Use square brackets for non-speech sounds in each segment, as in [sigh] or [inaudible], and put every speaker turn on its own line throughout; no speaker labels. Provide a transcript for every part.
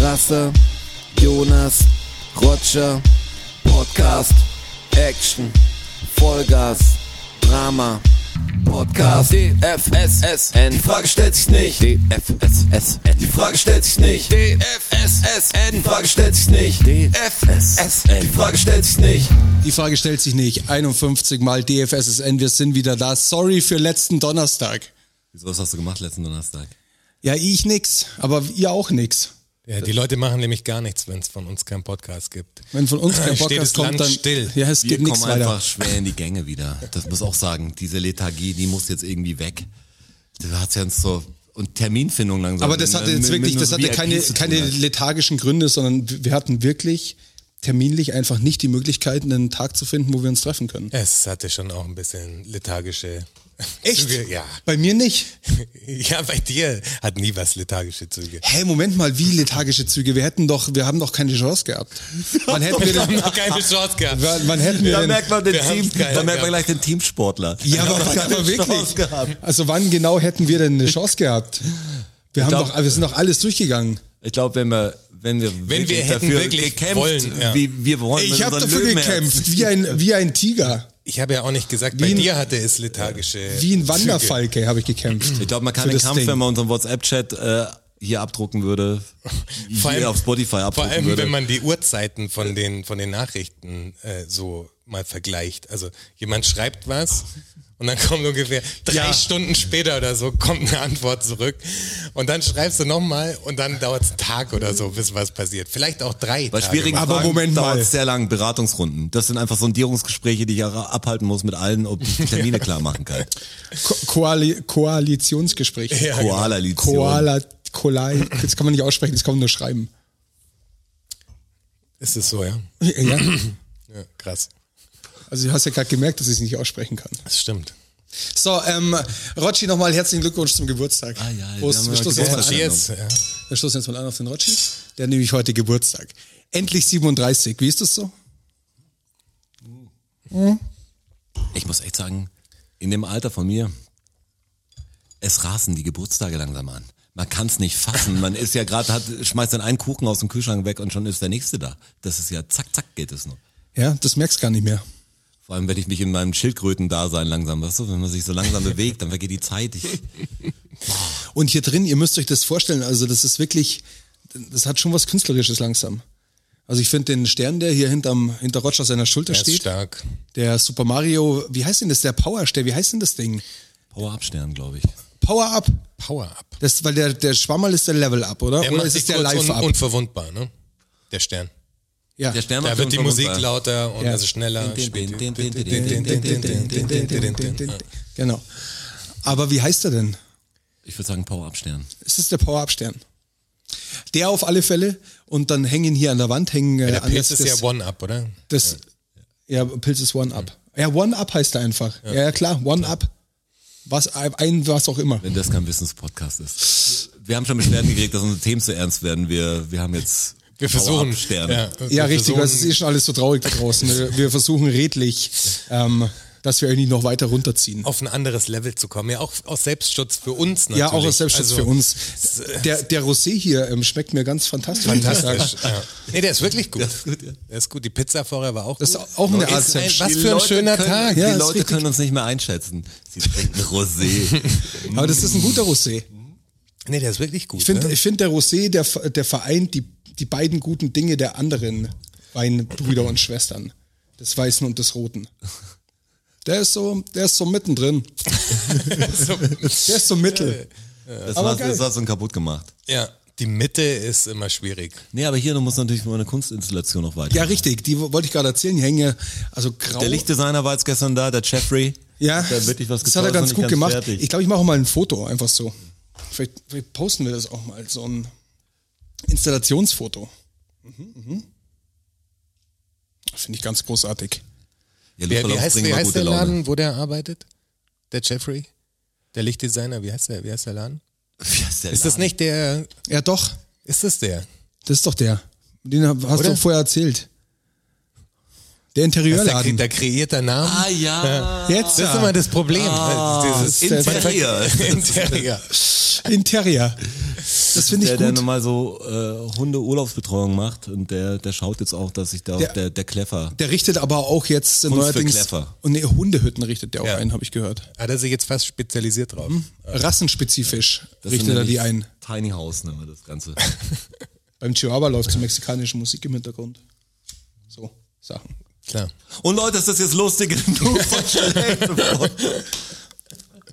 Rasse, Jonas, Roger, Podcast, Action, Vollgas, Drama, Podcast, DFSSN, die Frage stellt sich nicht, DFSSN, die Frage stellt sich nicht, DFSSN, die Frage stellt sich nicht, DFSSN, die Frage stellt sich nicht.
Die Frage stellt sich nicht. 51 mal DFSSN, wir sind wieder da. Sorry für letzten Donnerstag.
Wieso, was hast du gemacht letzten Donnerstag?
Ja, ich nix, aber ihr auch nix.
Ja, die Leute machen nämlich gar nichts, wenn es von uns keinen Podcast gibt.
Wenn von uns kein
[laughs] Steht das
Podcast kommt,
Land
dann
still.
Ja, es
Wir
geht nichts
kommen einfach
weiter.
schwer in die Gänge wieder. Das muss auch sagen. Diese Lethargie, die muss jetzt irgendwie weg. Da hat's ja uns so und Terminfindung langsam.
Aber das
Wenn-
hatte
wenn-
jetzt
wenn
wirklich,
nur
das
so
hatte
VIPs
keine,
zu tun
keine
hat.
lethargischen Gründe, sondern wir hatten wirklich terminlich einfach nicht die Möglichkeit, einen Tag zu finden, wo wir uns treffen können.
Es hatte schon auch ein bisschen lethargische Züge. Ja.
Bei mir nicht.
ja, bei dir hat nie was lethargische Züge.
Hä, Moment mal, wie lethargische Züge? Wir hätten doch, wir haben doch keine Chance [laughs] gehabt. Wann hätten wir
Wir haben
denn,
noch keine Chance gehabt.
wann wann hätten wir
Da
denn,
merkt man den
Wir
Team,
haben's geil
da merkt man
gehabt.
gleich den Teamsportler.
Ja, aber,
Wir haben
aber
keine
wirklich.
Chance gehabt.
Also wann genau hätten wir denn eine Chance gehabt? Wir, haben
glaub-
doch, wir sind doch alles durchgegangen.
Ich glaube, wenn wir, wenn wir,
Wenn wir hätten
dafür
wirklich
gekämpft,
wollen, ja.
wie wir wollen, mit
Ich habe
unseren
dafür
Löwenherz.
gekämpft, wie ein, wie ein Tiger,
Ich habe ja auch nicht gesagt, bei
Wie ein-
dir hatte es lethargische
wie ein
Züge.
Wanderfalke habe ich gekämpft.
Ich glaube, man kann
Für
den
das
Kampf,
Ding.
wenn man unseren WhatsApp-Chat äh, hier abdrucken würde,
Vor
hier
allem-
auf Spotify abdrucken
Vor allem,
würde.
wenn man die Uhrzeiten von den, von den Nachrichten äh, so mal vergleicht. Also jemand schreibt was und dann kommt ungefähr drei
Ja.
Stunden später oder so kommt eine Antwort zurück und dann schreibst du nochmal und dann dauert es einen Tag oder so, bis was passiert. Vielleicht auch drei
Bei
Tage.
schwierigen
Aber
Fragen
Moment mal.
dauert es sehr lang, Beratungsrunden. Das sind einfach Sondierungsgespräche, die ich auch abhalten muss mit allen, ob ich die Termine klar machen kann.
Ko Koali Koalitionsgespräch.
Ja, genau.
koala lition
Koala, Kolai, das kann man nicht aussprechen, das kann man nur schreiben.
Ist es so, ja?
Ja,
Ja, krass.
also du hast ja gerade gemerkt, dass ich es nicht aussprechen kann.
Das stimmt.
So, ähm, Rotschi, nochmal herzlichen Glückwunsch zum Geburtstag.
Ah, ja,
Prost,
wir haben
wir
ja
stoßen jetzt
Ja,
mal
Geburtstag.
an.
cheers. Ja.
Wir stoßen jetzt mal an auf den Rotschi. Der hat nämlich heute Geburtstag. Endlich 37. Wie ist das so?
Ich muss echt sagen, in dem Alter von mir, es rasen die Geburtstage langsam an. Man kann es nicht fassen. Man ist ja gerade, hat- schmeißt dann einen Kuchen aus dem Kühlschrank weg und schon ist der nächste da. Das ist ja zack, zack geht es nur.
Ja, das merkst gar nicht mehr.
Vor allem, wenn ich mich in meinem Schildkröten-Dasein langsam, weißt du, wenn man sich so langsam bewegt, dann vergeht die Zeit. Ich,
Und hier drin, ihr müsst euch das vorstellen, also das ist wirklich, das hat schon was Künstlerisches langsam. Also ich finde den Stern, der hier hinterm, hinter Roger seiner Schulter
Er ist
steht,
stark.
der Super Mario, wie heißt denn das, der Power-Stern, wie heißt denn das Ding?
Power-Up-Stern, glaube ich.
Power-Up,
Power-Up.
das, weil der, der Schwammerl ist der Level-Up, oder?
Der
oder
macht
ist
sich
es der
kurz un
Live-Up?
unverwundbar, ne? Der Stern.
Ja.
Der Stern
Da
macht
wird die
uns
Musik
verwundbar.
lauter und
Ja.
also schneller. spielt die-
Genau. Aber wie heißt er denn?
Ich würde sagen Power-Up-Stern.
Ist es der Power-Up-Stern? Der auf alle Fälle und dann hängen hier an der Wand, hängen äh,
Der
an
Pilz
das-
ist ja
das-
One-Up, oder?
Das, ja, Pilz ist One Up. Ja, One Up heißt er einfach. Ja, ja klar, One Up. Was, ein, was auch immer.
Wenn das kein Wissenspodcast ist. Wir haben schon Beschwerden gekriegt, dass unsere Themen zu ernst werden. Wir, wir haben jetzt
Wir versuchen.
Sterne.
Ja,
wir
richtig, weil es ist eh
versuchen-
schon alles so traurig da
[laughs]
draußen. Wir- Wir versuchen redlich, ähm, dass wir irgendwie noch weiter runterziehen.
auf ein anderes Level zu kommen. Ja, auch aus Selbstschutz für uns natürlich.
Ja, auch aus Selbstschutz
Also,
für uns. Der, der Rosé hier ähm, schmeckt mir ganz fantastisch. muss ich
[laughs] Fantastisch.
sagen.
ja. Nee, der ist wirklich gut. Der ist
gut, ja.
gut. Die Pizza vorher war auch
Das ist
gut.
auch eine Art
Ist ein,
Selbstschutz.
Was
Die
für ein
Leute
schöner
können,
Tag.
Die
Ja, ist
Leute
richtig.
können uns nicht mehr einschätzen.
[laughs]
Sie trinken Rosé.
Aber das ist ein guter Rosé.
Nee, der ist wirklich gut.
Ich finde,
ne?
ich find, der Rosé, der, der vereint die, die beiden guten Dinge der anderen Weinbrüder und Schwestern. Des Weißen und des Roten. Der ist so, der ist so
[laughs]
mittendrin.
so,
Der ist so mittel.
Das,
Aber
war's,
geil.
das war's und kaputt gemacht.
ja, die Mitte ist immer schwierig.
Nee, aber hier, du musst natürlich meine Kunstinstallation noch weiter.
Ja, richtig, die wollte ich gerade erzählen. Die hängen ja, also grau.
Der Lichtdesigner war jetzt gestern da, der Jeffrey.
ja,
Da wirklich was
das hat er
gezaubert,
ganz
noch
gut
nicht
gemacht.
fertig.
Ich glaube, ich mache auch mal ein Foto, einfach so. Vielleicht, vielleicht posten wir das auch mal, so ein Installationsfoto. Mhm, mhm. Finde ich ganz großartig.
ja,
Wie, wie
Luftballons
heißt,
bringen
wie
mal
heißt
gute
der
Laune.
Laden, wo der arbeitet? Der Jeffrey? Der Lichtdesigner, wie heißt der, wie heißt der Laden?
Wie heißt der
Ist das
Laden?
nicht der,
Ja, doch.
ist das der?
Das ist doch der. Den hab- hast
Oder?
du vorher erzählt. Der
Das ist der,
Interieurladen.
der kreierter Name?
[laughs]
Ah ja.
Jetzt
Das ist
ja.
immer das Problem.
Ah,
dieses
[laughs]
Interieur.
Interieur.
Interior. ah, Das finde ich
der, der
gut.
normal so äh, Hunde-Urlaubsbetreuung macht und der, der schaut jetzt auch, dass ich da
Der-
der, der, Kleffer.
Der richtet aber auch jetzt neuerdings.
Kleffer.
Und nee, Hundehütten richtet der auch
Ja.
ein, habe ich gehört.
Hat er sich jetzt fast spezialisiert drauf.
Rassenspezifisch
Das sind
richtet er
nämlich
die ein.
Tiny House nennen wir das Ganze. [laughs]
Beim Chihuahua läuft so mexikanische Musik im Hintergrund. So Sachen.
Klar.
Und Leute, ist das jetzt lustig
[laughs]
genug von schlecht?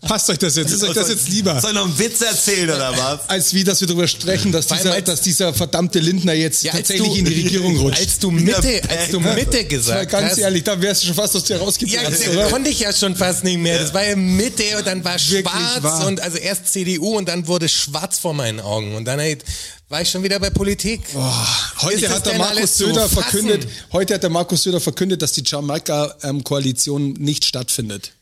Passt euch das jetzt? Ist euch das jetzt lieber?
Soll ich noch einen Witz erzählen oder was?
Als wie, dass wir darüber sprechen, dass
allem
dieser,
als-
dass dieser verdammte Lindner jetzt
Ja, als
tatsächlich
du-
in die Regierung
[laughs]
rutscht.
Als du Mitte, als du Mitte
Mal
gesagt
ganz
hast.
ehrlich, da wärst du schon fast aus dir
Ja,
rausgekratzt,
das
oder?
konnte ich ja schon fast nicht mehr. Das war ja Mitte und dann war
Wirklich
schwarz
wahr.
und also erst CDU und dann wurde schwarz vor meinen Augen und dann halt, war ich schon wieder bei Politik.
Oh,
Ist
Heute
das
hat der
denn
Markus
alles zu
Söder
fassen?
verkündet, heute hat der Markus Söder verkündet, dass die Jamaika-Koalition nicht stattfindet.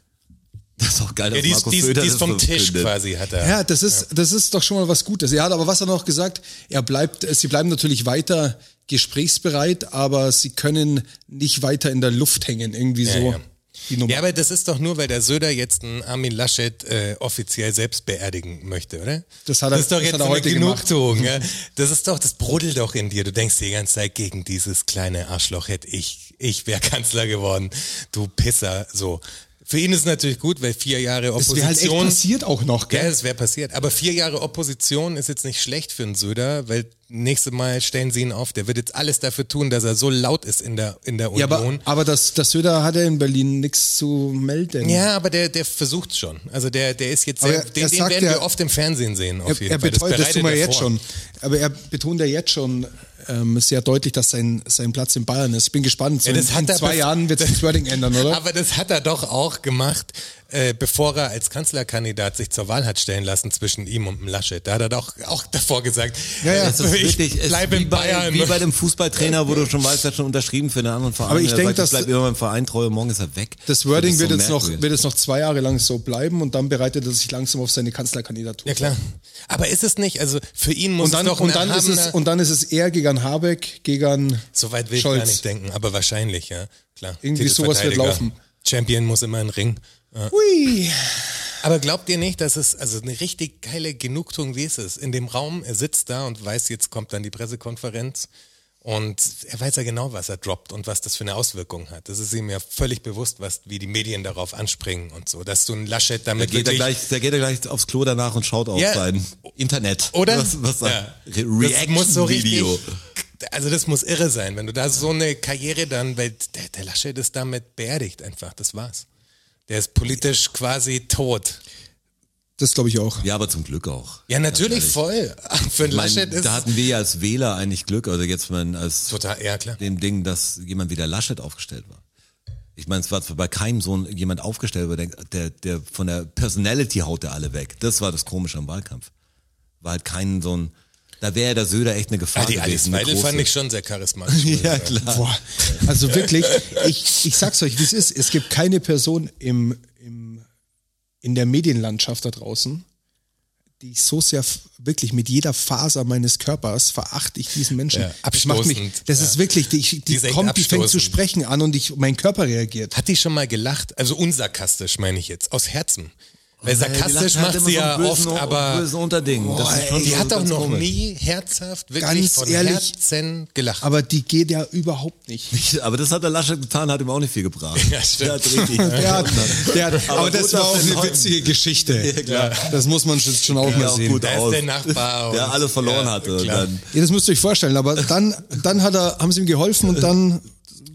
Das ist auch geil, dass
Ja, die ist,
Markus
die ist,
Söder
die ist
das
vom Tisch
verkündet.
quasi, hat er.
Ja, das ist, das ist doch schon mal was Gutes. Ja, aber was hat er noch gesagt? Er bleibt, äh, sie bleiben natürlich weiter gesprächsbereit, aber sie können nicht weiter in der Luft hängen, irgendwie so.
ja.
Die Nummer.
Ja, aber das ist doch nur, weil der Söder jetzt einen Armin Laschet äh, offiziell selbst beerdigen möchte, oder?
Das hat er-
das ist doch
das
jetzt
hat er
so eine
heute gemacht.
Genugtuung. Ja? Das ist doch, das brodelt doch in dir. Du denkst die ganze Zeit, gegen dieses kleine Arschloch hätte ich, ich wäre [laughs] Kanzler geworden. Du Pisser, so. Für ihn ist es natürlich gut, weil vier Jahre
das wäre halt echt
Opposition.
passiert auch noch,
ja,
gell?
das wäre passiert. Aber vier Jahre Opposition ist jetzt nicht schlecht für einen Söder, weil nächstes Mal stellen sie ihn auf. Der wird jetzt alles dafür tun, dass er so laut ist in der, in der
Ja,
Union.
aber, aber das, das Söder hatte in Berlin nichts zu melden.
Ja, aber der, der versucht schon. Also der, der ist jetzt
Hm. Aber
sehr,
er-
den,
er
den
sagt
werden
ja-
wir oft im Fernsehen sehen, auf
Er,
jeden
er
Fall.
betont, das
bereitet
tun wir
er
jetzt
vor.
schon. Aber er betont ja jetzt schon ähm, sehr deutlich, dass sein, sein Platz in Bayern ist. Ich bin gespannt. So
Ja, das
in,
hat
in
er
zwei
bef-
Jahren wird sich das Wording ändern, oder?
Aber das hat er doch auch gemacht, äh, bevor er als Kanzlerkandidat sich zur Wahl hat stellen lassen zwischen ihm und dem Laschet. Da hat er doch auch davor gesagt, äh,
ja,
Es ist
ich
wirklich, es
bleib
ist wie
in
Bei,
Bayern.
wie bei dem Fußballtrainer, wo du schon weißt, der hat schon unterschrieben für einen anderen Verein.
Aber ich
Der
denk,
sagt,
dass-
ich bleib immer beim Verein treu, morgen ist er weg.
Das Wording
ist so
wird, jetzt noch,
merkwürdig.
wird jetzt noch zwei Jahre lang so bleiben und dann bereitet er sich langsam auf seine Kanzlerkandidatur.
ja klar. Aber ist es nicht, also für ihn muss
Und dann,
es doch
und,
ein
dann ist es,
erhabener-
und dann ist es er gegen Habeck, gegen
so weit will ich
Scholz.
gar nicht denken, aber wahrscheinlich, ja. Klar.
Irgendwie sowas wird
Titelverteidiger.
laufen.
Champion muss immer einen Ring.
Hui.
Aber glaubt ihr nicht, dass es also eine richtig geile Genugtuung wie es ist? In dem Raum, er sitzt da und weiß, jetzt kommt dann die Pressekonferenz und er weiß ja genau, was er droppt und was das für eine Auswirkung hat. Das ist ihm ja völlig bewusst, was, wie die Medien darauf anspringen und so, dass du ein Laschet
Der
damit
geht, er
wirklich-
gleich, der geht er gleich aufs Klo danach und schaut auf
Ja.
sein Internet.
Oder?
Was, was
Ja.
Re
Das muss so richtig,
Reaction-Video.
also das muss irre sein, wenn du da so eine Karriere dann, weil der, der Laschet ist damit beerdigt einfach, das war's. Der ist politisch quasi tot.
Das glaube ich auch.
Ja, aber zum Glück auch.
Ja, natürlich voll. Für einen
Ich meine,
Laschet ist
da hatten wir ja als Wähler eigentlich Glück, also jetzt wenn als
total, ja klar.
dem Ding, dass jemand wie der Laschet aufgestellt war. Ich meine, es war zwar bei keinem so ein- jemand aufgestellt, aber der, der, der von der Personality haut er alle weg. Das war das Komische am Wahlkampf. War halt kein so ein, da wäre der Söder echt eine Gefahr
Ah, die Alice
gewesen. eine
Weidel
große.
fand ich schon sehr
[laughs]
charismatisch.
ja, klar.
Boah. Also wirklich, ich, ich sag's euch, wie es ist. Es gibt keine Person im, im, in der Medienlandschaft da draußen, die ich so sehr f- wirklich mit jeder Faser meines Körpers verachte ich diesen Menschen.
Ja,
das macht mich,
abstoßend.
das
Ja.
ist wirklich, die, ich,
Die
die
ist echt
kommt, die fängt zu
abstoßend.
sprechen an und ich, mein Körper reagiert.
Hat die schon mal gelacht? Also unsarkastisch meine ich jetzt, aus Herzen. Weil
Ja, die
sarkastisch
lacht halt
macht
immer
sie
so einen
ja
bösen,
oft, aber
Bösen Unterding. das ist schon
die
so
hat doch
ganz
noch
komisch.
nie herzhaft wirklich
Ganz
von
ehrlich.
Herzen gelacht.
Aber die geht ja überhaupt nicht.
Aber das hat der Laschet getan, hat ihm auch nicht viel gebracht.
Ja, stimmt.
Der hat richtig.
Der hat, der hat, aber,
gut,
das war
dass
auch
wir ihn
eine
heute-
witzige Geschichte. Das muss man jetzt schon auch mal
auch
sehen.
gut
Da ist
aus.
der
[laughs]
Nachbar
Der
und-
alles verloren
Ja,
hatte. Und
klar.
dann,
Ja, das müsst ihr euch vorstellen, aber dann, dann hat er, haben sie ihm geholfen und dann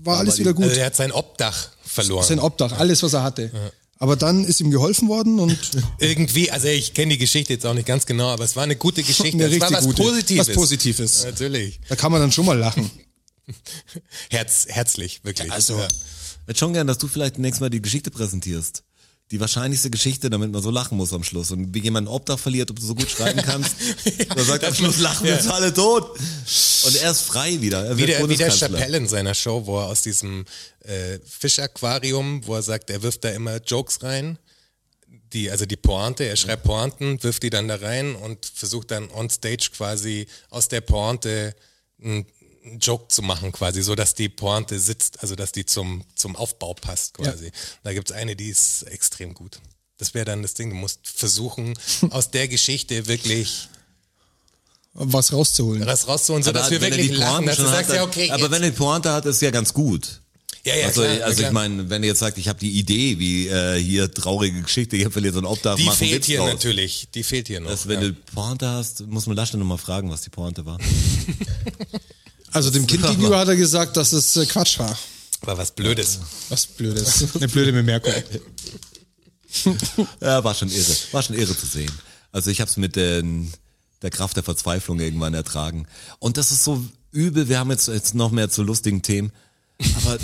war alles wieder gut.
also er hat sein Obdach verloren.
Sein Obdach, alles, was er hatte. Aber dann ist ihm geholfen worden
[laughs]
und [laughs]
Irgendwie, also ich kenne die Geschichte jetzt auch nicht ganz genau, aber es war eine
[laughs]
gute Geschichte.
Eine
es war
richtig
was
gute.
Positives.
Was Positives.
Natürlich.
da kann man dann schon mal lachen.
Herz, herzlich, wirklich.
Also-
Ja.
Ich hätte schon gern, dass du vielleicht nächstes Mal die Geschichte präsentierst. Die wahrscheinlichste Geschichte, damit man so lachen muss am Schluss. Und wie jemand ein Obdach verliert, ob du so gut schreiben
[laughs]
kannst. da sagt am Schluss, lachen wir uns alle tot. Und er ist frei wieder. Er
Wie
wird
der, wie der
Bundeskanzler.
Chappelle in seiner Show, wo er aus diesem äh, Fischaquarium, wo er sagt, er wirft da immer Jokes rein. Die, also die Pointe, er schreibt Pointen, wirft die dann da rein und versucht dann on stage quasi aus der Pointe einen einen Joke zu machen quasi, so dass die Pointe sitzt, also dass die zum, zum Aufbau passt quasi. Da gibt's eine, die ist extrem
[laughs]
gut. Das wäre dann das Ding, du musst versuchen, aus der Geschichte wirklich
um was rauszuholen.
Das rauszuholen, sodass wir
wenn er
wirklich
die
lachen,
Pointe
dass du
schon
sagst,
hat,
ja, okay,
aber
jetzt-
wenn er die Pointe hat, ist ja ganz gut.
ja, ja,
also
klar, ja,
also
klar.
ich meine, wenn ihr jetzt sagt, ich habe die Idee, wie äh, hier traurige Geschichte, hier verliert so ein Obdach,
die
machen
fehlt
Witz
hier
draus.
natürlich, die fehlt hier noch.
Dass, wenn du Pointe hast, muss man Laschet nochmal fragen, was die Pointe war.
Also dem Kind gegenüber hat er gesagt, dass es äh, Quatsch war.
War was Blödes.
Was Blödes. [laughs] Eine blöde Bemerkung.
Ja, war schon irre. War schon irre zu sehen. Also ich habe es mit den, der Kraft der Verzweiflung irgendwann ertragen. Und das ist so übel. Wir haben jetzt, jetzt noch mehr zu lustigen Themen. Aber,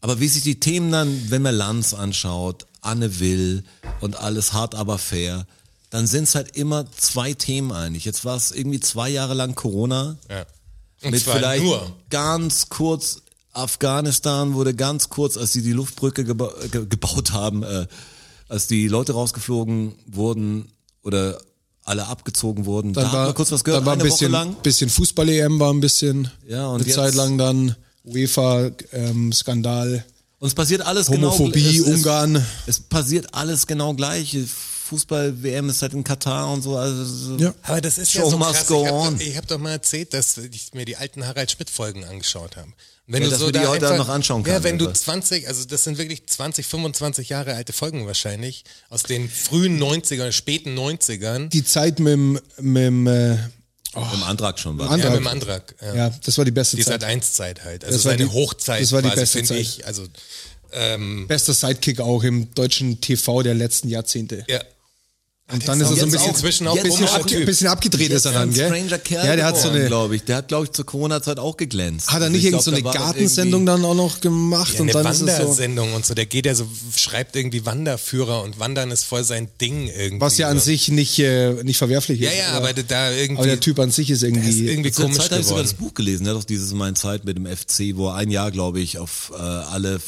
aber wie sich die Themen dann, wenn man Lanz anschaut, Anne Will und alles hart aber fair, dann sind es halt immer zwei Themen eigentlich. Jetzt war es irgendwie zwei Jahre lang Corona.
Ja. Und
mit
zwar
vielleicht
nur.
ganz kurz Afghanistan wurde ganz kurz, als sie die Luftbrücke geba ge gebaut haben, äh, als die Leute rausgeflogen wurden oder alle abgezogen wurden,
Dann
da
war,
hat man kurz was gehört,
dann war ein
eine
bisschen,
Woche lang.
bisschen Fußball-EM war ein bisschen.
Ja, und
eine
jetzt-
Zeit lang dann ähm, UEFA-Skandal,
Und es passiert alles
Homophobie,
genau es,
Ungarn.
Es, es passiert alles genau gleich. Fußball-WM ist halt in Katar und so. Also,
Ja.
Aber das ist
Show
ja so
must
krass.
go
ich
on.
habe ich hab doch mal erzählt, dass ich mir die alten Harald Schmidt-Folgen angeschaut habe. Und Wenn
Ja, dass wir die
da
heute noch anschauen
Ja,
können,
wenn du
einfach.
20, also das sind wirklich 20, 25 Jahre alte Folgen wahrscheinlich, aus den frühen 90ern, späten 90ern,
die Zeit mit dem, mit dem äh,
Im Antrag schon war.
Antrag.
ja, mit dem Antrag. Ja.
ja, das war die beste
Die
Zeit.
Sat1-Zeit halt. Also
Das war
seine
die-
Hochzeit
das war die
quasi,
beste
finde
Zeit.
ich. Also, ähm,
Bester Sidekick auch im deutschen TV der letzten Jahrzehnte.
ja.
Und dann ist er so ein
Jetzt
bisschen,
inzwischen auch
ein bisschen,
jetzt auch-
abge bisschen abgedreht ist er dann,
Ganz
gell?
Stranger Kerl
ja, der hat so eine,
glaube ich. Der hat, glaube ich, zur Corona-Zeit auch geglänzt.
hat er
Also
nicht
ich glaub,
irgend so eine
da war doch
Gartensendung
irgendwie-
dann auch noch gemacht
Ja,
und
eine
dann ist es so,
Wandersendung und so, der geht ja so, schreibt irgendwie Wanderführer und Wandern ist voll sein Ding irgendwie.
was ja an sich nicht, äh, nicht verwerflich
Ja,
ist.
ja, aber da irgendwie,
aber der Typ an sich ist irgendwie,
ist irgendwie
Zu der
komisch
Zeit habe ich sogar das
geworden.
Buch gelesen. Der hat doch dieses Mein Zeit mit dem FC, wo er ein Jahr, glaube ich, auf äh, alle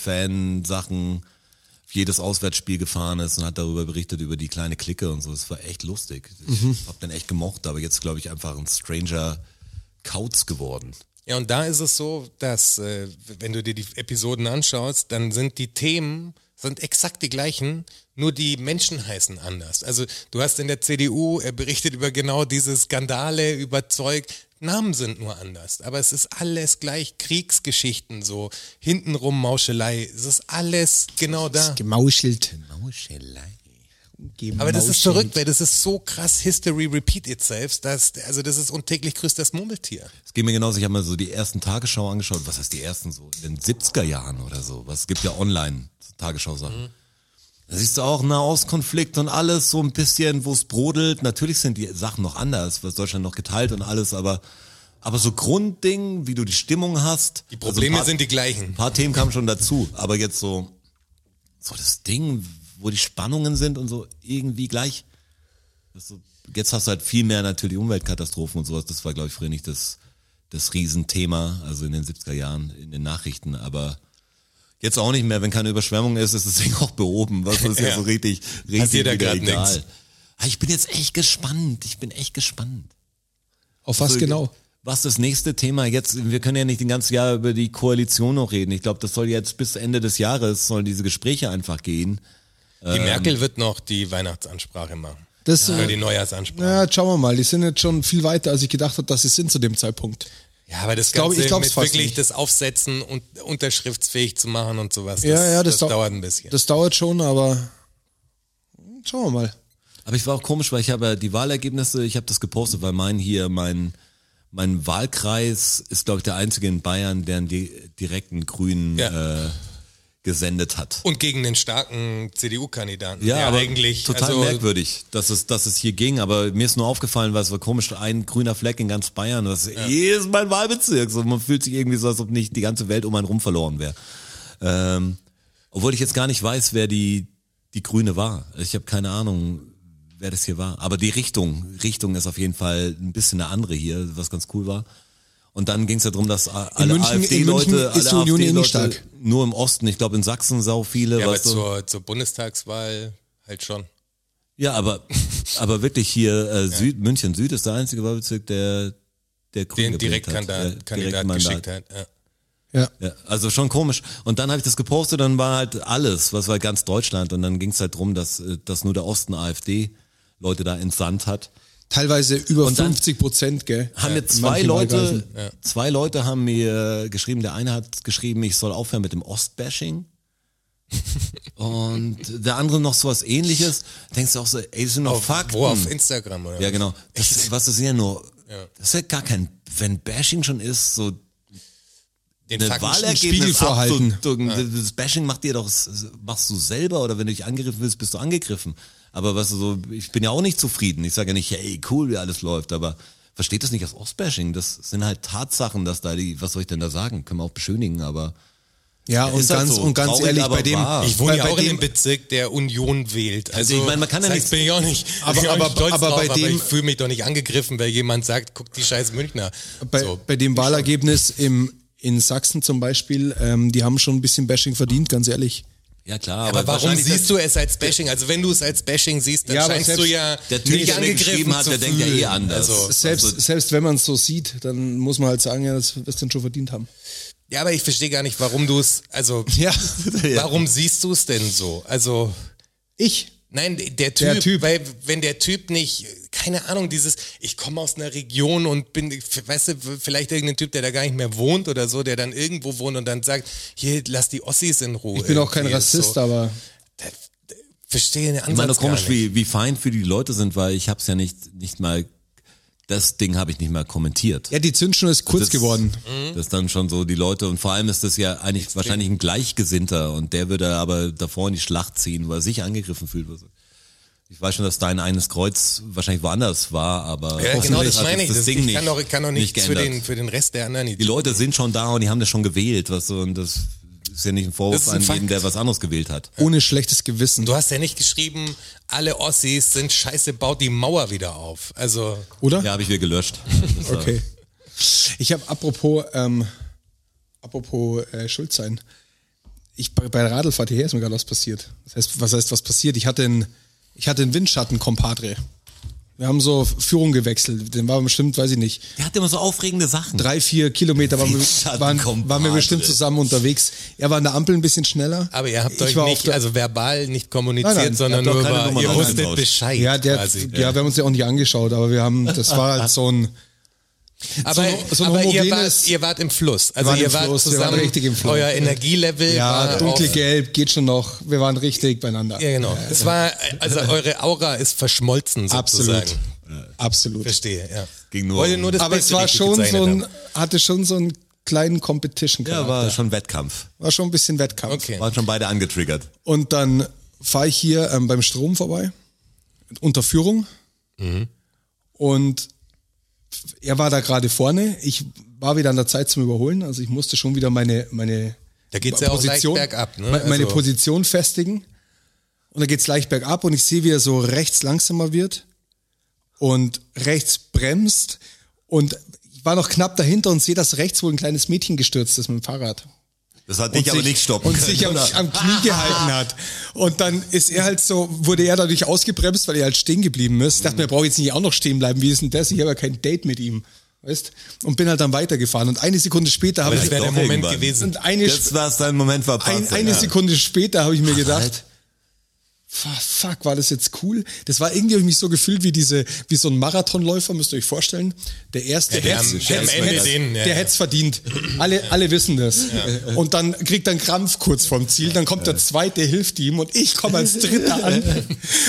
Fansachen, auf jedes Auswärtsspiel gefahren ist und hat darüber berichtet, über die kleine Clique und so. Das war echt lustig. Ich
Mhm.
habe den echt gemocht, aber jetzt, glaube ich, einfach ein Stranger Kauz geworden.
Ja, und da ist es so, dass, äh, wenn du dir die Episoden anschaust, dann sind die Themen, sind exakt die gleichen, nur die Menschen heißen anders. Also du hast in der CDU, er berichtet über genau diese Skandale, über Zeug, Namen sind nur anders, aber es ist alles gleich Kriegsgeschichten so, hintenrum Mauschelei, es ist alles genau da.
gemauschelt.
Mauschelei.
Aber das ist verrückt, weil das ist so krass History repeat itself, dass, also das ist untäglich grüßt das Murmeltier.
Es geht mir genauso, ich habe mir so die ersten Tagesschau angeschaut. Was heißt die ersten so? In den 70er Jahren oder so. Was es gibt ja online Tagesschau-Sachen.
Mhm.
Da siehst du auch Nahostkonflikt und alles so ein bisschen, wo es brodelt. Natürlich sind die Sachen noch anders, was Deutschland noch geteilt und alles, aber, aber so Grundding, wie du die Stimmung hast.
Die Probleme
ein paar-
sind die gleichen.
Ein paar Themen kamen schon dazu, aber jetzt so, so das Ding, wo die Spannungen sind und so irgendwie gleich. Das ist so, jetzt hast du halt viel mehr natürlich Umweltkatastrophen und sowas. Das war, glaube ich, früher nicht das, das Riesenthema, also in den 70er Jahren in den Nachrichten, aber jetzt auch nicht mehr, wenn keine Überschwemmung ist, ist das [laughs] Ding auch behoben. Was ist ja,
Ja.
so richtig, richtig
Passiert ja
wieder
grad
egal.
nix.
Ah, Ich bin jetzt echt gespannt. Ich bin echt gespannt.
Auf was
So,
genau?
Was das nächste Thema jetzt, wir können ja nicht den ganzen Jahr über die Koalition noch reden. Ich glaube, das soll jetzt bis Ende des Jahres, sollen diese Gespräche einfach gehen.
Die
Ähm.
Merkel wird noch die Weihnachtsansprache machen.
Das,
Oder
äh,
die Neujahrsansprache.
na, schauen wir mal, die sind jetzt schon viel weiter, als ich gedacht habe, dass sie sind zu dem Zeitpunkt.
Ja, aber das
glaub-
Ganze
ich glaub's
mit
fast
wirklich
nicht.
das Aufsetzen und unterschriftsfähig zu machen und sowas, das,
Ja, ja, das, dau-
dauert ein bisschen.
Das dauert schon, aber schauen wir mal.
Aber ich war auch komisch, weil ich habe ja die Wahlergebnisse, ich habe das gepostet, weil mein hier, mein, mein Wahlkreis ist, glaube ich, der einzige in Bayern, der einen di direkten Grünen
Ja.
äh, gesendet hat.
und gegen den starken CDU-Kandidaten.
Ja,
der
aber
eigentlich.
total
also,
merkwürdig, dass es, dass es hier ging. Aber mir ist nur aufgefallen, weil es war komisch, ein grüner Fleck in ganz Bayern. Das ist, hier ist mein Wahlbezirk. So, man fühlt sich irgendwie so, als ob nicht die ganze Welt um einen rum verloren wäre. Ähm, obwohl ich jetzt gar nicht weiß, wer die, die Grüne war. Ich habe keine Ahnung, wer das hier war. Aber die Richtung, Richtung ist auf jeden Fall ein bisschen eine andere hier, was ganz cool war. Und dann ging es ja darum, dass a- alle
München- in München
AfD-Leute,
ist
alle
die Union eh nicht
AfD-Leute
stark.
nur im Osten, ich glaube in Sachsen sau viele.
ja, aber
weißt du?
zur, zur Bundestagswahl halt schon. [laughs]
Ja, aber, aber wirklich hier äh, Süd, München Süd ist der einzige Wahlbezirk, der der
Den
Grünen gewählt hat,
Direktkandidat
äh,
Kandidat
Direktmandat.
geschickt hat. Ja.
Ja.
Ja, also schon komisch. Und dann habe ich das gepostet, dann war halt alles, was war ganz Deutschland. Und dann ging es halt drum, dass, äh, dass nur der Osten AfD Leute da entsandt hat.
Teilweise über
Und dann-
50 Prozent, gell?
haben mir zwei
Manche
Leute,
Wahlkreisen.
zwei Leute haben mir geschrieben, der eine hat geschrieben, ich soll aufhören mit
[laughs]
dem Ostbashing. Und der andere noch so was ähnliches. Denkst du auch so, ey, das sind noch
Auf,
Fakten.
wo auf Instagram oder
ja,
was?
genau. Das, was das sind ja nur, das ist ja gar kein, wenn Bashing schon ist, so
Den Fakten-
eine
Spiegel
Wahlergebnis
vorhalten.
abzudrücken. Das Bashing macht dir doch, machst du selber oder wenn du dich angegriffen bist, bist du angegriffen. Aber was so, ich bin ja auch nicht zufrieden. Ich sage ja nicht, hey, cool, wie alles läuft, aber versteht das nicht als Ostbashing. Das sind halt Tatsachen, dass da die, was soll ich denn da sagen? Können wir auch beschönigen, aber
Ja,
Ja,
und
ist halt
ganz,
so.
und ganz
Traurig,
ehrlich,
aber
bei dem,
wahr.
Ich wohne
bei,
ja
bei
auch in
dem,
dem Bezirk, der Union wählt. Also,
ich meine, man kann ja
das
nichts-
heißt, bin ich auch nicht.
Aber-
bin ich auch
aber-
nicht stolz
aber bei
aber
dem-
ich fühle mich doch nicht angegriffen, weil jemand sagt, guck die scheiß Münchner.
bei,
so.
bei dem Wahlergebnis im, in Sachsen zum Beispiel, ähm, die haben schon ein bisschen Bashing verdient, ganz ehrlich.
ja klar.
Aber warum
wahrscheinlich-
siehst du es als Bashing? Also wenn du es als Bashing siehst, dann
Ja, aber
scheinst
selbst
du ja
der Typ,
nicht
der mir
angegriffen
geschrieben hat,
zu
der denkt ja eh
fühlen.
anders.
Also,
Selbst,
Also-
selbst wenn man es so sieht, dann muss man halt sagen, ja, das wirst du dann schon verdient
[laughs]
haben.
ja, aber ich verstehe gar nicht, warum du es,
[laughs]
also
Ja,
warum siehst du es denn so? Also
ich.
Nein, der Typ,
Der Typ.
weil wenn der Typ nicht, keine Ahnung, dieses, ich komme aus einer Region und bin, weißt du, vielleicht irgendein Typ, der da gar nicht mehr wohnt oder so, der dann irgendwo wohnt und dann sagt, hier, lass die Ossis in Ruhe.
Ich bin auch kein
Irgendwie ist
Rassist,
so.
aber
Verstehe den Ansatz
Ich meine,
gar
komisch,
nicht.
wie, wie fein für die Leute sind, weil ich hab's ja nicht, nicht mal, das Ding habe ich nicht mal kommentiert.
ja, die Zündschnur ist kurz
das, Mhm.
geworden.
Das ist dann schon so die Leute und vor allem ist das ja eigentlich wahrscheinlich ein Gleichgesinnter und der würde aber davor in die Schlacht ziehen, weil er sich angegriffen fühlt. Also Ich weiß schon, dass dein eines Kreuz wahrscheinlich woanders war, aber
Ja, genau,
hoffentlich
das
hat
meine ich.
das,
Das
Ding
ich
nicht,
kann doch, ich kann doch nicht, für,
geändert.
den, für den Rest der anderen
Die Leute sind schon da und die haben das schon gewählt, was so und das ist ja nicht ein
Das
Vorwurf
ist ein
an jeden,
Fakt.
der was anderes gewählt hat.
Ohne schlechtes Gewissen.
Du hast ja nicht geschrieben, alle Ossis sind scheiße, baut die Mauer wieder auf. Also,
Oder?
Ja, habe ich
[laughs]
wieder gelöscht. Das war-
Okay. Ich habe apropos, ähm, apropos äh, schuld sein. Ich, bei bei der Radlfahrt hierher ist mir gerade was passiert. Das heißt, was heißt was passiert? Ich hatte einen, ich hatte einen Windschatten-Kompadre. Wir haben so Führung gewechselt. Den waren wir bestimmt, weiß ich nicht,
Der hat immer so aufregende Sachen.
drei, vier Kilometer waren wir, waren,
Windschatten-Kompadre.
waren wir bestimmt zusammen unterwegs. Er war an der Ampel ein bisschen schneller.
aber ihr habt
Ich
euch
war auf
nicht,
der-
also verbal nicht kommuniziert,
Nein, nein,
sondern
ihr
nur
habt doch keine
über,
Nummern
ihr wusstet
ausgetauscht.
Bescheid.
ja, der,
quasi.
ja, wir haben uns ja auch nicht angeschaut, aber wir haben, das war halt
[laughs]
so ein,
Aber,
So- so ein
aber ihr,
homogenes-
wart, ihr wart im Fluss. Also
waren im
ihr wart
Fluss, wir waren
zusammen,
richtig im Fluss.
euer Energielevel
ja,
war auf,
dunkelgelb, geht schon noch. Wir waren richtig beieinander.
Ja, genau. Es war, also eure Aura ist verschmolzen sozusagen.
Absolut. Absolut.
Verstehe, ja.
Ging nur
Wollte
um-
nur das
Aber es
Beste,
war
wie ich
schon
gezeichnet
so ein,
habe.
hatte schon so einen kleinen competition
Ja,
-Charakter.
war schon Wettkampf.
War schon ein bisschen Wettkampf.
Okay.
Waren schon beide angetriggert.
Und dann fahre ich hier ähm, beim Strom vorbei, unter Führung.
Mhm.
Und er war da gerade vorne. Ich war wieder an der Zeit zum Überholen. Also ich musste schon wieder meine, meine
Da geht's ja auch leicht bergab, ne?
me- meine
Also-
Position festigen. Und dann geht's leicht bergab und ich sehe, wie er so rechts langsamer wird und rechts bremst. Und ich war noch knapp dahinter und sehe, dass rechts wohl ein kleines Mädchen gestürzt ist mit dem Fahrrad
Das hat dich aber nicht stoppen
und
können.
sich am,
oder?
am Knie gehalten hat. Und dann ist er halt so, wurde er dadurch ausgebremst, weil er halt stehen geblieben ist. Ich dachte mir, brauche jetzt nicht auch noch stehen bleiben. Wie ist denn das? Ich habe ja kein Date mit ihm. Weißt? Und bin halt dann weitergefahren. Und eine Sekunde später habe
Das
ich,
wäre der
Doch,
Moment
irgendwann.
gewesen.
und eine,
Das war dein Moment verpasst.
ein, eine
ja.
Sekunde später habe ich mir gedacht,
Halt.
"Fu- fuck, war das jetzt cool? Das war irgendwie, habe ich mich so gefühlt wie diese, wie so ein Marathonläufer, müsst ihr euch vorstellen. Der erste,
Ja, der
hätt's-
am- der am
hätt's-
Ende
hätt's-
den, ja,
der
ja.
hätte es verdient. Alle, alle wissen das. Und dann kriegt er einen Krampf kurz vorm Ziel, dann kommt der zweite, hilft ihm und ich komme als dritter
[laughs]
an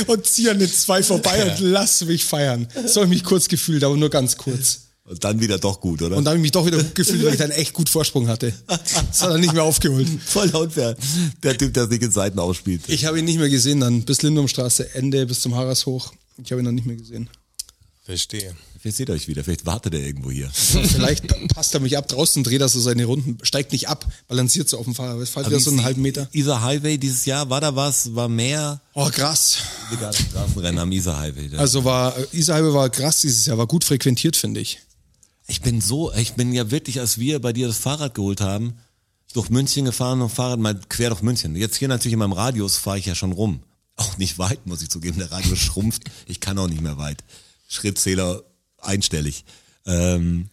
und ziehe an den zwei vorbei und lass mich feiern. So habe ich mich kurz gefühlt, aber nur ganz kurz.
Und dann wieder doch gut, oder?
Und dann habe ich mich doch wieder gut gefühlt, weil ich dann echt gut Vorsprung hatte. Das hat er nicht mehr aufgeholt.
Voll unfair. Der Typ, der sich in Seiten ausspielt.
Ich habe ihn nicht mehr gesehen dann. Bis Lindumstraße, Ende, bis zum Haras hoch. Ich habe ihn dann nicht mehr gesehen.
Verstehe.
Vielleicht seht ihr euch wieder. Vielleicht wartet er irgendwo hier.
Vielleicht
[laughs]
passt er mich ab draußen, dreht er so seine Runden, steigt nicht ab, balanciert so auf dem Fahrrad. Es fällt wieder so einen halben Meter.
Isar Highway dieses Jahr, war da was? War mehr?
Oh, krass.
Illegale Straßenrennen am Isar Highway. ne? Da-
Also war, Isarhalbe war krass dieses Jahr, war gut frequentiert, finde ich.
Ich bin so, ich bin ja wirklich, als wir bei dir das Fahrrad geholt haben, durch München gefahren und Fahrrad mal quer durch München. Jetzt hier natürlich in meinem Radius fahre ich ja schon rum. Auch nicht weit, muss ich zugeben. Der Radius schrumpft. Ich kann auch nicht mehr weit. Schrittzähler einstellig. Ähm,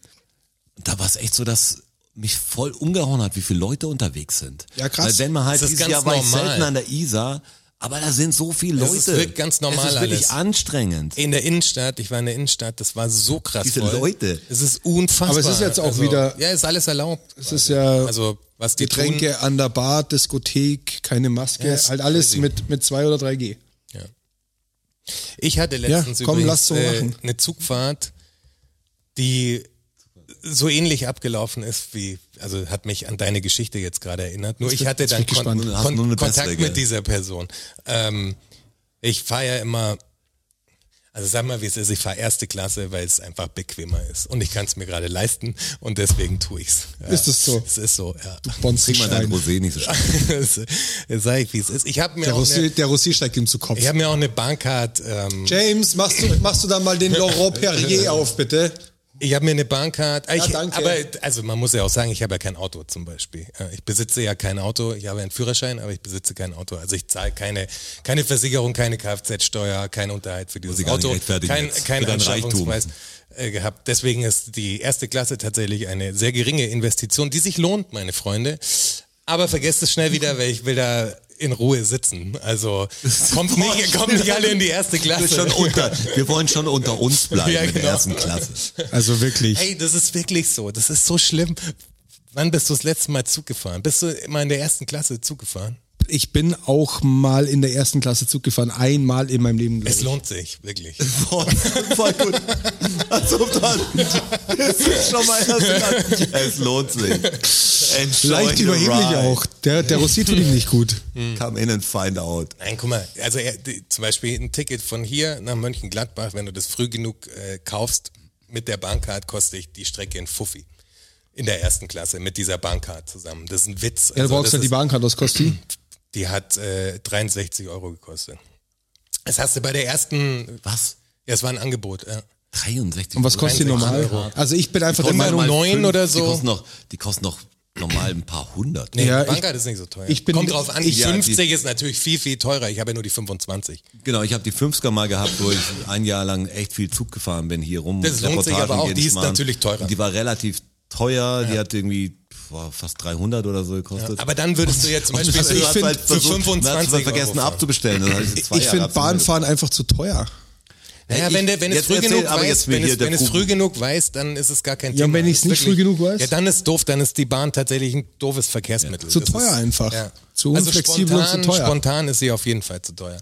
da war es echt so, dass mich voll umgehauen hat, wie viele Leute unterwegs sind.
Ja, krass.
Weil wenn man halt
Das ist
dieses
ganz
Jahr war ich
normal.
selten an der Isar, Aber da sind so viele
Es
Leute.
ist wirklich ganz normal
Es ist wirklich
alles.
anstrengend.
In der Innenstadt, ich war in der Innenstadt, das war so krass.
Diese
voll.
Leute.
Es ist unfassbar.
Aber es ist jetzt auch
also,
wieder-
Ja, ist alles erlaubt.
Es ist ja
Also, was die
Getränke an der Bar, Diskothek, keine Maske,
Ja, ist
halt alles
crazy.
mit, mit 2 oder 3G.
tun. Ja. Ich hatte letztens
Ja, komm,
übrigens
lass so
äh,
machen.
eine Zugfahrt, die so ähnlich abgelaufen ist wie, also hat mich an deine Geschichte jetzt gerade erinnert. Nur
Jetzt
ich
bin-
hatte
jetzt
dann
bin ich
kon
gespannt.
Hast nur
kon
eine
Kontakt
bessere, gell?
mit dieser Person. Ähm, ich fahre ja immer, also sag mal, wie es ist, ich fahre erste Klasse, weil es einfach bequemer ist. Und ich kann es mir gerade leisten und deswegen tue ich's. Ja.
Ist es so?
Es ist so, ja. [laughs]
Trink mal dein
Bonzenstein.
Rosé nicht so schnell.
Das sag ich, wie es ist. Ich habe mir,
Der
auch
Rosé,
eine-
der Rosé steigt ihm zu Kopf.
ich hab mir auch eine Bankcard, ähm,
James, machst du, machst du da mal den Laurent
[laughs]
Perrier auf, bitte?
ich habe mir eine Bankcard, ich,
danke.
aber also man muss ja auch sagen, ich habe ja kein Auto zum Beispiel. Äh, Ich besitze ja kein Auto, ich habe einen Führerschein, aber ich besitze kein Auto. Also ich zahle keine, keine Versicherung, keine Kfz-Steuer, kein Unterhalt für dieses
ich gar nicht
Auto,
rechtfertigen
kein,
jetzt,
kein
für dein
Anschaffungspreis äh, gehabt. Deswegen ist die erste Klasse tatsächlich eine sehr geringe Investition, die sich lohnt, meine Freunde. Aber vergesst es schnell wieder, weil ich will da in Ruhe sitzen. Also kommt nicht, kommt nicht alle in die erste
Wir,
Klasse.
schon unter, wir wollen schon unter uns bleiben
Ja,
in der
genau.
ersten Klasse.
Also wirklich.
Ey, das ist wirklich so. Das ist so schlimm. Wann bist du das letzte Mal Zug gefahren? Bist du immer in der ersten Klasse Zug gefahren?
Ich bin auch mal in der ersten Klasse Zug gefahren, einmal in meinem Leben. glaub
Es
ich.
lohnt sich, wirklich.
Voll, voll gut. Als ob das, das ist schon mal erst Es lohnt sich. Enjoy
Leicht
the
überheblich
ride.
auch. Der, der Rosé tut ihm nicht gut.
Come in and find out.
Nein, guck mal, also äh, die, zum Beispiel ein Ticket von hier nach Mönchengladbach, wenn du das früh genug äh, kaufst, mit der Bahncard kostet dich die Strecke in Fuffi. In der ersten Klasse mit dieser Bahncard zusammen. Das ist ein Witz. Also,
Ja, du brauchst
das
halt die
ist-
Bahnkarte aus Kosti.
die hat äh, 63 Euro gekostet. Das hast du bei der ersten,
Was?
ja, es war ein Angebot. Ja.
63
Und was kostet die normal?
Euro.
Also ich bin einfach der
Kostet
Meinung,
Euro neun
fünf,
oder so?
Die kosten noch, die kosten noch normal ein paar hundert.
Nee,
Ja,
die Bankcard ist nicht so teuer.
ich bin-
Kommt drauf an, die
ich-
ja, die-
50 ist natürlich viel, viel teurer. Ich habe ja nur die 25.
Genau, ich habe die 50er mal gehabt, wo ich ein Jahr lang echt viel Zug gefahren bin hier rum.
Das lohnt sich
Reportagen
aber auch,
jeden
die ist
Schmarrn.
natürlich teurer.
Und die war relativ teuer, die hat irgendwie pf, war fast 300 oder so gekostet.
Aber dann würdest du jetzt zum Beispiel
also
für,
ich
für
find,
für
ne,
25 Euro
halt vergessen
fahren.
abzubestellen. Das hab ich jetzt zwei
ich
Jahre
finde
abzubestellen.
Bahnfahren einfach zu teuer.
Naja,
Ich-
wenn, der, wenn es
jetzt
früh
erzähl,
genug
aber jetzt
weiß,
bin
wenn,
hier
es,
der
wenn es
Profi.
früh genug weiß, dann ist es gar kein
Ja,
Thema.
und wenn ich es
Das ist
nicht früh genug weiß?
Ja, dann ist doof, dann ist die Bahn tatsächlich ein doofes Verkehrsmittel.
Zu
Das
teuer
ist,
einfach.
Ja.
Zu unflexibel
also spontan,
und zu teuer.
Spontan ist sie auf jeden Fall zu teuer.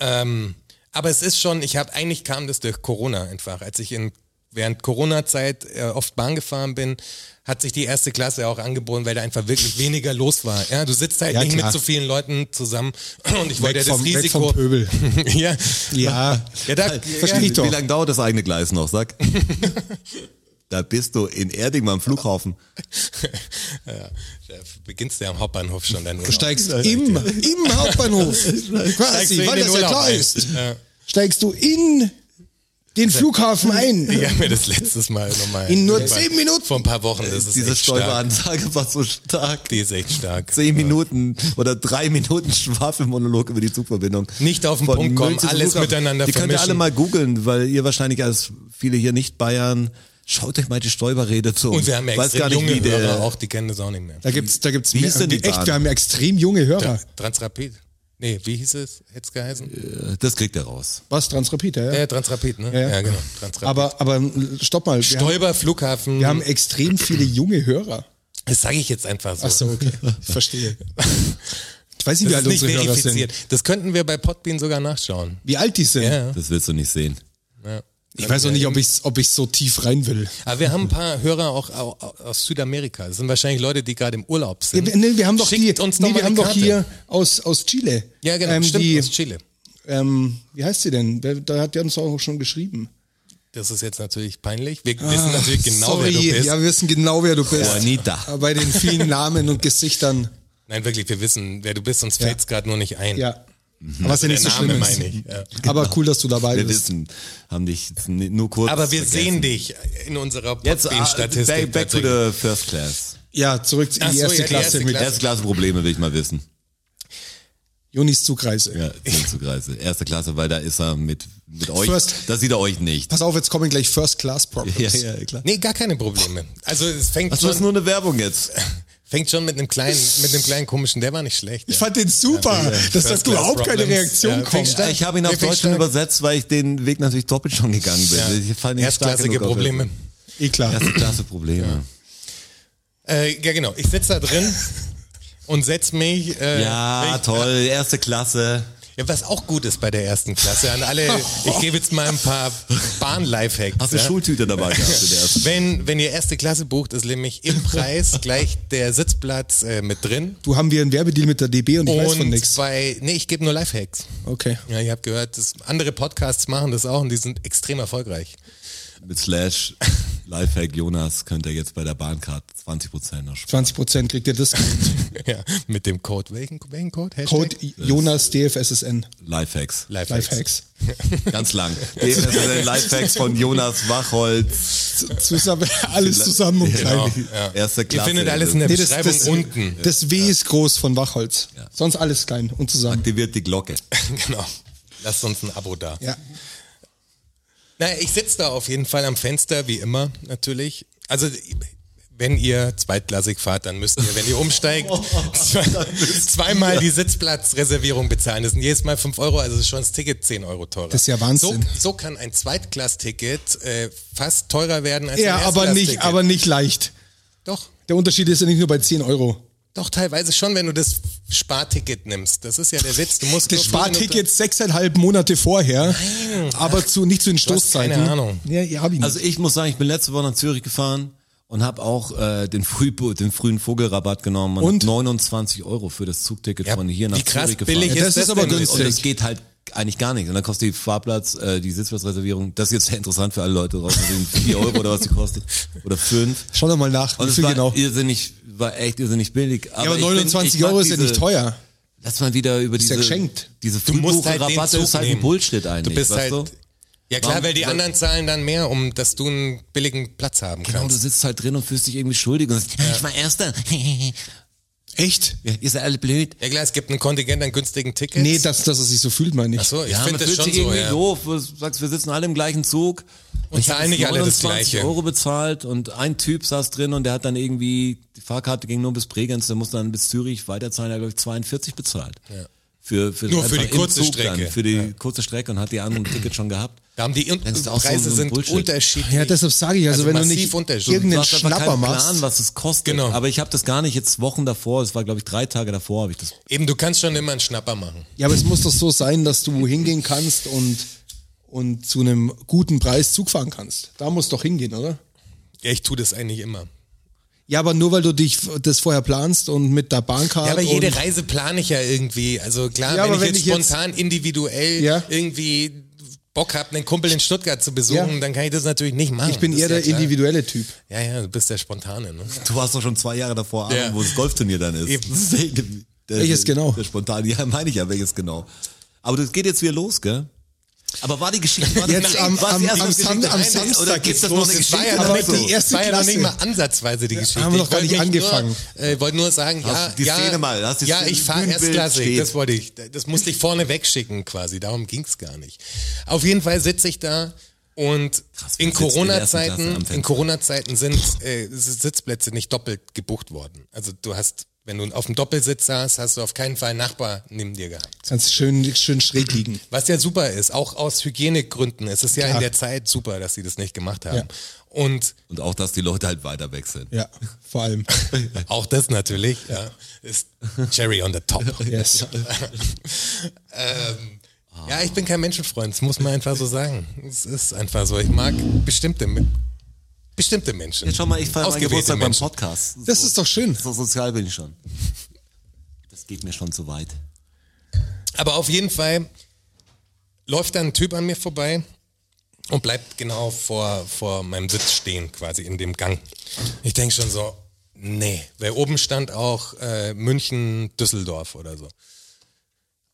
Ähm, aber es ist schon, ich habe eigentlich kam das durch Corona einfach. Als ich in während Corona-Zeit äh, oft Bahn gefahren bin, hat sich die erste Klasse auch angeboten, weil da einfach wirklich weniger los war. Ja, du sitzt halt
Ja,
nicht
klar.
mit so vielen Leuten zusammen [clears throat] und ich wollte
Weg
ja das
vom, weg vom
Risiko.
Pöbel.
[laughs] ja.
Ja,
ja, da,
Verstehe ich doch.
Wie lange dauert das eigene Gleis
[laughs]
noch, sag? da bist du in Erding am Flughafen.
[laughs] ja, da beginnst du ja am Hauptbahnhof schon dann. genau.
Du steigst im, im Hauptbahnhof, quasi, weil das ja klar ist,
Ja.
steigst du in den Flughafen ein.
Ich habe mir das letztes Mal nochmal.
In nur zehn Minuten. Äh,
Vor ein paar Wochen. Das ist
Diese
echt stark.
Stolperansage war so stark.
Die ist echt stark.
Zehn Minuten oder drei Minuten Schwafelmonolog über die Zugverbindung.
Nicht auf den
Von
Punkt kommen,
Müll zum
alles
Flughafen.
miteinander
Die könnt ihr
vermischen.
alle mal googeln, weil ihr wahrscheinlich als viele hier nicht Bayern, schaut euch mal die Stolperrede zu.
Und wir haben ja
Weiß gar
extrem
nicht,
junge
wie der-
Hörer auch, die kennen das auch nicht mehr.
Da gibt's, da gibt's
Wie hieß denn die
echt,
Bahn?
wir haben ja extrem junge Hörer.
Transrapid. Nee, wie hieß es? Hätte es geheißen?
Das kriegt er raus.
Was, Transrapid, ja? ja.
Äh, Transrapid, ne?
Ja, ja.
genau. Transrapid.
Aber, aber stopp mal, wir haben,
Stolper Flughafen,
wir haben extrem viele junge Hörer.
das sage ich jetzt einfach so.
Ach so,
[laughs]
okay, ich verstehe. Ich weiß nicht, wie
Das
alt
ist nicht
unsere Hörer sind.
verifiziert. Das könnten wir bei Podbean sogar nachschauen.
Wie alt die sind.
Ja.
Das willst du nicht sehen.
ja.
Ich weiß auch nicht, ob ich, ob ich so tief rein will.
Aber wir haben ein paar Hörer auch au- au- aus Südamerika. Das sind wahrscheinlich Leute, die gerade im Urlaub
Ja,
sind.
wir- nee, wir haben doch,
Schickt
die,
uns
nee,
mal
wir haben
eine
doch
Karte.
hier aus, aus Chile.
Ja, genau,
Ähm,
stimmt,
die,
aus Chile.
ähm, wie heißt sie denn? Wer- Da hat die uns auch schon geschrieben.
Das ist jetzt natürlich peinlich. Wir wissen natürlich genau,
Ah, Sorry,
wer du bist.
ja, wir wissen genau, wer du bist.
Juanita.
Aber Bei den
[laughs]
vielen Namen und Gesichtern.
Nein, wirklich, wir wissen, wer du bist, uns fällt's gerade nur nicht ein.
Ja. Aber was ja
Mhm. Der
nicht so
Name
schlimm ist.
meine ich. Ja.
Aber cool, dass du dabei
Genau. Wir
bist.
wissen, haben dich jetzt n- nur kurz.
Aber wir
vergessen.
sehen dich in unserer
Jetzt ah,
Podbean-Statistik.
back, back to
tatsächlich.
the first class.
Ja, zurück in
Ach
die
so,
erste
ja, die
Klasse
erste
mit
Klasse.
Erste Klasse Probleme will ich mal wissen.
Jonis Zugreise.
Ja, Zugreise. Erste Klasse, weil da ist er mit, mit euch.
First-
Da sieht er euch nicht.
Pass auf, jetzt kommen gleich First Class Problems.
klar.
Nee, gar keine Probleme. Also es fängt
Was, das ist
schon,
nur eine Werbung jetzt.
Fängt schon mit einem kleinen, mit einem kleinen komischen, der war nicht schlecht.
Ich fand den super, dass da
First
überhaupt
Class
keine
Problems.
Reaktion
Ja,
kommt.
Fick- Stark.
Ich habe ihn auf
Wirklich
Deutsch
stark.
übersetzt, weil ich den Weg natürlich doppelt schon gegangen bin.
Ja.
Ich fand ihn stark
Erstklassige
genug auf
Probleme.
Eh klar.
Erste Klasse Probleme.
Äh, ja, genau. Ich sitze da
[laughs]
drin und setz mich. Äh,
Ja,
ich,
toll, erste Klasse.
Ja, was auch gut ist bei der ersten Klasse. An alle,
[laughs]
ich gebe jetzt mal ein paar Bahn-Lifehacks.
Hast du
ja.
Schultüte dabei gehabt [laughs] in der ersten?
Wenn, wenn ihr erste Klasse bucht, ist
[laughs]
nämlich im Preis gleich der Sitzplatz äh, mit drin.
Du haben wir einen Werbedeal mit der DB und ich weiß von
Und
nichts.
zwei, nee, ich gebe nur Lifehacks.
Okay.
Ja, ich habe gehört, dass andere Podcasts machen das auch und die sind extrem erfolgreich. [laughs]
Mit Slash Lifehack Jonas könnt ihr jetzt bei der Bahncard 20% noch sparen.
20% kriegt ihr
[laughs]
das.
ja, mit dem Code. Welchen, welchen Code? Hashtag?
Code Jonas DFSSN.
Lifehacks.
Lifehacks. [laughs]
Lifehacks.
Ganz [laughs] lang. DFSSN Lifehacks von Jonas Wachholz.
Zusammen, alles zusammen und klein.
genau, Ja.
Erste
Ihr
Klasse.
findet alles in der
Nee, das,
Beschreibung
das,
unten. [laughs]
das W ist groß von Wachholz. Sonst alles klein und zusammen.
Aktiviert die Glocke.
genau. Lasst uns ein Abo da.
Ja.
Na, ich sitze da auf jeden Fall am Fenster, wie immer, natürlich. Also, wenn ihr zweitklassig fahrt, dann müsst ihr, wenn ihr umsteigt, zwei, zweimal die Sitzplatzreservierung bezahlen. Das sind jedes Mal 5 Euro, also ist schon das Ticket 10 Euro teurer.
Das ist ja Wahnsinn.
So, so kann ein Zweitklassticket äh, fast teurer werden als
Ja,
ein
aber nicht,
Erstklassticket.
aber nicht leicht.
Doch,
Der Unterschied ist ja nicht nur bei 10 Euro.
doch, teilweise schon, wenn du das Sparticket nimmst. Das ist ja der Witz. Du musst
Das
nur fünf Minuten-
Sparticket sechseinhalb Monate vorher, aber zu, nicht zu den Stoßzeiten.
keine Ahnung.
Ja, ja, hab ich nicht.
Also ich muss sagen, ich bin letzte Woche nach Zürich gefahren und habe auch äh, den, Früh, den frühen Vogelrabatt genommen und,
Und?
hab 29 Euro für das Zugticket
Ja,
von hier nach
wie krass
Zürich gefahren.
billig
Ja, das
ist
ist aber
denn?
günstig.
Und das geht halt eigentlich gar nicht. Und dann kostet die Fahrplatz, äh, die Sitzplatzreservierung, das ist jetzt sehr interessant für alle Leute draußen, die 4 Euro oder was die kostet, oder 5.
Schau doch mal nach,
Und
wie
es
viel
war
genau. Ja,
irrsinnig, war echt irrsinnig billig. Aber,
aber
ich bin-
29
ich mag
Euro ist ja
diese-
nicht teuer.
Lass mal wieder über
ja
diese,
geschenkt.
diese
Du musst halt den
Rabatte
Zug
ist halt ein
nehmen.
Bullshit eigentlich.
Du bist
weißt
halt.
du?
Ja klar,
Warum-
weil die
weil-
anderen zahlen dann mehr, um dass du einen billigen Platz haben
Genau, du
kannst.
sitzt halt drin und fühlst dich irgendwie schuldig und sagst, ich war Erster. [laughs]
Echt?
Ja, Ihr seid alle blöd.
Ja klar, es gibt ein Kontingent an günstigen Tickets.
Nee, dass, dass er sich so fühlt, meine ich.
Ach so, ich
Ja, man
finde das
fühlt
schon
sich
so.
irgendwie
Ja.
doof. Du sagst, wir sitzen alle im gleichen Zug. Und ich hab
zahlen nicht alle das
29
Gleiche.
Euro bezahlt und ein Typ saß drin und der hat dann irgendwie, die Fahrkarte ging nur bis Bregenz, der musste dann bis Zürich weiterzahlen, der hat glaube ich 42 bezahlt. Für, für
Nur für
einfach
die
im
kurze
Zug
Strecke.
Dann, für die kurze Strecke und hat die anderen Ticket schon gehabt.
Da haben die
Das
und
ist auch so
Preise
ein
sind
Bullshit.
unterschiedlich.
Ja, deshalb sage ich, also, wenn du
massiv
nicht
unterschiedlich.
irgendeinen
hast einfach
Schnapper
keinen
machst.
Plan, was es kostet.
Genau.
Aber ich habe das gar nicht jetzt Wochen davor, es war glaube ich drei Tage davor, habe ich das.
Eben, du kannst schon immer einen Schnapper machen.
Ja, aber es muss doch so sein, dass du hingehen kannst und, und zu einem guten Preis Zug fahren kannst. Da musst du doch hingehen, oder?
Ja, ich tue das eigentlich immer.
Ja, aber nur weil du dich f- das vorher planst und mit der Bahnkarte.
Ja, aber jede
und,
Reise plane ich ja irgendwie. Also klar,
Ja,
wenn
aber
ich
wenn
jetzt
ich jetzt-
spontan individuell
Ja.
irgendwie Bock habe, einen Kumpel in Stuttgart zu besuchen,
Ja.
dann kann ich das natürlich nicht machen.
ich bin
Das
eher
ist ja
der
klar.
individuelle Typ.
Ja, ja, du bist der Spontane. Ne?
Du warst doch schon zwei Jahre davor Ahnung,
Ja.
wo das Golfturnier dann ist.
Eben.
Das ist der- der-
Welches genau?
Der spontan, ja, meine ich ja, welches genau. Aber das geht jetzt wieder los, gell? Aber war die Geschichte, war das
Jetzt
eine-
am-
war
am-
die erste
am
Geschichte
Sam- am
eine-
Samstag
oder gibt
geht's
das noch
los.
eine
Es
Das
Geschichte?
war ja
Aber
noch nicht,
die erste
war ja noch
Klasse.
nicht mal ansatzweise die Geschichte.
haben wir doch
Ich
gar nicht
wollte mich
angefangen.
Nur, äh, wollte nur sagen,
Hast
ja,
du die
ja,
Szene mal, hast du die
ja,
Szene
ich
im
fahre
Bühnenbild
erstklassig.
steht.
Das wollte ich. Das musste ich vorne wegschicken quasi. Darum ging's gar nicht. Auf jeden Fall sitze ich da und
Krass, man
in
sitzt in der ersten Klasse am
Corona-Zeiten,
Fenster.
in Corona-Zeiten sind äh, s- Sitzplätze nicht doppelt gebucht worden. Also du hast, wenn du auf dem Doppelsitz saß, hast du auf keinen Fall einen Nachbar neben dir gehabt.
Kannst schön, schön [clears throat] schräg liegen.
Was ja super ist, auch aus Hygienegründen. Es ist ja
Klar.
in der Zeit super, dass sie das nicht gemacht haben.
Ja.
Und
Und auch, dass die Leute halt weiter wechseln.
Ja, vor allem.
auch das natürlich ja, ist Cherry on the
[laughs]
top.
Yes.
[laughs] Ähm, ja, ich bin kein Menschenfreund, das muss man einfach so sagen. Es ist einfach so. Ich mag bestimmte, Me- bestimmte Menschen.
Jetzt schau mal, ich feiere meinen
Ausgewählte
Geburtstag beim
Menschen.
Podcast.
Das ist doch schön.
So sozial bin ich schon. Das geht mir schon zu weit.
Aber auf jeden Fall läuft da ein Typ an mir vorbei und bleibt genau vor, vor meinem Sitz stehen, quasi in dem Gang. Ich denke schon so, nee, weil oben stand auch äh, München, Düsseldorf oder so.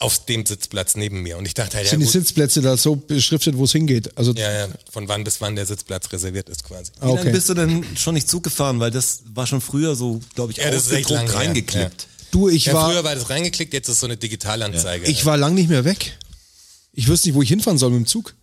Auf dem Sitzplatz neben mir. Und ich dachte halt, ja,
Sind die
gut,
Sitzplätze da so beschriftet, wo es hingeht? Also,
ja, ja, von wann bis wann der Sitzplatz reserviert ist quasi.
Ah,
Wie lange
okay.
bist du denn schon nicht Zug gefahren? Weil das war schon früher so, glaube ich,
Ja, das ist echt
ausgedruckt
lange her.
reingeklebt.
Du, ich
Ja,
war,
früher war das reingeklickt, jetzt ist so eine Digitalanzeige.
ich war lang nicht mehr weg. Ich wüsste nicht, wo ich hinfahren soll mit dem Zug.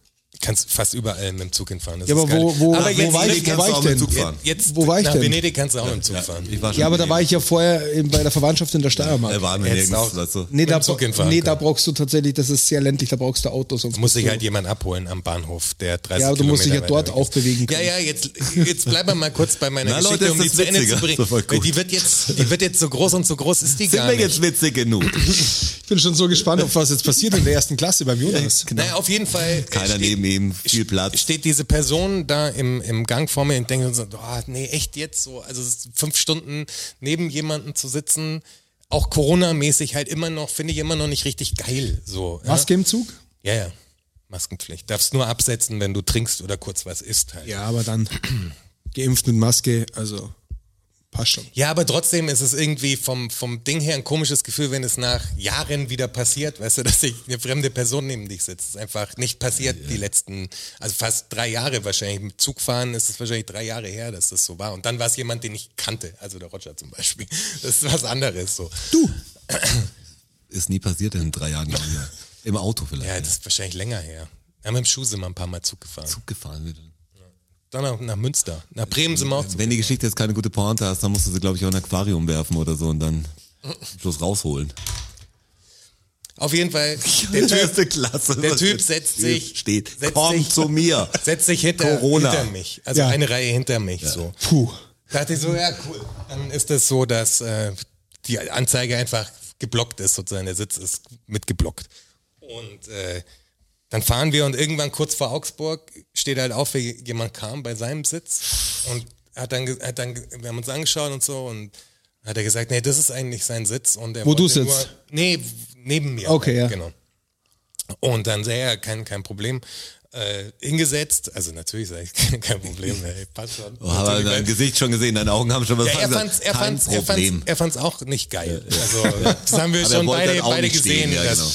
Kannst fast überall mit dem Zug hinfahren. Das
Ja,
ist
aber
geil.
wo, wo,
Aber
wo
jetzt-
war ich,
jetzt
wo
kannst
war
du
ich
auch mit
denn?
Zug
Je-
fahren.
Jetzt
Wo war ich
nach
denn?
Venedig kannst du auch mit dem Zug fahren.
Ich war schon
Ja, aber
in
da war ich ja vorher in, bei der Verwandtschaft in der
Venedig. Er
Steiermark.
war mir
Jetzt
nirgends,
auch.
weißt du.
Nee, da,
Mit dem Zug hinfahren
nee da
können.
brauchst du tatsächlich, das ist sehr ländlich, da brauchst du Autos. Sonst
Muss
bist
sich
du-
halt jemand abholen am Bahnhof, der 30
Ja, aber du musst dich ja
Kilometer
dort
weiter weg
auch
ist.
bewegen
Ja,
können.
ja, jetzt, jetzt bleiben wir mal kurz bei meiner
[laughs] Na,
Geschichte,
Leute,
um
ist
die
das
zu Ende
witziger.
zu bringen.
So, voll gut.
die, wird jetzt, die wird jetzt so groß und so groß ist die
Sind
gar
wir
nicht.
jetzt witzig genug?
Ich bin schon so gespannt, auf was jetzt passiert in der ersten Klasse beim Jonas.
Naja, auf jeden Fall äh,
Keiner neben ihm, viel Platz.
steht diese Person da im, im Gang vor mir und denkt so, oh, nee, echt jetzt so, also es ist fünf Stunden neben jemandem zu sitzen, auch Corona-mäßig halt immer noch, finde ich immer noch nicht richtig geil. So, ja?
Maske im Zug?
Ja, ja. Maskenpflicht. Darfst nur absetzen, wenn du trinkst oder kurz was isst halt.
Ja, aber dann geimpft mit Maske, also passt schon.
Ja, aber trotzdem ist es irgendwie vom, vom Ding her ein komisches Gefühl, wenn es nach Jahren wieder passiert, weißt du, dass sich eine fremde Person neben dich sitzt. Es ist einfach nicht passiert die letzten, also fast drei Jahre wahrscheinlich. Mit Zugfahren ist es wahrscheinlich drei Jahre her, dass das so war. Und dann war es jemand, den ich kannte, also der Roger zum Beispiel. [laughs] Das ist was anderes so.
Ist nie passiert in drei Jahren, glaube ich. ja. Im Auto vielleicht.
Ja, das ist wahrscheinlich länger her. Ja, mit dem Schuh sind wir ein paar Mal Zug gefahren.
Zug gefahren wird.
Dann auch nach Münster. Nach Bremen sind wir auch Zug
Wenn die Geschichte jetzt keine gute Pointe hast, dann musst du sie, glaube ich, auch in ein Aquarium werfen oder so und dann bloß rausholen.
Auf jeden [laughs] Fall, der Typ,
[laughs] Erste Klasse.
Also der
was
Typ setzt sich-
Steht.
setzt
Komm
sich- [laughs]
zu mir.
setzt sich hinter,
Corona.
hinter mich. Also
Ja.
eine Reihe hinter mich so.
Puh.
Dachte ich so, ja, cool. Dann ist es so, dass äh, die Anzeige einfach geblockt ist, sozusagen. Der Sitz ist mit geblockt. Und äh, dann fahren wir und irgendwann kurz vor Augsburg steht halt auf, wie jemand kam bei seinem Sitz und hat dann, ge- hat dann, ge- wir haben uns angeschaut und so und hat er gesagt, nee, das ist eigentlich sein Sitz und er
Wo du
wollte
sitzt?
Nur, nee, w- neben mir.
Okay, ja.
Genau. Und dann sehr, ja, kein, kein Problem. Äh, hingesetzt, also natürlich sage ich [laughs] kein Problem, ey, passt schon.
Oh, aber
Natürlich,
dein
weil-
Gesicht schon gesehen, deine Augen haben schon was
ja, er
gesagt.
fand's, er
Kein
fand's, er fand's,
Problem.
er fand's auch nicht geil. Also, das haben wir
[laughs] Aber er
schon
wollte
beide,
dann auch
beide
nicht stehen,
gesehen.
ja,
das
genau.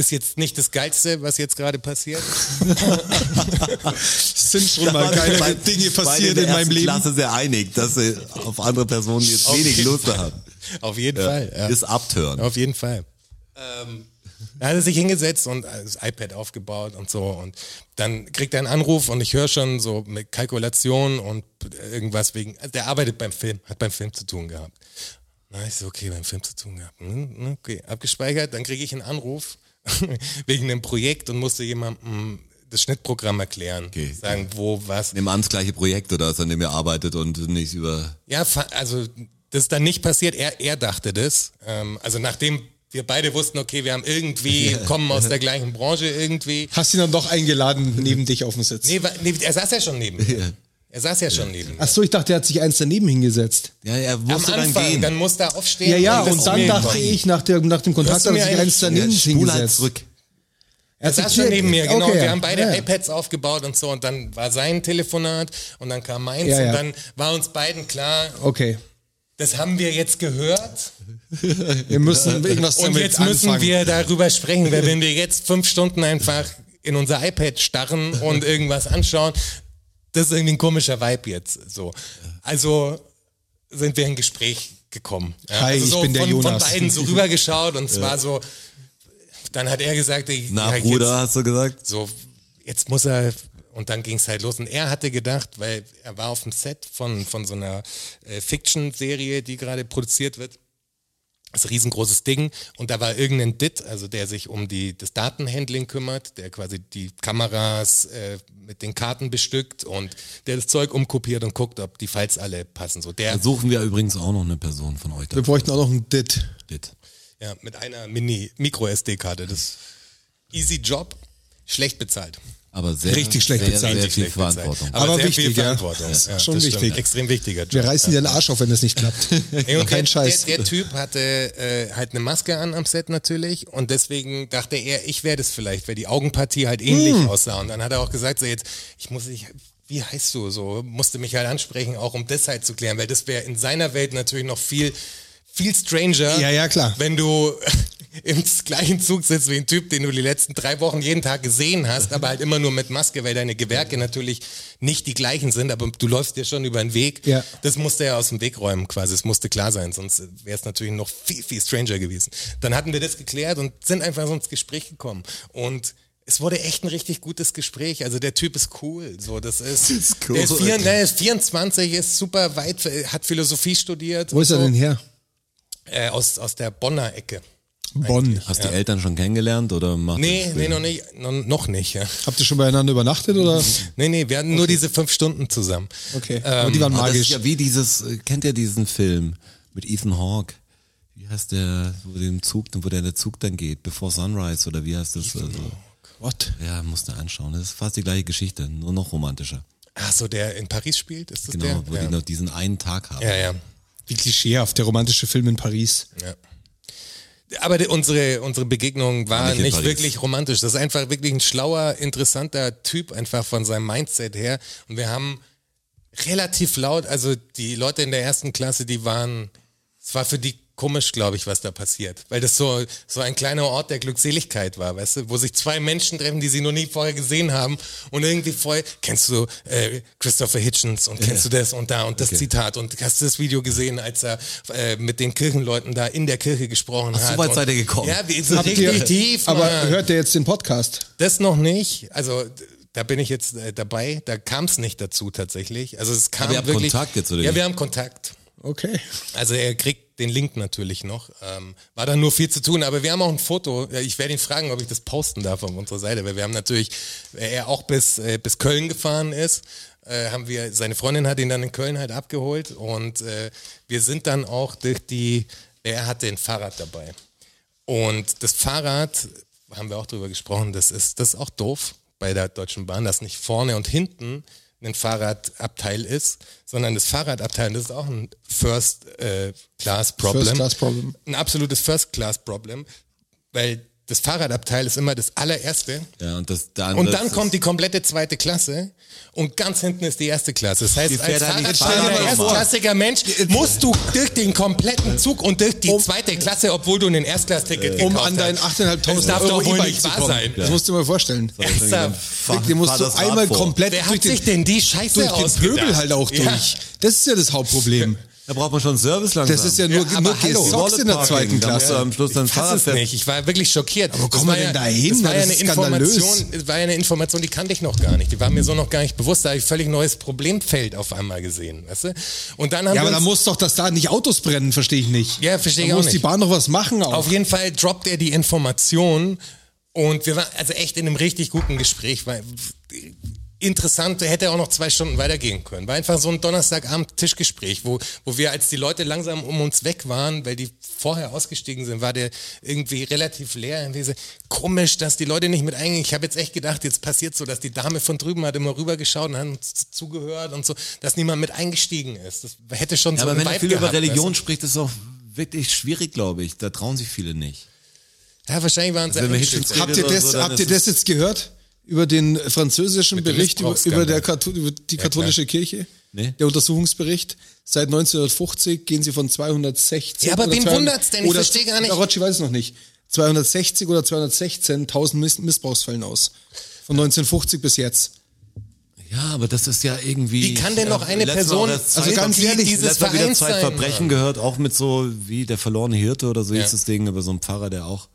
ist jetzt nicht das Geilste, was jetzt gerade passiert.
Es sind schon mal
Waren
[laughs]
wir
geile
bei-
Dinge
beide
passiert
der
in meinem
ersten
Leben.
Klasse sehr einig, dass sie auf andere Personen jetzt wenig
jeden
Lust
Fall.
haben.
Auf jeden Fall. Ja.
Ist abtören.
Auf jeden Fall. Da hat er sich hingesetzt und das iPad aufgebaut und so. Und dann kriegt er einen Anruf und ich höre schon so mit Kalkulation und irgendwas wegen. Also der arbeitet beim Film, hat beim Film zu tun gehabt. Na, ich so, okay, beim Film zu tun gehabt. Hm, hm, Okay, abgespeichert. Dann kriege ich einen Anruf [laughs] wegen einem Projekt und musste jemandem das Schnittprogramm erklären.
Okay.
Sagen, wo, was.
Nehmen wir an, das gleiche Projekt oder das, an dem ihr arbeitet und nicht über.
Ja, fa- also das ist dann nicht passiert. Er, er dachte das. Ähm, also nachdem wir beide wussten, okay, wir haben irgendwie, kommen
[laughs]
aus der gleichen Branche irgendwie.
Hast ihn dann doch eingeladen neben dich auf dem Sitz.
Nee, wa- nee er saß ja schon neben mir. Er saß ja schon neben mir.
Ach so, ich dachte, er hat sich eins daneben hingesetzt.
Ja, er
Am
musste dann
Anfang,
gehen.
dann musste er aufstehen.
Ja, ja,
das
und dann
Bild
dachte
kommen.
ich, nach, der, nach dem Kontakt
Hörst du
hat er
mir
sich
eigentlich-
eins daneben
Spul halt
hingesetzt.
zurück.
Er saß schon neben mir, genau.
also Okay,
Wir haben beide
ja.
iPads aufgebaut und so. Und dann war sein Telefonat und dann kam meins.
Ja, ja.
Und dann war uns beiden klar,
Okay,
das haben wir jetzt gehört.
wir müssen irgendwas
Und
damit
jetzt müssen
anfangen.
wir darüber sprechen, weil wenn wir jetzt fünf Stunden einfach in unser
[laughs]
iPad starren und irgendwas anschauen, das ist irgendwie ein komischer Vibe jetzt. So. Also sind wir in ein Gespräch gekommen. Ja,
Hi,
also
ich
so
bin der
von,
Jonas. [laughs]
von beiden so rübergeschaut und es war so, dann hat er gesagt, ich,
Na,
ja, jetzt-
Bruder, hast du gesagt?
so, jetzt muss er, und dann ging es halt los. Und er hatte gedacht, weil er war auf dem Set von, von so einer äh, Fiction-Serie, die gerade produziert wird. Das ist ein riesengroßes Ding. Und da war irgendein DIT, also der sich um die, das Datenhandling kümmert, der quasi die Kameras äh, mit den Karten bestückt und der das Zeug umkopiert und guckt, ob die Files alle passen. So der,
Dann suchen wir übrigens auch noch eine Person von euch.
Wir bräuchten auch noch einen Dit.
Dit.
ja, mit einer Mini-Micro-SD-Karte. Das easy Job, schlecht bezahlt.
Aber sehr,
Richtig schlecht
sehr,
bezahlt.
sehr
Richtig
viel
schlecht bezahlt.
Verantwortung.
Aber
sehr
wichtig,
viel
ja.
Verantwortung.
Das ist schon
das
wichtig.
Extrem wichtiger Job.
Wir reißen dir den Arsch auf, wenn das nicht klappt. [laughs]
Ey, und
Kein
der,
Scheiß.
Der, der Typ hatte äh, halt eine Maske an am Set natürlich und deswegen dachte er, ich wäre das vielleicht, weil die Augenpartie halt ähnlich
Hm.
aussah. Und dann hat er auch gesagt, so jetzt, ich muss, ich, wie heißt du so? Musste mich halt ansprechen, auch um das halt zu klären, weil das wäre in seiner Welt natürlich noch viel, viel stranger.
Ja, ja, klar.
Wenn du [laughs] im gleichen Zug sitzt wie ein Typ, den du die letzten drei Wochen jeden Tag gesehen hast, aber halt immer nur mit Maske, weil deine Gewerke natürlich nicht die gleichen sind, aber du läufst dir schon über den Weg.
Ja.
Das musste er aus dem Weg räumen quasi. Es musste klar sein, sonst wäre es natürlich noch viel, viel stranger gewesen. Dann hatten wir das geklärt und sind einfach so ins Gespräch gekommen. Und es wurde echt ein richtig gutes Gespräch. Also der Typ ist cool. So, das ist,
ist cool.
Der ist, vier, ne, ist 24, ist super weit, hat Philosophie studiert.
Wo
und
ist er
so.
denn her?
Äh, aus, aus der Bonner Ecke.
Bonn.
Hast die Eltern schon kennengelernt oder macht
Nee,
das-
nee, noch nicht. No, noch nicht, ja.
Habt ihr schon beieinander übernachtet oder?
Nee, nee, wir hatten nur diese fünf Stunden zusammen. Ähm,
Okay. Ähm, Aber die waren
Ah, das ist
magisch.
ja wie dieses, äh, kennt ihr diesen Film mit Ethan Hawke? Wie heißt der, wo der im Zug, wo der, der Zug dann geht, bevor Sunrise oder wie heißt das? Also,
What?
ja, musst du anschauen. Das ist fast die gleiche Geschichte, nur noch romantischer.
Ach so, der in Paris spielt, ist das
Genau, wo
der?
die noch diesen einen Tag haben.
Ja, ja,
Wie klischeehaft der romantische Film in Paris.
ja. ja. Aber die, unsere, unsere Begegnung war
Nicht in
nicht,
Paris.
wirklich romantisch. Das ist einfach wirklich ein schlauer, interessanter Typ, einfach von seinem Mindset her. Und wir haben relativ laut, also die Leute in der ersten Klasse, die waren, es war für die komisch, glaube ich, was da passiert. Weil das so, so ein kleiner Ort der Glückseligkeit war, weißt du, wo sich zwei Menschen treffen, die sie noch nie vorher gesehen haben und irgendwie vorher, kennst du äh, Christopher Hitchens und kennst du das und da und das Zitat und hast du das Video gesehen, als er äh, mit den Kirchenleuten da in der Kirche gesprochen
so
hat.
weit
und-
seid ihr gekommen.
Ja, wir sind
Habt
richtig
ihr-
tief.
Aber
Mann.
hört ihr jetzt den Podcast?
Das noch nicht. Also d- da bin ich jetzt äh, dabei. Da kam es nicht dazu tatsächlich. Also es kam
Aber ihr habt
wirklich.
Kontakt jetzt, oder
Ja,
wie?
wir haben Kontakt.
Okay.
Also er kriegt den Link natürlich noch. Ähm, war da nur viel zu tun, aber wir haben auch ein Foto. Ja, Ich werde ihn fragen, ob ich das posten darf auf unserer Seite, weil wir haben natürlich, äh, er auch bis, äh, bis Köln gefahren ist, äh, haben wir, seine Freundin hat ihn dann in Köln halt abgeholt und äh, wir sind dann auch durch die, er hatte ein Fahrrad dabei. Und das Fahrrad, haben wir auch drüber gesprochen, das ist, das ist auch doof bei der Deutschen Bahn, dass nicht vorne und hinten ein Fahrradabteil ist, sondern das Fahrradabteil, das ist auch ein First-Class-Problem.
First Class Problem.
ein absolutes First-Class-Problem, weil das Fahrradabteil ist immer das allererste
Ja, und das, dann,
und
das
dann
ist-
kommt die komplette zweite Klasse und ganz hinten ist die erste Klasse. Das heißt,
fährt
als
halt nicht
Fahrradfahrer,
Fahrrad vor.
erstklassiger Mensch musst du durch den kompletten Zug und durch die zweite Klasse, obwohl du ein Erstklassticket gekauft
Um an deinen
hast.
8.500
Das darf
Euro
doch wohl
E-Bike
nicht
zu
wahr
kommen.
sein.
Das musst du mir vorstellen.
Ernsthaft?
Fahr-
Wirklich, den musst
fahr
du
das Rad
einmal
vor.
komplett
Wer
durch
hat sich
den,
denn die Scheiße
durch den
ausgedacht?
Pöbel halt auch durch.
Ja.
Das ist ja das Hauptproblem.
Da braucht man schon Service langsam.
Das ist ja nur,
Ja, aber
nur
hallo.
Gesocks in der zweiten
Da musst du
Klasse.
am Schluss dann
Ich fass
Fahrrad
es nicht. Ich war wirklich schockiert. Aber
kommen wir denn da hin?
Das war ja
Das
eine
ist skandalös.
Information, das war ja eine Information, die kannte ich noch gar nicht. Die war mir so noch gar nicht bewusst. Da habe ich völlig neues Problemfeld auf einmal gesehen, weißt du? Und dann haben
Ja,
wir
aber da
uns-
muss doch, dass da nicht Autos brennen, verstehe ich nicht.
Ja, verstehe ich
da
auch
muss die
nicht.
Bahn noch was machen auch.
Auf jeden Fall droppt er die Information und wir waren also echt in einem richtig guten Gespräch, weil interessant, hätte auch noch zwei Stunden weitergehen können. War einfach so ein Donnerstagabend Tischgespräch, wo, wo wir, als die Leute langsam um uns weg waren, weil die vorher ausgestiegen sind, war der irgendwie relativ leer. Und wir so, komisch, dass die Leute nicht mit eingehen. Ich habe jetzt echt gedacht, jetzt passiert so, dass die Dame von drüben hat immer rübergeschaut und hat uns zugehört und so, dass niemand mit eingestiegen ist. Das hätte schon
Ja,
so
aber
einen
wenn
Vibe
du viel
gehabt,
über Religion
weißt
spricht, ist es auch wirklich schwierig, glaube ich. Da trauen sich viele nicht.
du? Ja, wahrscheinlich waren sie
Also wenn wir
eingeschüchtert.
Hitchens-
Habt ihr
oder
das,
so, dann
habt
ist
ihr das jetzt gehört? Über den französischen
Mit dem
Bericht über, über,
Missbrauchsskandal.
der Katho über die katholische Kirche?
Nee.
Der Untersuchungsbericht. Seit 1950 gehen sie von 260.
Ja, aber
oder
wen
200
wundert's denn? Ich
oder-
verstehe gar nicht.
Rocci weiß es noch nicht. 260 oder 216.000 Miss Missbrauchsfällen aus. Von 1950 bis jetzt.
Ja, aber das ist ja irgendwie.
Wie kann denn noch
Ja,
eine
letztes
Person-
Mal das
also
Zeit-
ganz ehrlich,
letztes
dieses
Mal wieder
Vereins
zwei
sein,
Verbrechen gehört, auch mit so wie der verlorene Hirte oder so
Ja.
hieß das Ding über so einen Pfarrer, der auch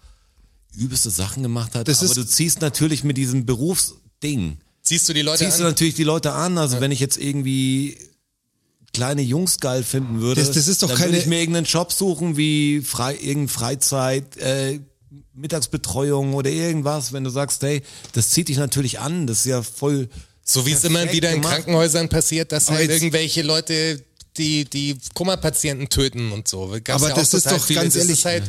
übelste Sachen gemacht hat.
Das
aber
ist-
du ziehst natürlich mit diesem Berufsding,
Siehst du die Leute
ziehst du
an?
natürlich die Leute an. Also wenn ich jetzt irgendwie kleine Jungs geil finden würde,
Das- das ist doch
dann
keine-
würde ich mir irgendeinen Job suchen wie frei, irgendeine Freizeit, äh, Mittagsbetreuung oder irgendwas. Wenn du sagst, hey, das zieht dich natürlich an, das ist ja voll
So wie es immer
perfekt
wieder in
gemacht.
Krankenhäusern passiert, dass
Aber
halt
jetzt-
irgendwelche Leute die, die Kummerpatienten töten und so. Gab's
Aber
ja
das
auch
ist
total
doch ganz
das
ehrlich-
Ist halt,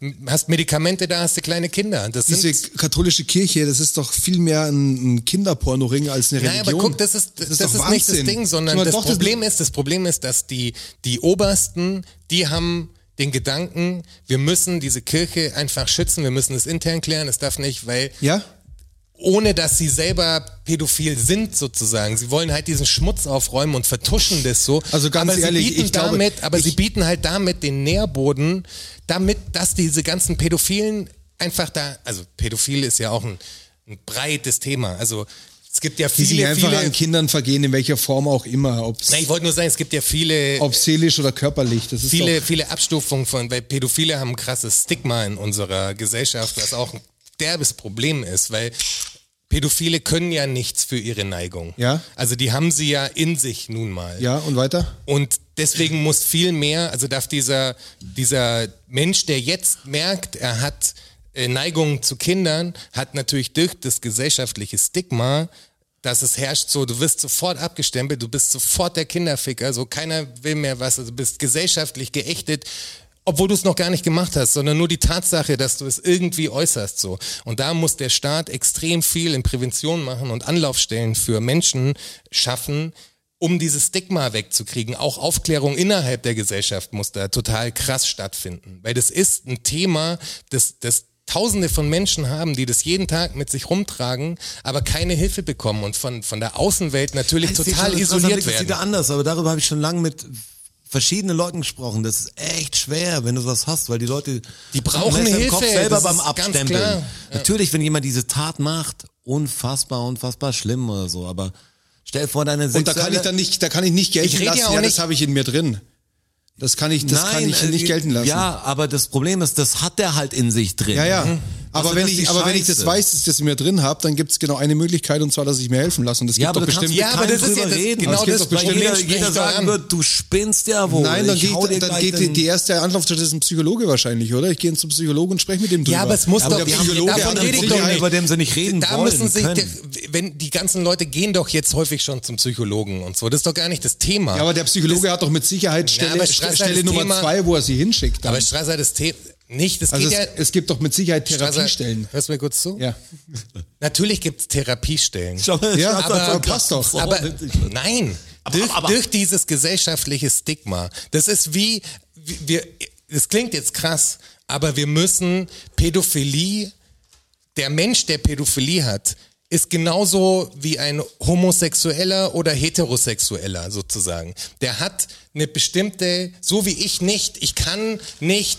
m- hast Medikamente, da hast du kleine Kinder. Das
Diese
sind,
katholische Kirche, das ist doch viel mehr ein, ein Kinderpornoring als eine
Nein,
Religion.
aber guck, das ist, das,
doch
ist, nicht das
Wahnsinn.
Ding, sondern
Schau mal,
das
doch,
Problem ist, das Problem ist, dass die, die Obersten, die haben den Gedanken, wir müssen diese Kirche einfach schützen, wir müssen es intern klären, es darf nicht, weil
Ja?
ohne dass sie selber pädophil sind sozusagen. Sie wollen halt diesen Schmutz aufräumen und vertuschen das so.
Also ganz
aber
ehrlich,
sie bieten
ich glaube,
damit, aber
ich-
sie bieten halt damit den Nährboden, damit, dass diese ganzen Pädophilen einfach da, also pädophil ist ja auch ein, ein breites Thema. Also es gibt ja
Die sich
viele,
einfach
viele.
an Kindern vergehen, in welcher Form auch immer. Ob's,
Nein, ich wollte nur sagen, es gibt ja viele
ob seelisch oder körperlich. Das ist
viele,
doch,
viele Abstufungen von, weil Pädophile haben ein krasses Stigma in unserer Gesellschaft, was auch ein derbes Problem ist, weil Pädophile können ja nichts für ihre Neigung.
Ja.
Also die haben sie ja in sich nun mal.
Ja, und weiter?
Und deswegen muss viel mehr, also darf dieser, dieser Mensch, der jetzt merkt, er hat äh, Neigungen zu Kindern, hat natürlich durch das gesellschaftliche Stigma, dass es herrscht, so du wirst sofort abgestempelt, du bist sofort der Kinderficker, so keiner will mehr was, also du bist gesellschaftlich geächtet, obwohl du es noch gar nicht gemacht hast, sondern nur die Tatsache, dass du es irgendwie äußerst so. Und da muss der Staat extrem viel in Prävention machen und Anlaufstellen für Menschen schaffen, um dieses Stigma wegzukriegen. Auch Aufklärung innerhalb der Gesellschaft muss da total krass stattfinden, weil das ist ein Thema, das, das Tausende von Menschen haben, die das jeden Tag mit sich rumtragen, aber keine Hilfe bekommen und von, von der Außenwelt natürlich total isoliert
Das
werden.
wieder anders, aber darüber habe ich schon lange mit verschiedenen Leuten gesprochen. Das ist echt schwer, wenn du sowas hast, weil die Leute die
brauchen
im
Hilfe,
Kopf selber
das
beim
ist ganz
Abstempeln.
klar.
Natürlich, wenn jemand diese Tat macht, unfassbar, unfassbar schlimm oder so, aber stell dir vor deine
Und da kann ich dann nicht, da kann ich nicht gelten
Ich rede
lassen.
ja auch
Ja, das
nicht-
habe ich in mir drin. Das kann ich, das kann ich
äh,
nicht gelten lassen.
Ja, aber das Problem ist, das hat der halt in sich drin.
Ja, ja.
Mhm.
Aber,
Also
wenn
das ist
ich,
die
aber wenn ich das
Scheiße.
weiß, dass ich das in mir drin habe, dann gibt's genau eine Möglichkeit und zwar, dass ich mir helfen lasse. Und das
Ja,
gibt
aber
doch
du kannst
bestimmt.
mit
Ja, aber das
keinem
ist
drüber
ja das-
reden.
genau
Also
das,
es gibt doch
bestimmt
jeder,
Menschen
jeder
spricht doch
sagen
an.
wird, du spinnst ja wohl.
Nein, dann
Ich
geht,
hau dir
dann
gleich
geht die,
den-
die erste Anlaufstelle ist ein Psychologe wahrscheinlich, oder? Ich gehe zum Psychologen und spreche mit dem drüber.
Ja, aber es muss
Aber
doch
die
der
haben-
Psychologe
davon
hat
rede ich
mit
doch
Sicherheit-
nicht, über den sie nicht reden
da
wollen
Müssen sich
können.
der- wenn die ganzen Leute gehen doch jetzt häufig schon zum Psychologen und so. Das ist doch gar nicht das Thema.
Ja, aber der Psychologe hat doch mit Sicherheit
Ja,
Stelle,
aber Strasser,
Stelle
das
Nummer
Thema-
zwei, wo er sie hinschickt. Dann.
aber Strasser, das Thema nicht, das
also
geht
es,
ja.
es gibt doch mit Sicherheit
Strasser,
Therapiestellen.
hörst du mir kurz zu?
Ja.
Natürlich gibt es Therapiestellen.
Schau mal,
Ja,
Schatz,
aber-
das war
passt doch.
so
aber
witzig.
nein,
Aber-
durch,
aber-
durch dieses gesellschaftliche Stigma. Das ist wie, wie- wir, es klingt jetzt krass, aber wir müssen Pädophilie, der Mensch, der Pädophilie hat, ist genauso wie ein Homosexueller oder Heterosexueller sozusagen. Der hat eine bestimmte, so wie ich nicht, ich kann nicht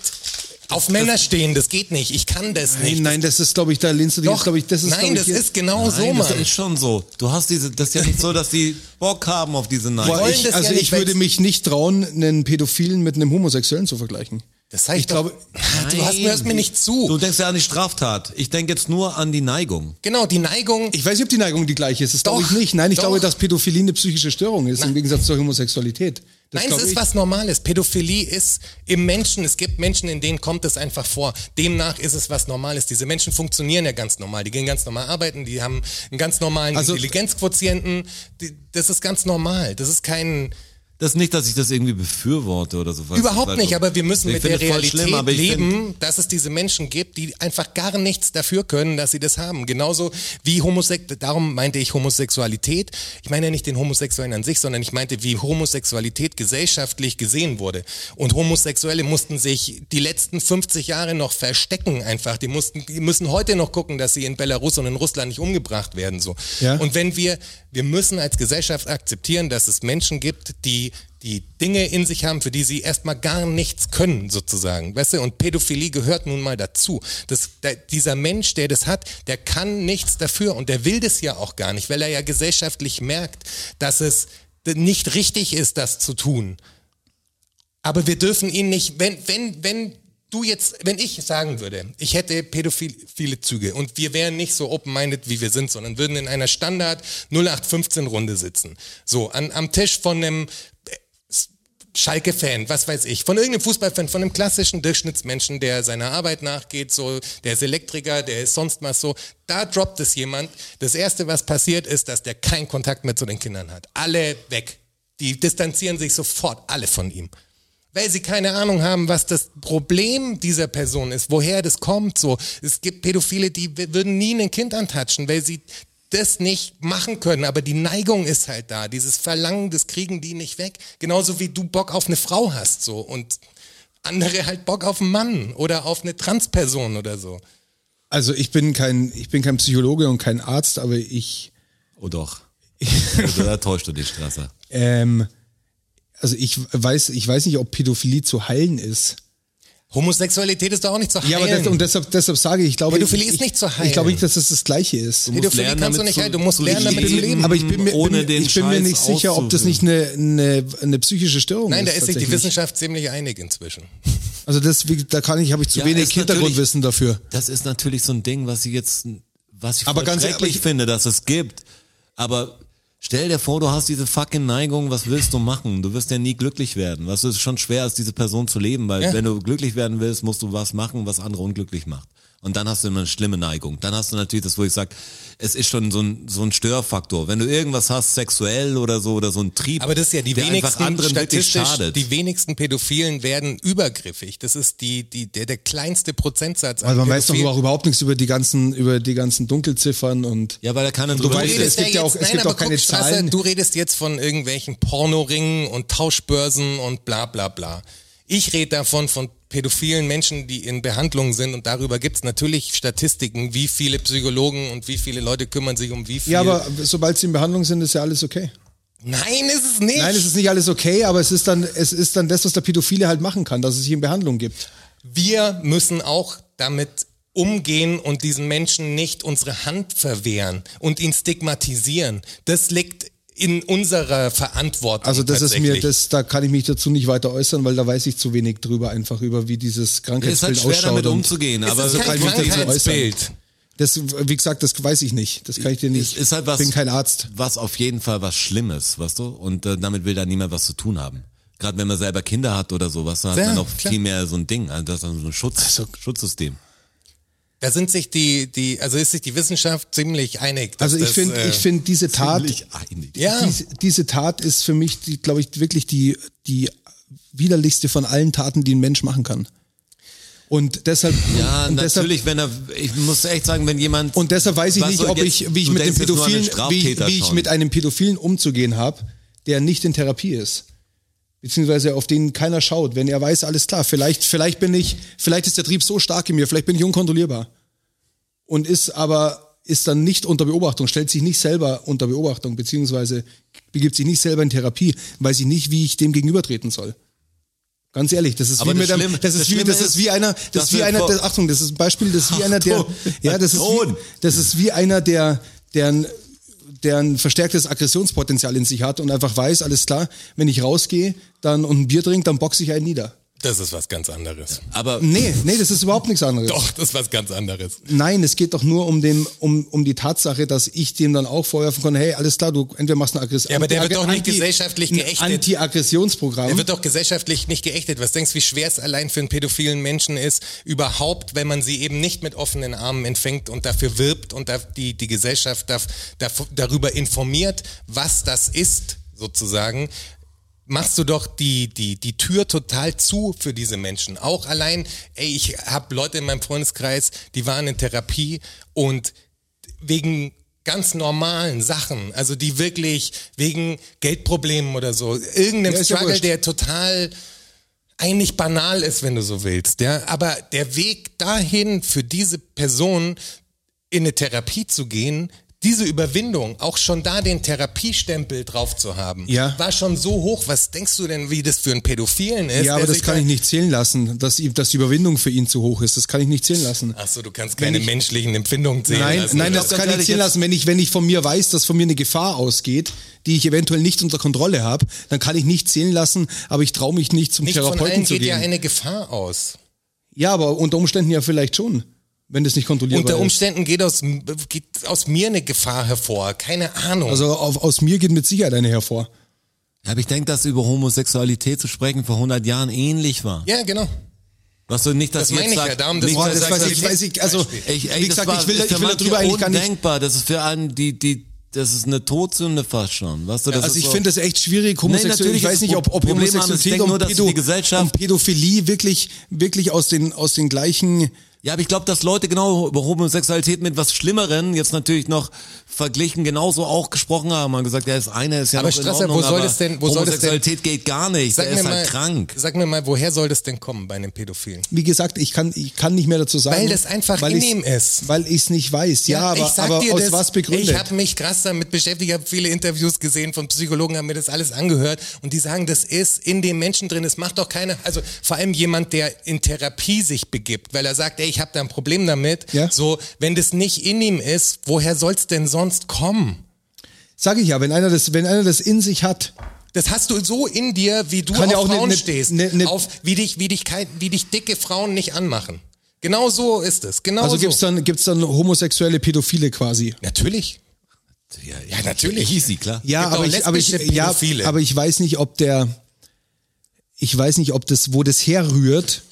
auf Männer stehen, das geht nicht, ich kann das
Nein,
nicht.
nein, das ist, glaube ich, da lehnst du dich, glaube ich, das ist,
nein,
glaub
das
ich, hier-
ist genau so,
Nein, das
Mann.
ist schon so. Du hast diese, das ist ja nicht so, dass die Bock haben auf diese Nein.
Boah,
wollen
ich,
das ja
also
nicht,
ich
weil
würde
es-
mich nicht trauen, einen Pädophilen mit einem Homosexuellen zu vergleichen.
Das sag ich,
Ich
doch.
glaube-
du hast, du hörst mir nicht zu.
Du denkst ja an die Straftat. Ich denke jetzt nur an die Neigung.
genau, die Neigung.
Ich weiß nicht, ob die Neigung die gleiche ist. Das glaube ich
Doch,
nicht. Nein, ich
doch.
glaube, dass Pädophilie eine psychische Störung ist, im Gegensatz zur Homosexualität. Das
Nein, es
glaube
ist
ich.
was Normales. Pädophilie ist im Menschen, es gibt Menschen, in denen kommt es einfach vor. Demnach ist es was Normales. Diese Menschen funktionieren ja ganz normal. Die gehen ganz normal arbeiten, die haben einen ganz normalen
Also-
Intelligenzquotienten. Die, das ist ganz normal. Das ist kein.
Das ist nicht, dass ich das irgendwie befürworte oder so.
Überhaupt nicht, aber wir müssen
Ich
mit der
finde es voll
Realität
schlimm, aber ich
leben,
finde-
dass es diese Menschen gibt, die einfach gar nichts dafür können, dass sie das haben. Genauso wie Homosexualität, darum meinte ich Homosexualität. Ich meine ja nicht den Homosexuellen an sich, sondern ich meinte, wie Homosexualität gesellschaftlich gesehen wurde. Und Homosexuelle mussten sich die letzten 50 Jahre noch verstecken einfach. Die mussten, die müssen heute noch gucken, dass sie in Belarus und in Russland nicht umgebracht werden, so.
Ja.
Und wenn wir, wir müssen als Gesellschaft akzeptieren, dass es Menschen gibt, die die Dinge in sich haben, für die sie erstmal gar nichts können, sozusagen. Weißt du, und Pädophilie gehört nun mal dazu. Das, da- dieser Mensch, der das hat, der kann nichts dafür und der will das ja auch gar nicht, weil er ja gesellschaftlich merkt, dass es d- nicht richtig ist, das zu tun. Aber wir dürfen ihn nicht, wenn, wenn, wenn du jetzt, wenn ich sagen würde, ich hätte pädophile Züge und wir wären nicht so open-minded, wie wir sind, sondern würden in einer Standard 0815 Runde sitzen. So, an, am Tisch von einem Schalke-Fan, was weiß ich, von irgendeinem Fußballfan, von einem klassischen Durchschnittsmenschen, der seiner Arbeit nachgeht, so, der ist Elektriker, der ist sonst was so, da droppt es jemand. Das erste, was passiert, ist, dass der keinen Kontakt mehr zu den Kindern hat. Alle weg. Die distanzieren sich sofort, alle von ihm. Weil sie keine Ahnung haben, was das Problem dieser Person ist, woher das kommt, so. Es gibt Pädophile, die w- würden nie ein Kind antatschen, weil sie das nicht machen können, aber die Neigung ist halt da, dieses Verlangen, das kriegen die nicht weg. Genauso wie du Bock auf eine Frau hast, so. Und andere halt Bock auf einen Mann oder auf eine Transperson oder so.
Also ich bin kein, ich bin kein Psychologe und kein Arzt, aber ich,
Oh doch. Also, da täuscht du dich, Strasser.
ähm, also ich weiß, ich weiß nicht, ob Pädophilie zu heilen ist.
Homosexualität ist doch auch nicht zu heilen.
Ja, aber das, und deshalb, desb sage ich, ich glaube,
Pädophilie
ich,
ist nicht zu heilen.
Ich glaube nicht, dass das das Gleiche ist.
musst
Pädophilie
lernen,
kannst du
damit
nicht
zu-
heilen, du musst
zu
lernen, damit zu
leben.
leben.
aber ich bin mir,
ohne
bin,
den
ich bin mir
Scheiß
nicht sicher, ob das
auszuwählen.
nicht eine, eine, eine psychische Störung
Nein,
ist.
da ist sich die
tatsächlich.
Wissenschaft ziemlich einig inzwischen.
Also das, wie- da kann ich, habe ich zu
Ja,
wenig
ist
Hintergrundwissen dafür.
Das ist natürlich so ein Ding, was ich jetzt, was ich
Aber
aber
ganz
ganz schrecklich
ehrlich-
finde, dass es gibt. Aber stell dir vor, du hast diese fucking Neigung, was willst du machen? Du wirst ja nie glücklich werden. Was ist schon schwer, ist diese Person zu leben, weil wenn du glücklich werden willst, musst du was machen, was andere unglücklich macht. Und dann hast du immer eine schlimme Neigung. Dann hast du natürlich das, wo ich sag, es ist schon so ein, so ein Störfaktor. Wenn du irgendwas hast, sexuell oder so, oder so ein Trieb,
Aber das ist ja die
der einfach
wenigsten
anderen wirklich
statistisch,
schadet.
die wenigsten Pädophilen werden übergriffig. Das ist die, die, der, der kleinste Prozentsatz. an
Also man weiß doch
Pädophilen.
auch überhaupt nichts über die ganzen, über die ganzen Dunkelziffern und
ja, weil er kann
Du weißt es. gibt ja auch- es gibt
aber
auch keine
guck, Strasser,
Zahlen.
Du redest jetzt von irgendwelchen Pornoringen und Tauschbörsen und bla bla bla. Ich rede davon von pädophilen Menschen, die in Behandlung sind und darüber gibt es natürlich Statistiken, wie viele Psychologen und wie viele Leute kümmern sich um wie viel.
Ja, aber sobald sie in Behandlung sind, ist ja alles okay.
Nein, ist es nicht.
Nein, es ist nicht alles okay, aber es ist dann, es ist dann das, was der Pädophile halt machen kann, dass es sich in Behandlung gibt.
wir müssen auch damit umgehen und diesen Menschen nicht unsere Hand verwehren und ihn stigmatisieren. Das liegt in unserer Verantwortung.
Also das ist mir,
tatsächlich.
das, da kann ich mich dazu nicht weiter äußern, weil da weiß ich zu wenig drüber einfach über, wie dieses
ist halt
Krankheitsbild
schwer
ausschaut.
damit
und
umzugehen,
Es
aber
ist kein
kann ich mich dazu
Krankheitsbild.
Das, wie gesagt, das weiß ich nicht. Das kann ich dir nicht.
Es ist halt was-
bin kein Arzt.
was auf jeden Fall was Schlimmes, weißt du? Und äh, damit will da niemand was zu tun haben. Gerade wenn man selber Kinder hat oder sowas, dann hat
Ja,
man noch
klar.
viel mehr so ein Ding, also das ist dann so ein Schutz, Schutzsystem.
Da sind sich die, die, also ist sich die Wissenschaft ziemlich einig. dass
Also ich
das,
finde,
äh,
ich finde diese Tat,
Ziemlich einig.
Ja.
diese, diese Tat ist für mich, die, glaube ich, wirklich die, die widerlichste von allen Taten, die ein Mensch machen kann. Und deshalb,
Ja,
und deshalb
natürlich, wenn er, ich muss echt sagen, wenn jemand.
Und deshalb weiß ich
Weißt
nicht,
du,
ob
jetzt-
ich, wie ich
du
mit dem
denkst jetzt nur an
Pädophilen,
den
wie, ich-
Straftäter
wie ich
schon.
mit einem Pädophilen umzugehen habe, der nicht in Therapie ist. Beziehungsweise auf den keiner schaut, wenn er weiß, alles klar, vielleicht, vielleicht bin ich, vielleicht ist der Trieb so stark in mir, vielleicht bin ich unkontrollierbar. Und ist aber, ist dann nicht unter Beobachtung, stellt sich nicht selber unter Beobachtung, beziehungsweise begibt sich nicht selber in Therapie, weiß ich nicht, wie ich dem gegenübertreten soll. Ganz ehrlich, das ist
Aber
wie
das
mit einem,
Schlimme-
das
das
ist wie, das
Schlimme
ist wie
ist,
einer, das
dass
ist wie
wir
einer,
vor-
das, Achtung, das ist ein Beispiel, das
[laughs]
ist wie einer, der,
Achtung,
ja, das ist, wie,
Ton.
das ist wie einer, der, der, ein, der ein verstärktes Aggressionspotenzial in sich hat und einfach weiß, alles klar, wenn ich rausgehe dann, und ein Bier trinke, dann boxe ich einen nieder.
das ist was ganz anderes.
aber
Nee, nee, das ist überhaupt nichts anderes.
Doch, das ist was ganz anderes.
Nein, es geht doch nur um, den, um, um die Tatsache, dass ich dem dann auch vorwerfen kann, hey, alles klar, du entweder machst eine Aggression.
Ja, aber der wird doch nicht gesellschaftlich geächtet.
Anti-Aggressionsprogramm.
Er wird doch gesellschaftlich nicht geächtet. Was denkst du, wie schwer es allein für einen pädophilen Menschen ist, überhaupt, wenn man sie eben nicht mit offenen Armen empfängt und dafür wirbt und da- die, die Gesellschaft darf, darf, darüber informiert, was das ist, sozusagen, machst du doch die, die, die Tür total zu für diese Menschen. Auch allein, ey, ich habe Leute in meinem Freundeskreis, die waren in Therapie und wegen ganz normalen Sachen, also die wirklich wegen Geldproblemen oder so, irgendeinem
Ja, ist ja
Struggle,
wurscht.
der total eigentlich banal ist, wenn du so willst, ja, aber der Weg dahin für diese Person in eine Therapie zu gehen, diese Überwindung, auch schon da den Therapiestempel drauf zu haben,
Ja.
war schon so hoch. Was denkst du denn, wie das für einen Pädophilen ist?
ja, aber
der
das
sich
kann
da-
ich nicht zählen lassen, dass, ihm- dass die Überwindung für ihn zu hoch ist. Das kann ich nicht zählen lassen.
Ach so, du kannst keine menschlichen Empfindungen sehen.
Nein,
lassen,
nein,
oder?
das kann
ganz
ich
also ehrlich,
ziehen
jetzt-
lassen. Wenn ich, wenn ich von mir weiß, dass von mir eine Gefahr ausgeht, die ich eventuell nicht unter Kontrolle habe, dann kann ich nicht zählen lassen, aber ich traue mich nicht zum
nicht von
Therapeuten
allen
zu
geht ja
gehen. Ja,
eine Gefahr aus.
aber unter Umständen ja vielleicht schon, wenn das nicht kontrollierbar
Unter
ist.
Umständen geht aus, geht aus mir eine Gefahr hervor. Keine Ahnung.
Also auf, aus mir geht mit Sicherheit eine hervor.
aber ich denke, dass über Homosexualität zu sprechen vor 100 Jahren ähnlich war.
ja, genau.
Was du nicht, dass
Das
ich jetzt
meine ich
sag,
ja, darum, das
nicht,
war-
dass
Boah,
ich
das
sag,
weiß
dass
ich, weiß ich, also
Ich, ey,
wie
das
gesagt,
war,
ich will, da-
ist
ich
für
will
manche
darüber eigentlich gar nicht
undenkbar. Das ist für einen, die, die, das ist eine Todsünde fast schon. Weißt du, das
Also
ist
ich
so-
finde es echt schwierig,
Nee,
homosexuell.
natürlich
ich weiß
ist
nicht,
das
ob, ob
Problem haben, ich
Homosexualität
denk
und,
nur, dass die Gesellschaft-
und Pädophilie wirklich, wirklich aus den, aus den gleichen.
Ja, aber ich glaube, dass Leute genau über Homosexualität mit was Schlimmeren jetzt natürlich noch verglichen genauso auch gesprochen haben und gesagt, ja, das eine ist ja
Aber
noch
Strasser,
in Ordnung,
wo soll
aber
das denn- wo soll das denn-
Homosexualität geht gar nicht,
Sag
der
mir
ist
mal,
halt krank.
Sag mir mal, woher soll das denn kommen bei einem Pädophilen?
Wie gesagt, ich kann, ich kann nicht mehr dazu sagen.
Weil das einfach
weil ich's-
innehm ist.
Weil ich es nicht weiß. Ja, aber,
ich sag
aber
dir
aus
das,
was begründet?
Ich habe mich krass damit beschäftigt, ich habe viele Interviews gesehen von Psychologen, haben mir das alles angehört und die sagen, das ist in dem Menschen drin, das macht doch keiner, also vor allem jemand, der in Therapie sich begibt, weil er sagt, ey, ich habe da ein Problem damit,
Ja.
so, wenn das nicht in ihm ist, woher soll's denn sonst kommen?
Sag ich ja, wenn einer das, wenn einer das in sich hat,
Das hast du so in dir, wie du
Kann
auf
ja auch ne-
Frauen
ne-
stehst,
ne- ne-
auf, wie, dich, wie, dich, kein- wie dich dicke Frauen nicht anmachen. Genau so ist es. Genau
Also
so.
gibt's dann, gibt's dann homosexuelle Pädophile quasi.
Natürlich.
Ja,
Ja, natürlich.
Hieß sie, klar.
Ja,
Gibt auch
aber ich, aber ich,
lesbische
ja,
Pädophile.
aber ich weiß nicht, ob der, ich weiß nicht, ob das, wo das herrührt.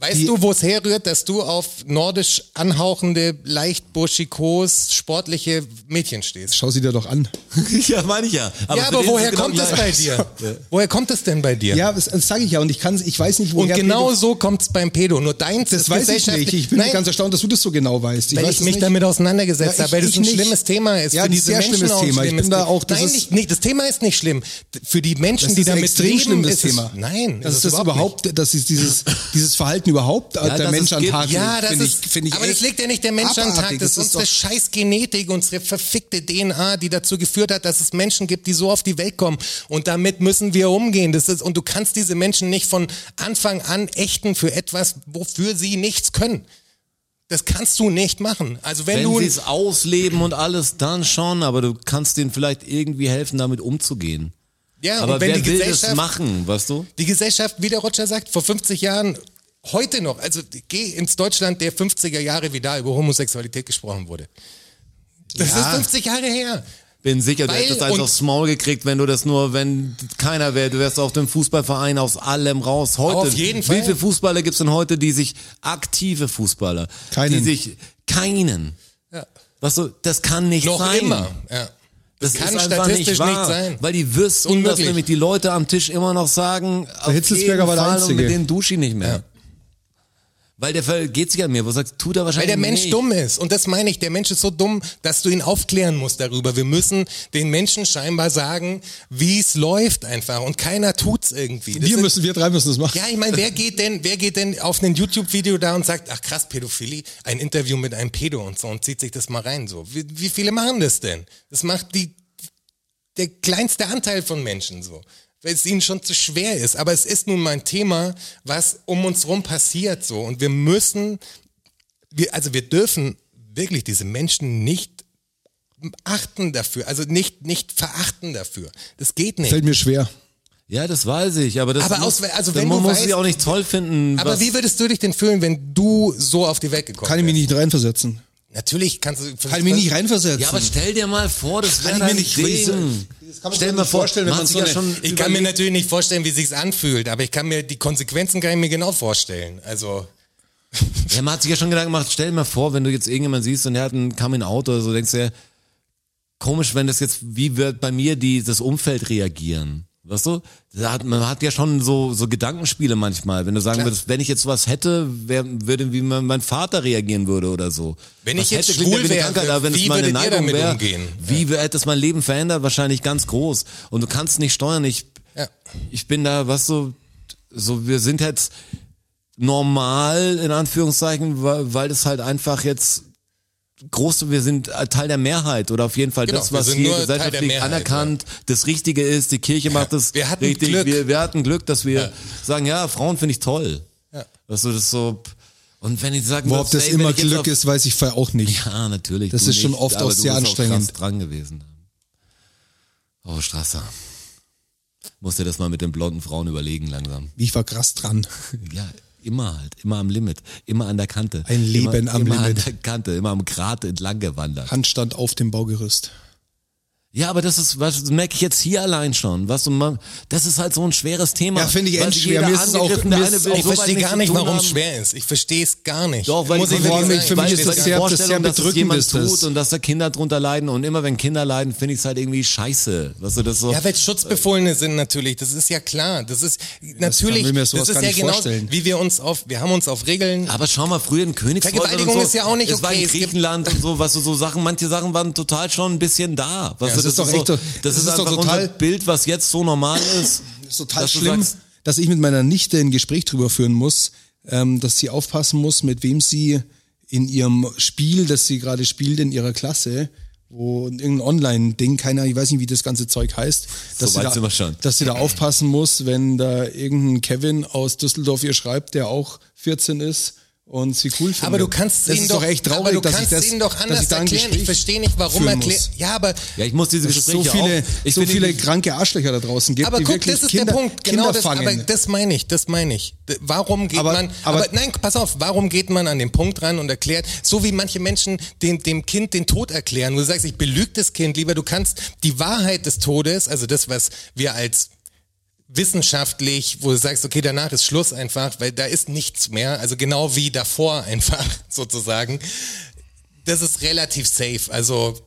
Weißt du, wo es herrührt, dass du auf nordisch anhauchende, leicht burschikos, sportliche Mädchen stehst?
Schau sie dir doch an.
[laughs] ja, meine ich ja.
ja,
für
aber
den ist
woher
genau
kommt es
gleich.
bei dir? Woher kommt es denn bei dir?
[laughs] Ja, das, das sage ich ja und ich kann, ich weiß nicht,
Und
woher
genau
Pädo-
so kommt es beim Pedo. Nur deins
das
ist
weiß ich
gesellschaftlich.
nicht. Ich bin
Nein,
ganz erstaunt, dass du das so genau weißt. Ich
weil
weiß
ich
es
mich
nicht.
damit auseinandergesetzt
Ja,
habe, weil
ich-
das ein
ich nicht.
schlimmes Thema ist.
Ja,
für
ein
diese
sehr
Menschen
schlimmes
auch ein
Thema. Ich
schlimmes
bin da
Thema.
auch- das
Nein,
ist-
nicht, nicht, das Thema ist nicht schlimm. Für die Menschen,
Das
die
ist ein
damit
extrem
leben,
schlimmes
ist es-
Thema.
Nein,
dass es das überhaupt, dass es [laughs] dieses, dieses Verhalten überhaupt der
dass
Mensch
es
an den
gibt.
Tag
Ja,
legt,
das
finde
ist,
ich, finde ich
aber
echt
das legt ja nicht der Mensch am Tag.
abartig.
Das ist unsere
doch-
scheiß Genetik, unsere verfickte DNA, die dazu geführt hat, dass es Menschen gibt, die so auf die Welt kommen. Und damit müssen wir umgehen. Das ist, und du kannst diese Menschen nicht von Anfang an ächten für etwas, wofür sie nichts können. Das kannst du nicht machen. Also wenn,
Wenn
du
sie es ausleben und alles, dann schon, aber du kannst denen vielleicht irgendwie helfen, damit umzugehen.
ja,
aber
und wenn
wer
die
will
Gesellschaft
das machen, weißt du?
Die Gesellschaft, wie der Roger sagt, vor 50 Jahren, heute noch, also geh ins Deutschland der 50er Jahre, wie da über Homosexualität gesprochen wurde. Das
Ja.
ist 50 Jahre her.
Bin sicher, du
Weil
hättest eins
und-
aufs Maul gekriegt, wenn du das nur, wenn keiner wäre. Du wärst auf dem Fußballverein aus allem raus. Heute,
Auf jeden Fall.
Wie viele Fußballer gibt's denn heute, die sich, aktive Fußballer, die
Keinen.
sich, keinen.
Ja.
Weißt du, das kann nicht
Noch
sein.
immer. Ja.
Das,
kann
ist einfach
statistisch
nicht,
nicht
wahr,
sein.
Weil die wüssten, dass
Unmöglich.
nämlich die Leute am Tisch immer noch sagen, auf
Hitzelsberger
jeden
war der
Fall und
Einzige.
mit denen dusche ich nicht mehr. Weil der Fall geht sich an mir, wo du sagst, tut er
Weil
wahrscheinlich
der Mensch
nicht.
dumm ist. Und das meine ich. Der Mensch ist so dumm, dass du ihn aufklären musst darüber. Wir müssen den Menschen scheinbar sagen, wie es läuft einfach. Und keiner tut's irgendwie. Das
Wir
sind-
müssen, wir drei müssen das machen.
Ja, ich meine, wer geht denn, wer geht denn auf ein YouTube-Video da und sagt, ach krass, Pädophilie, ein Interview mit einem Pedo und so und zieht sich das mal rein so. Wie, wie viele machen das denn? Das macht die, der kleinste Anteil von Menschen so. Weil es ihnen schon zu schwer ist. Aber es ist nun mal ein Thema, was um uns rum passiert so. Und wir müssen, wir, also wir dürfen wirklich diese Menschen nicht achten dafür, also nicht, nicht verachten dafür. Das geht nicht.
Fällt mir schwer.
Ja, das weiß ich, aber das
Aber
muss,
aus- also
dann
wenn
muss
du
sie
weißt-
auch nicht toll finden.
Aber
was,
wie würdest du dich denn fühlen, wenn du so auf die Welt gekommen
Kann ich
wärst?
mich nicht reinversetzen.
Natürlich kannst du.
Kann ich mich nicht reinversetzen.
ja, aber stell dir mal vor, das wäre
ich mir
dein
nicht-
Ding.
Das kann man sich doch
Stell dir mal
nicht
vor,
vorstellen, wenn
man
man
hat
so
sich ja
eine-
schon
Ich kann mir natürlich nicht vorstellen, wie sich's anfühlt, aber ich kann mir die Konsequenzen kann ich mir genau vorstellen. Also
Ja, man hat sich ja schon Gedanken gemacht, stell dir mal vor, wenn du jetzt irgendjemanden siehst und der hat ein Coming-out oder so, denkst du ja, komisch, wenn das jetzt, wie wird bei mir die, das Umfeld reagieren? Weißt du? Da hat, man hat ja schon so, so Gedankenspiele manchmal, wenn du sagen
Klar.
würdest, wenn ich jetzt was hätte, wer, würde, wie mein, mein Vater reagieren würde oder so.
Wenn
was
ich jetzt
klingt ja
schwul
wie eine
wäre,
Krankheit, aber wenn
wie
es meine
würdet ihr
Neigung
damit
wäre,
umgehen?
wie wär- hätte es mein Leben verändert? Wahrscheinlich ganz groß. Und du kannst nicht steuern. Ich,
Ja.
ich bin da, weißt du, so, wir sind halt jetzt, normal, in Anführungszeichen, weil, weil das halt einfach jetzt groß, wir sind äh, Teil der Mehrheit oder auf jeden Fall
Genau,
das,
wir
was
sind
hier
nur Teil der
gesellschaftlich
Mehrheit,
anerkannt, das Richtige ist, die Kirche macht das
wir hatten
richtig.
Glück.
Wir, wir hatten Glück, dass wir
Ja.
sagen, ja, Frauen finde ich toll.
Ja.
Weißt du, das ist so, und wenn ich sagen
Boah, ob das
ey, wenn
immer
ich jetzt
Glück
auf-
ist, weiß ich vorher auch nicht.
Ja, natürlich.
Das
du
ist schon
nicht,
oft
aber
auch
du
sehr
bist
anstrengend.
Krass dran gewesen. Oh, Strasser. Musst dir das mal mit den blonden Frauen überlegen langsam.
Ich war krass dran.
Ja, immer halt, immer am Limit, immer an der Kante.
Ein Leben
immer,
am
immer
Limit.
an der Kante, immer am Grat entlang gewandert.
Handstand auf dem Baugerüst.
Ja, aber das ist, was das merke ich jetzt hier allein schon, was du man, das ist halt so ein schweres Thema.
Ja, finde ich
Weil
echt schwer.
jeder
Mir ist es auch-
angegriffen, der
mir
eine
ist
will
es
ich
so weit
verstehe gar
nichts
nicht,
zu tun
warum
haben.
es schwer ist. Ich verstehe es gar nicht.
Doch, weil
Muss
die-
ich wirklich
Vor allem
sagen.
für mich
Weil
ist
das
es
gar-
sehr-
die
das ist
Vorstellung, dass es
bedrückend,
jemand
ist das.
tut und dass da Kinder drunter leiden und immer wenn Kinder leiden, finde ich es halt irgendwie scheiße. Weißt du, das so.
Ja, weil es Schutzbefohlene sind natürlich, das ist ja klar. Das ist natürlich,
kann ich mir
das,
sowas
ist
gar
ja
nicht
genau,
vorstellen.
wie wir uns auf, wir haben uns auf Regeln
Aber schau mal, früher in Königswolde
Vergewaltigung
und so,
ist ja auch nicht
Es war
okay,
in
es gibt-
Griechenland und so, was so Sachen, manche Sachen waren total schon ein bisschen da.
Ja,
Was
das ist doch echt
so,
doch-
das, ist, einfach doch
total-
unser Bild, was jetzt so normal ist.
Das ist total
dass du
schlimm,
sagst,
dass ich mit meiner Nichte ein Gespräch drüber führen muss, ähm, dass sie aufpassen muss, mit wem sie in ihrem Spiel, das sie gerade spielt in ihrer Klasse, wo irgendein Online-Ding, keiner, ich weiß nicht, wie das ganze Zeug heißt, dass,
weit
sie
sind
da,
wir schon.
dass sie da aufpassen muss, wenn da irgendein Kevin aus Düsseldorf ihr schreibt, der auch 14 ist und sie cool finde.
Aber du kannst
das
ihn
ist
doch,
doch echt traurig,
aber du
dass
kannst
ich das,
ihn doch
dass
anders
ich da ein
erklären.
Gespräch
Ich verstehe nicht, warum
führen
erklären.
muss.
Ja, aber
Ja, ich muss diese
Dass es
Gespräche
so viele,
auch. Ich
so
finde
viele
die-
kranke Arschlöcher da draußen gibt,
aber
die
guck,
wirklich
das ist
Kinder,
der Punkt. Genau
Kinder
das,
fangen.
aber das meine ich, das meine ich. D- Warum geht
Aber-
man,
aber-
aber, nein, pass auf, warum geht man an den Punkt ran und erklärt, so wie manche Menschen dem, dem Kind den Tod erklären, wo du sagst, ich belüge das Kind lieber, du kannst die Wahrheit des Todes, also das, was wir als wissenschaftlich, wo du sagst, okay, danach ist Schluss einfach, weil da ist nichts mehr, also genau wie davor [laughs] einfach sozusagen. Das ist relativ safe, also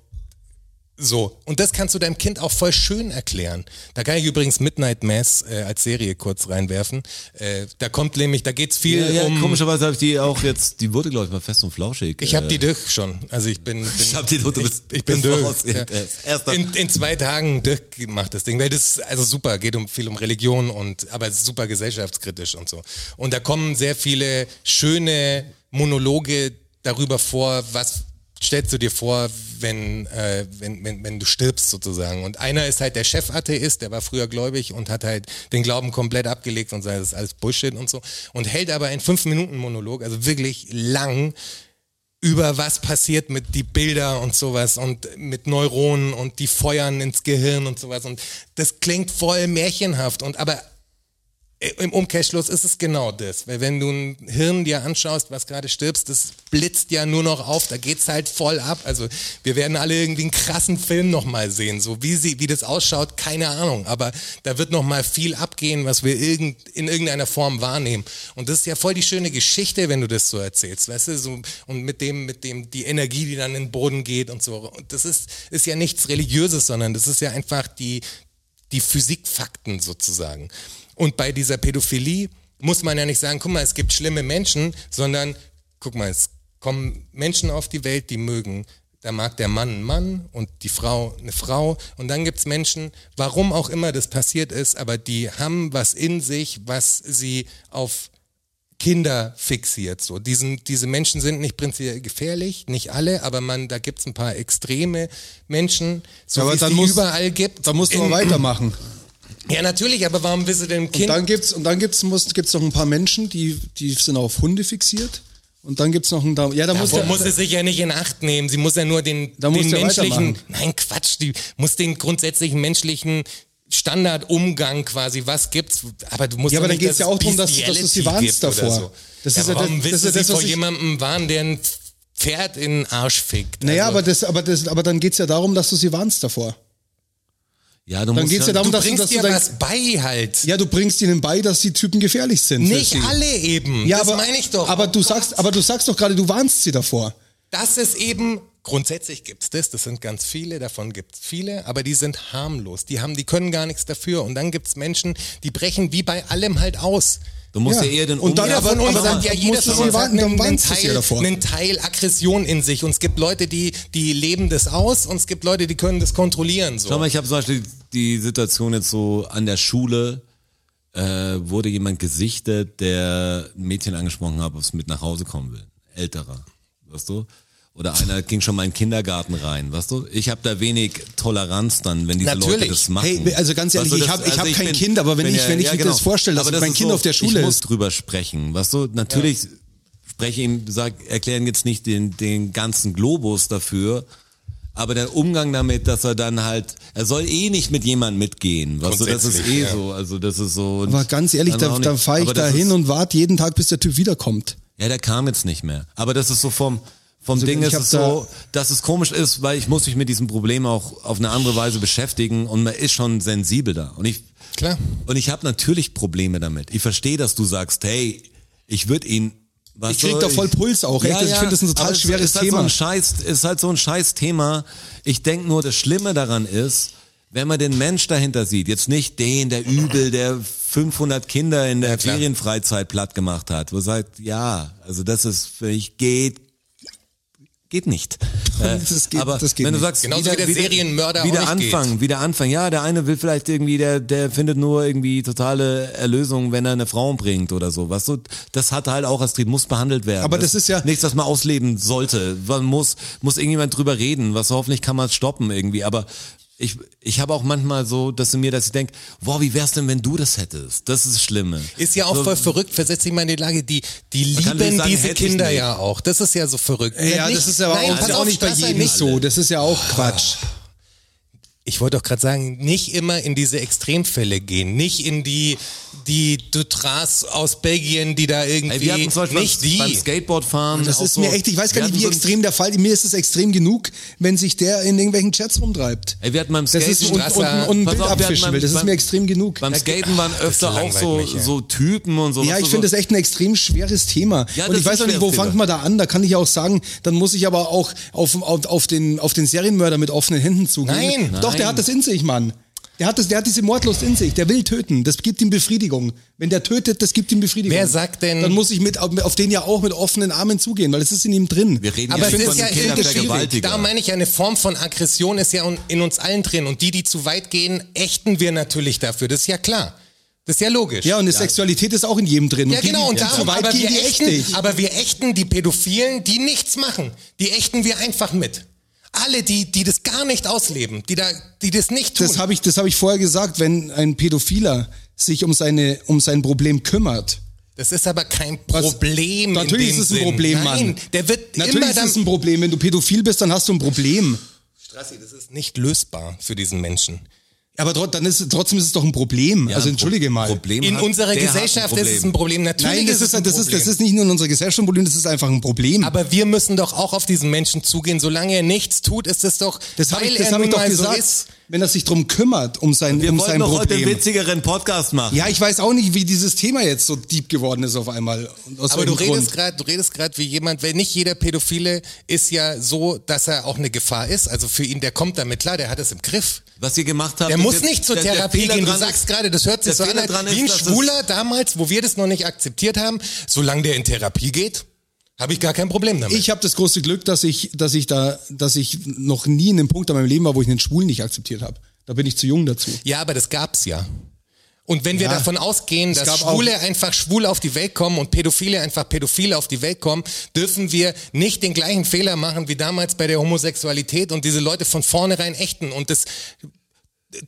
so, und das kannst du deinem Kind auch voll schön erklären. Da kann ich übrigens Midnight Mass äh, als Serie kurz reinwerfen. Äh, da kommt nämlich, da geht's viel
Ja, ja,
um.
komischerweise habe ich die auch jetzt, die wurde, glaube ich, mal fest und flauschig.
Ich habe die durch schon. Also ich bin. bin
äh. [laughs] Ich hab die durch, du bist-
ich, ich bin
bist
durch.
raus.
Ja.
Erster.
In, in zwei Tagen durch gemacht das Ding, weil das ist also super. Geht um viel um Religion und aber es ist super gesellschaftskritisch und so. Und da kommen sehr viele schöne Monologe darüber vor, was stellst du dir vor, wenn, äh, wenn, wenn, wenn du stirbst sozusagen. Und einer ist halt der Chef-Atheist, der war früher gläubig und hat halt den Glauben komplett abgelegt und sagt, das ist alles Bullshit und so. Und hält aber einen 5-Minuten-Monolog, also wirklich lang, über was passiert mit die Bilder und sowas und mit Neuronen und die feuern ins Gehirn und sowas und das klingt voll märchenhaft und aber Äh, im Umkehrschluss ist es genau das, weil wenn du ein Hirn dir anschaust, was gerade stirbst, das blitzt ja nur noch auf, da geht's halt voll ab. Also wir werden alle irgendwie einen krassen Film nochmal sehen, so wie sie, wie das ausschaut, keine Ahnung, aber da wird nochmal viel abgehen, was wir irgend, in irgendeiner Form wahrnehmen. Und das ist ja voll die schöne Geschichte, wenn du das so erzählst, weißt du, so, und mit dem, mit dem, die Energie, die dann in den Boden geht und so. Und das ist, ist ja nichts Religiöses, sondern das ist ja einfach die, die Physikfakten sozusagen. Und bei dieser Pädophilie muss man ja nicht sagen, guck mal, es gibt schlimme Menschen, sondern guck mal, es kommen Menschen auf die Welt, die mögen. Da mag der Mann einen Mann und die Frau eine Frau. Und dann gibt's Menschen, warum auch immer das passiert ist, aber die haben was in sich, was sie auf Kinder fixiert. So. Diesen, diese Menschen sind nicht prinzipiell gefährlich, nicht alle, aber man, da gibt's ein paar extreme Menschen, so
Aber
wie es
dann
die
muss-
überall gibt.
Da musst du
In-
aber weitermachen.
ja, natürlich, aber warum willst du denn ein
Und
Kind?
dann gibt's und dann gibt's muss gibt's noch ein paar Menschen, die die sind auf Hunde fixiert. Und dann gibt's noch ein da ja da muss,
Davor
der,
muss sie sich ja nicht in Acht nehmen. Sie muss ja nur den,
Da muss
den
der
menschlichen.
weitermachen.
Nein, Quatsch. Die muss den grundsätzlichen menschlichen Standardumgang quasi. Was gibt's? Aber du musst
ja aber
doch
dann
nicht,
geht's ja auch darum, dass, dass du
Bestiality
sie warnst
gibt oder
davor.
So.
Das
ja,
ist ja das,
warum
das,
willst
ist ja
du
das
sie vor
was ich,
jemandem warnen, der ein Pferd in den Arsch fickt?
Naja,
Also,
aber das aber das aber dann geht's ja darum, dass du sie warnst davor.
Ja, du
Dann
musst
geht's ja
ja
darum,
du
dass du
bringst
dass du
dir
dein,
was bei halt.
ja du bringst ihnen bei, dass die Typen gefährlich sind. für
nicht
sie.
alle eben.
Ja,
das
aber,
meine ich doch. Oh
Aber du sagst aber du sagst doch gerade, du warnst sie davor.
dass es eben grundsätzlich gibt's das, das sind ganz viele, davon gibt's viele, aber die sind harmlos, die haben, die können gar nichts dafür und dann gibt's Menschen, die brechen wie bei allem halt aus.
Du musst
Ja.
ja, eher den
Und dann
Umgang-
Jeder von
aber-
uns
aber
hat ja
musst
jeder
du
von
sie
uns hat
warten, dann
einen, einen,
warnst du sie
Teil,
davor.
einen Teil Aggression in sich. Und es gibt Leute, die, die leben das aus und es gibt Leute, die können das kontrollieren. So.
Schau mal, ich habe zum Beispiel die Situation jetzt so an der Schule, äh, wurde jemand gesichtet, der ein Mädchen angesprochen hat, ob es mit nach Hause kommen will. Älterer, weißt du? Oder einer ging schon mal in den Kindergarten rein, weißt du? Ich habe da wenig Toleranz dann, wenn diese Leute
Natürlich.
das machen.
Hey, also ganz ehrlich, ich
das-
hab- ich hab kein Kind, aber wenn ich- wenn ich mir das vorstelle, dass
genau. Aber
mein
ist
Kind auf der Schule
ich muss
ist.
drüber sprechen, weißt du? Natürlich spreche ihm, sag, erklären jetzt nicht den, den ganzen Globus dafür, aber der Umgang damit, dass er dann halt, er soll eh nicht mit jemandem mitgehen, weißt du, das ist
Grundsätzlich,
eh
ja.
so, also das ist so.
Aber ganz ehrlich,
Dann
da,
auch
da
nicht.
fahre ich
Aber
da
das
hin
ist,
und warte jeden Tag, bis der Typ wiederkommt.
Ja, der kam jetzt nicht mehr. Aber das ist so vom, vom
Also
Ding
ich
ist
hab
es
da-
so, dass es komisch ist, weil ich muss mich mit diesem Problem auch auf eine andere Weise beschäftigen und man ist schon sensibel da. Und ich,
Klar.
und ich habe natürlich Probleme damit. Ich verstehe, dass du sagst, hey, ich würde ihn. weißt
Ich krieg
du,
da voll Puls auch, echt. Also Ich find das ein total
aber es
schweres
ist halt
Thema.
So ein Scheiß, ist halt so ein scheiß Thema. Ich denk nur, das Schlimme daran ist, wenn man den Mensch dahinter sieht, jetzt nicht den, der übel, der 500 Kinder in der
klar.
Ferienfreizeit platt gemacht hat, wo ihr sagt, ja, also das ist, für ich geht, geht nicht. Äh,
[laughs] Das geht-
aber
das geht
wenn du
nicht.
sagst,
Genauso wie der Serienmörder auch
wieder
nicht
anfangen, wieder anfangen. Ja, der eine will vielleicht irgendwie, der, der findet nur irgendwie totale Erlösung, wenn er eine Frau bringt oder so. Weißt du, das hat halt auch als Trieb, muss behandelt werden.
Aber das ist ja-
nichts, was man ausleben sollte. Man muss, muss irgendjemand drüber reden. Was hoffentlich kann man es stoppen irgendwie. Aber ich, ich habe auch manchmal so, dass in mir, dass ich denke, wow, wie wär's denn, wenn du das hättest? Das ist das Schlimme.
Ist ja auch
so,
voll verrückt, versetzt dich mal in die Lage, die, die
kann
lieben
nicht sagen,
diese
hätte ich
Kinder
nicht.
ja auch. Das ist ja so verrückt.
Ja,
nicht-
das ist aber
nein,
auch,
pass
auch
auf,
nicht bei
das sei
jedem
nicht. Oh.
so. Das ist ja auch Quatsch.
Ich wollte doch gerade sagen, nicht immer in diese Extremfälle gehen, nicht in die, die Dutras aus Belgien, die da irgendwie,
Ey, wir hatten zum Beispiel
nicht
beim,
die.
beim Skateboardfahren.
Das
auch
ist
so,
mir echt, ich weiß gar
wir
nicht, wie
hatten so ein-
extrem der Fall. Mir ist es extrem genug, wenn sich der in irgendwelchen Chats rumtreibt.
Ey, wir hatten beim
Das
Skaten,
ist und, und, und, ein
Pass
Bild
auf, wir hatten
abfischen
beim-
will. Das ist
beim-
mir extrem genug.
beim Skaten waren öfter auch
langweilt
so,
mich, ey.
so Typen und so.
Ja,
weißt
ich
du,
finde
so,
das echt ein extrem schweres Thema.
Ja,
und
das
ich weiß
ist
auch
ein
nicht, wo
schweres
fangt
Thema.
man da an? Da kann ich auch sagen, dann muss ich aber auch auf, auf, auf, den, auf den Serienmörder mit offenen Händen zugehen.
Nein.
Doch, der
Nein.
hat das in sich, Mann. Der hat, das, der hat diese Mordlust in sich. Der will töten. Das gibt ihm Befriedigung. Wenn der tötet, das gibt ihm Befriedigung.
Wer sagt denn-
Dann muss ich mit, auf, auf den ja auch mit offenen Armen zugehen, weil das ist in ihm drin.
Wir reden
Aber
ja
es
nicht
ist
von
ja schwierig.
Kindervergewaltiger.
Da meine ich, eine Form von Aggression ist ja un- in uns allen drin. Und die, die zu weit gehen, ächten wir natürlich dafür. Das ist ja klar. Das ist ja logisch.
ja, und die Sexualität ist auch in jedem drin.
Ja, genau, und
die, die
darum,
zu weit
aber,
gehen,
wir
die echt
ächten,
nicht.
aber wir ächten die Pädophilen, die nichts machen. Die ächten wir einfach mit. Alle, die, die das gar nicht ausleben, die, da, die das nicht tun.
Das habe ich, das hab ich vorher gesagt, wenn ein Pädophiler sich um, seine, um sein Problem kümmert,
das ist aber kein
Was-
Problem.
Natürlich
in dem
ist es ein
Sinn.
Problem,
Nein,
Mann.
der wird
Natürlich
immer
ist
dann,
es ein Problem. Wenn du pädophil bist, dann hast du ein Problem.
Strassi, das ist nicht lösbar für diesen Menschen.
Aber trot, dann ist, trotzdem ist es doch ein Problem.
Ja,
also
ein Pro-
entschuldige mal.
Problem
In
hat-
unserer
der hat ein
Gesellschaft ist
Problem.
es ein Problem. Natürlich
Nein, das
ist es
ist,
ein
das,
Problem.
ist, das ist nicht nur in unserer Gesellschaft ein Problem, das ist einfach ein Problem.
aber wir müssen doch auch auf diesen Menschen zugehen. Solange er nichts tut, ist es doch,
das habe
weil
ich, das
er
hab
nun
ich doch
mal so
gesagt.
ist.
wenn er sich drum kümmert, um sein,
Wir
um
wollten
sein
doch heute einen
Problem.
witzigeren Podcast machen.
Ja, ich weiß auch nicht, wie dieses Thema jetzt so deep geworden ist auf einmal. Und aus
Aber du
welchem
redest
Grund.
gerade, du redest gerade wie jemand, weil nicht jeder Pädophile ist ja so, dass er auch eine Gefahr ist. Also für ihn, der kommt damit klar, der hat es im Griff.
Was ihr gemacht habt.
Der
ist
muss
jetzt-
nicht zur
der- der
Therapie
Fehler
gehen. Du
dran
sagst
ist-
gerade, das hört sich so
der
an,
Fehler dran
als- wie ein
ist, dass es-
Schwuler damals, wo wir das noch nicht akzeptiert haben. Solange der in Therapie geht, habe ich gar kein Problem damit.
Ich habe das große Glück, dass ich, dass ich da, dass ich noch nie in einem Punkt in meinem Leben war, wo ich einen Schwulen nicht akzeptiert habe. Da bin ich zu jung dazu.
ja, aber das gab's ja. Und wenn wir
Ja.
davon ausgehen, dass
gab
Schwule einfach Schwule auf die Welt kommen und Pädophile einfach Pädophile auf die Welt kommen, dürfen wir nicht den gleichen Fehler machen wie damals bei der Homosexualität und diese Leute von vornherein ächten und das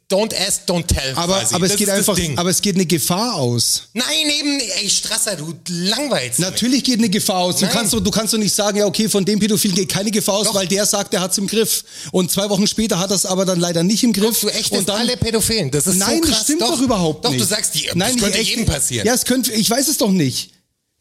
Don't ask, don't tell.
Aber,
quasi.
aber es
das
geht
ist das
einfach,
Ding.
aber es geht eine Gefahr aus.
Nein, eben, ey, Strasser, du langweilst. mich.
Natürlich geht eine Gefahr aus. Du
Nein.
kannst, doch- du kannst doch nicht sagen, ja, okay, von dem Pädophilen geht keine Gefahr aus,
Doch.
weil der sagt, der hat's im Griff. Und zwei Wochen später hat er es aber dann leider nicht im Griff.
Du ächtest
und dann,
alle Pädophilen. Das ist
Nein,
so krass.
das stimmt doch,
doch
überhaupt nicht.
Doch, du sagst, die,
Nein,
das
ich
könnte
echt-
jedem passieren.
Ja, es könnte, ich weiß es doch nicht.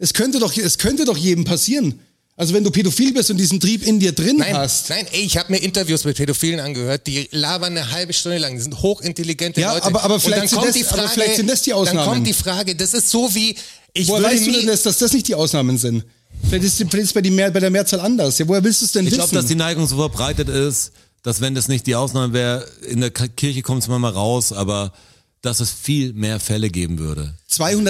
Es könnte doch, es könnte doch jedem passieren. Also wenn du pädophil bist und diesen Trieb in dir drin
Nein,
hast.
nein, ey, ich habe mir Interviews mit Pädophilen angehört, die labern eine halbe Stunde lang, die sind hochintelligente
Ja,
Leute.
aber- aber
Und
vielleicht
dann
sind
kommt
das-
die
aber
Frage,
vielleicht sind das die Ausnahmen.
Dann kommt die Frage, das ist so wie, ich
Woher
würde
weißt du
nie,
denn, dass, dass das nicht die Ausnahmen sind? Vielleicht ist, vielleicht ist bei, die mehr, bei der Mehrzahl anders. Ja, woher willst du es denn
Ich
wissen?
glaube, dass die Neigung so verbreitet ist, dass wenn das nicht die Ausnahme wäre, in der Ka- Kirche kommt es manchmal raus, aber dass es viel mehr Fälle geben würde.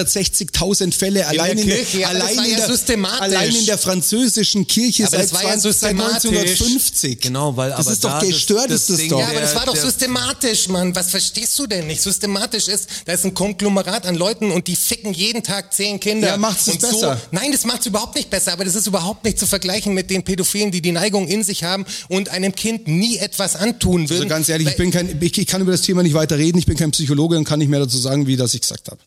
260.000 Fälle allein in der,
Kirche, ja, aber das
allein,
war
in
ja
der
systematisch.
allein in der französischen Kirche
Aber
seit,
das war ja
20, seit
systematisch.
1950.
Genau, weil
das
aber
ist doch
da
gestört,
das-
ist
das
das
Ding-
doch.
ja, aber das
Der-
war doch
der-
systematisch, Mann. Was verstehst du denn nicht? Systematisch ist, da ist ein Konglomerat an Leuten und die ficken jeden Tag zehn Kinder.
Ja, macht's es
und
besser.
So, nein, das macht's überhaupt nicht besser, aber das ist überhaupt nicht zu vergleichen mit den Pädophilen, die die Neigung in sich haben und einem Kind nie etwas antun würden.
also ganz ehrlich, ich,
Weil-
bin kein, ich, ich kann über das Thema nicht weiter reden. Ich bin kein Psychologe und kann nicht mehr dazu sagen, wie das ich gesagt habe.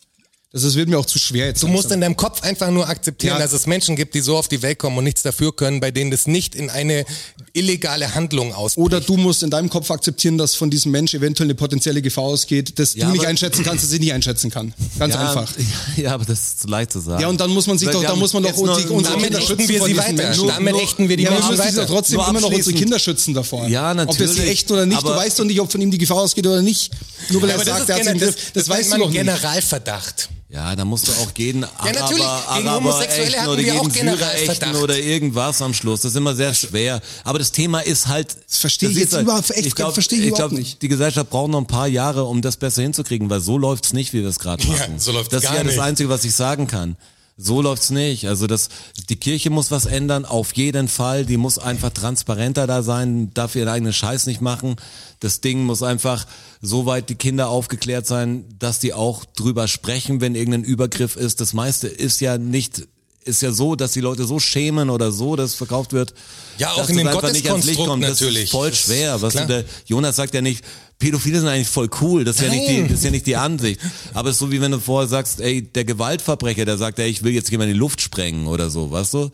Das ist, wird mir auch zu schwer jetzt.
Du musst in deinem Kopf einfach nur akzeptieren,
Ja.
dass es Menschen gibt, die so auf die Welt kommen und nichts dafür können, bei denen das nicht in eine illegale Handlung ausbricht.
Oder du musst in deinem Kopf akzeptieren, dass von diesem Mensch eventuell eine potenzielle Gefahr ausgeht, dass
Ja,
du nicht
aber-
einschätzen kannst, dass sie nicht einschätzen kann. Ganz
ja,
einfach.
[laughs] Ja, aber das ist zu leicht zu sagen.
Ja, und dann muss man sich
Weil
doch,
wir
da
haben
muss man doch
jetzt nur-
unsere, unsere
damit
Kinder
richten
schützen
wir
vor
sie
diesen
weiter.
Menschen.
Damit richten wir die
ja, wir
Menschen
müssen sie
weiter.
doch trotzdem
Nur
immer noch unsere
abschließend.
Kinder schützen davor.
Ja,
Ob das sie
natürlich,
echt oder nicht, du
aber-
weißt doch nicht, ob von ihm die Gefahr ausgeht oder nicht. Nur weil
Ja,
er
aber das
sagt,
ist
er hat
gener-
den Griff.
das-
Das,
das
weißt du
nennt man
doch nicht.
Generalverdacht.
Ja, da musst du auch jeden Araber,
natürlich, gegen
Araber
Homosexuelle
ächten
hatten
oder
wir
jeden
auch
Syrer
Generalverdacht.
ächten oder irgendwas am Schluss. Das ist immer sehr schwer. Aber das Thema ist halt... Das
verstehe ich
ist
jetzt überhaupt- echt, verstehe ich
ich
überhaupt
glaub,
nicht.
Die Gesellschaft braucht noch ein paar Jahre, um das besser hinzukriegen, weil so läuft's nicht, wie wir es gerade
Ja,
machen.
so läuft's
das
gar
ist ja
nicht.
das Einzige, was ich sagen kann. So läuft's nicht. Also das, die Kirche muss was ändern, auf jeden Fall. Die muss einfach transparenter da sein, darf ihren eigenen Scheiß nicht machen. Das Ding muss einfach so weit die Kinder aufgeklärt sein, dass die auch drüber sprechen, wenn irgendein Übergriff ist. Das meiste ist ja nicht, ist ja so, dass die Leute so schämen oder so, dass es verkauft wird.
Ja, auch
dass
in
das
dem
einfach nicht ans Licht
Gotteskonstrukt
kommt. Das
natürlich.
ist voll
Das ist
schwer. Was
klar.
der Äh, Jonas sagt ja nicht, Pädophile sind eigentlich voll cool, das ist, ja nicht die,
Nein.
das ist ja nicht die Ansicht. Aber es ist so, wie wenn du vorher sagst, ey, der Gewaltverbrecher, der sagt, ey, ich will jetzt jemanden in die Luft sprengen oder so, weißt du?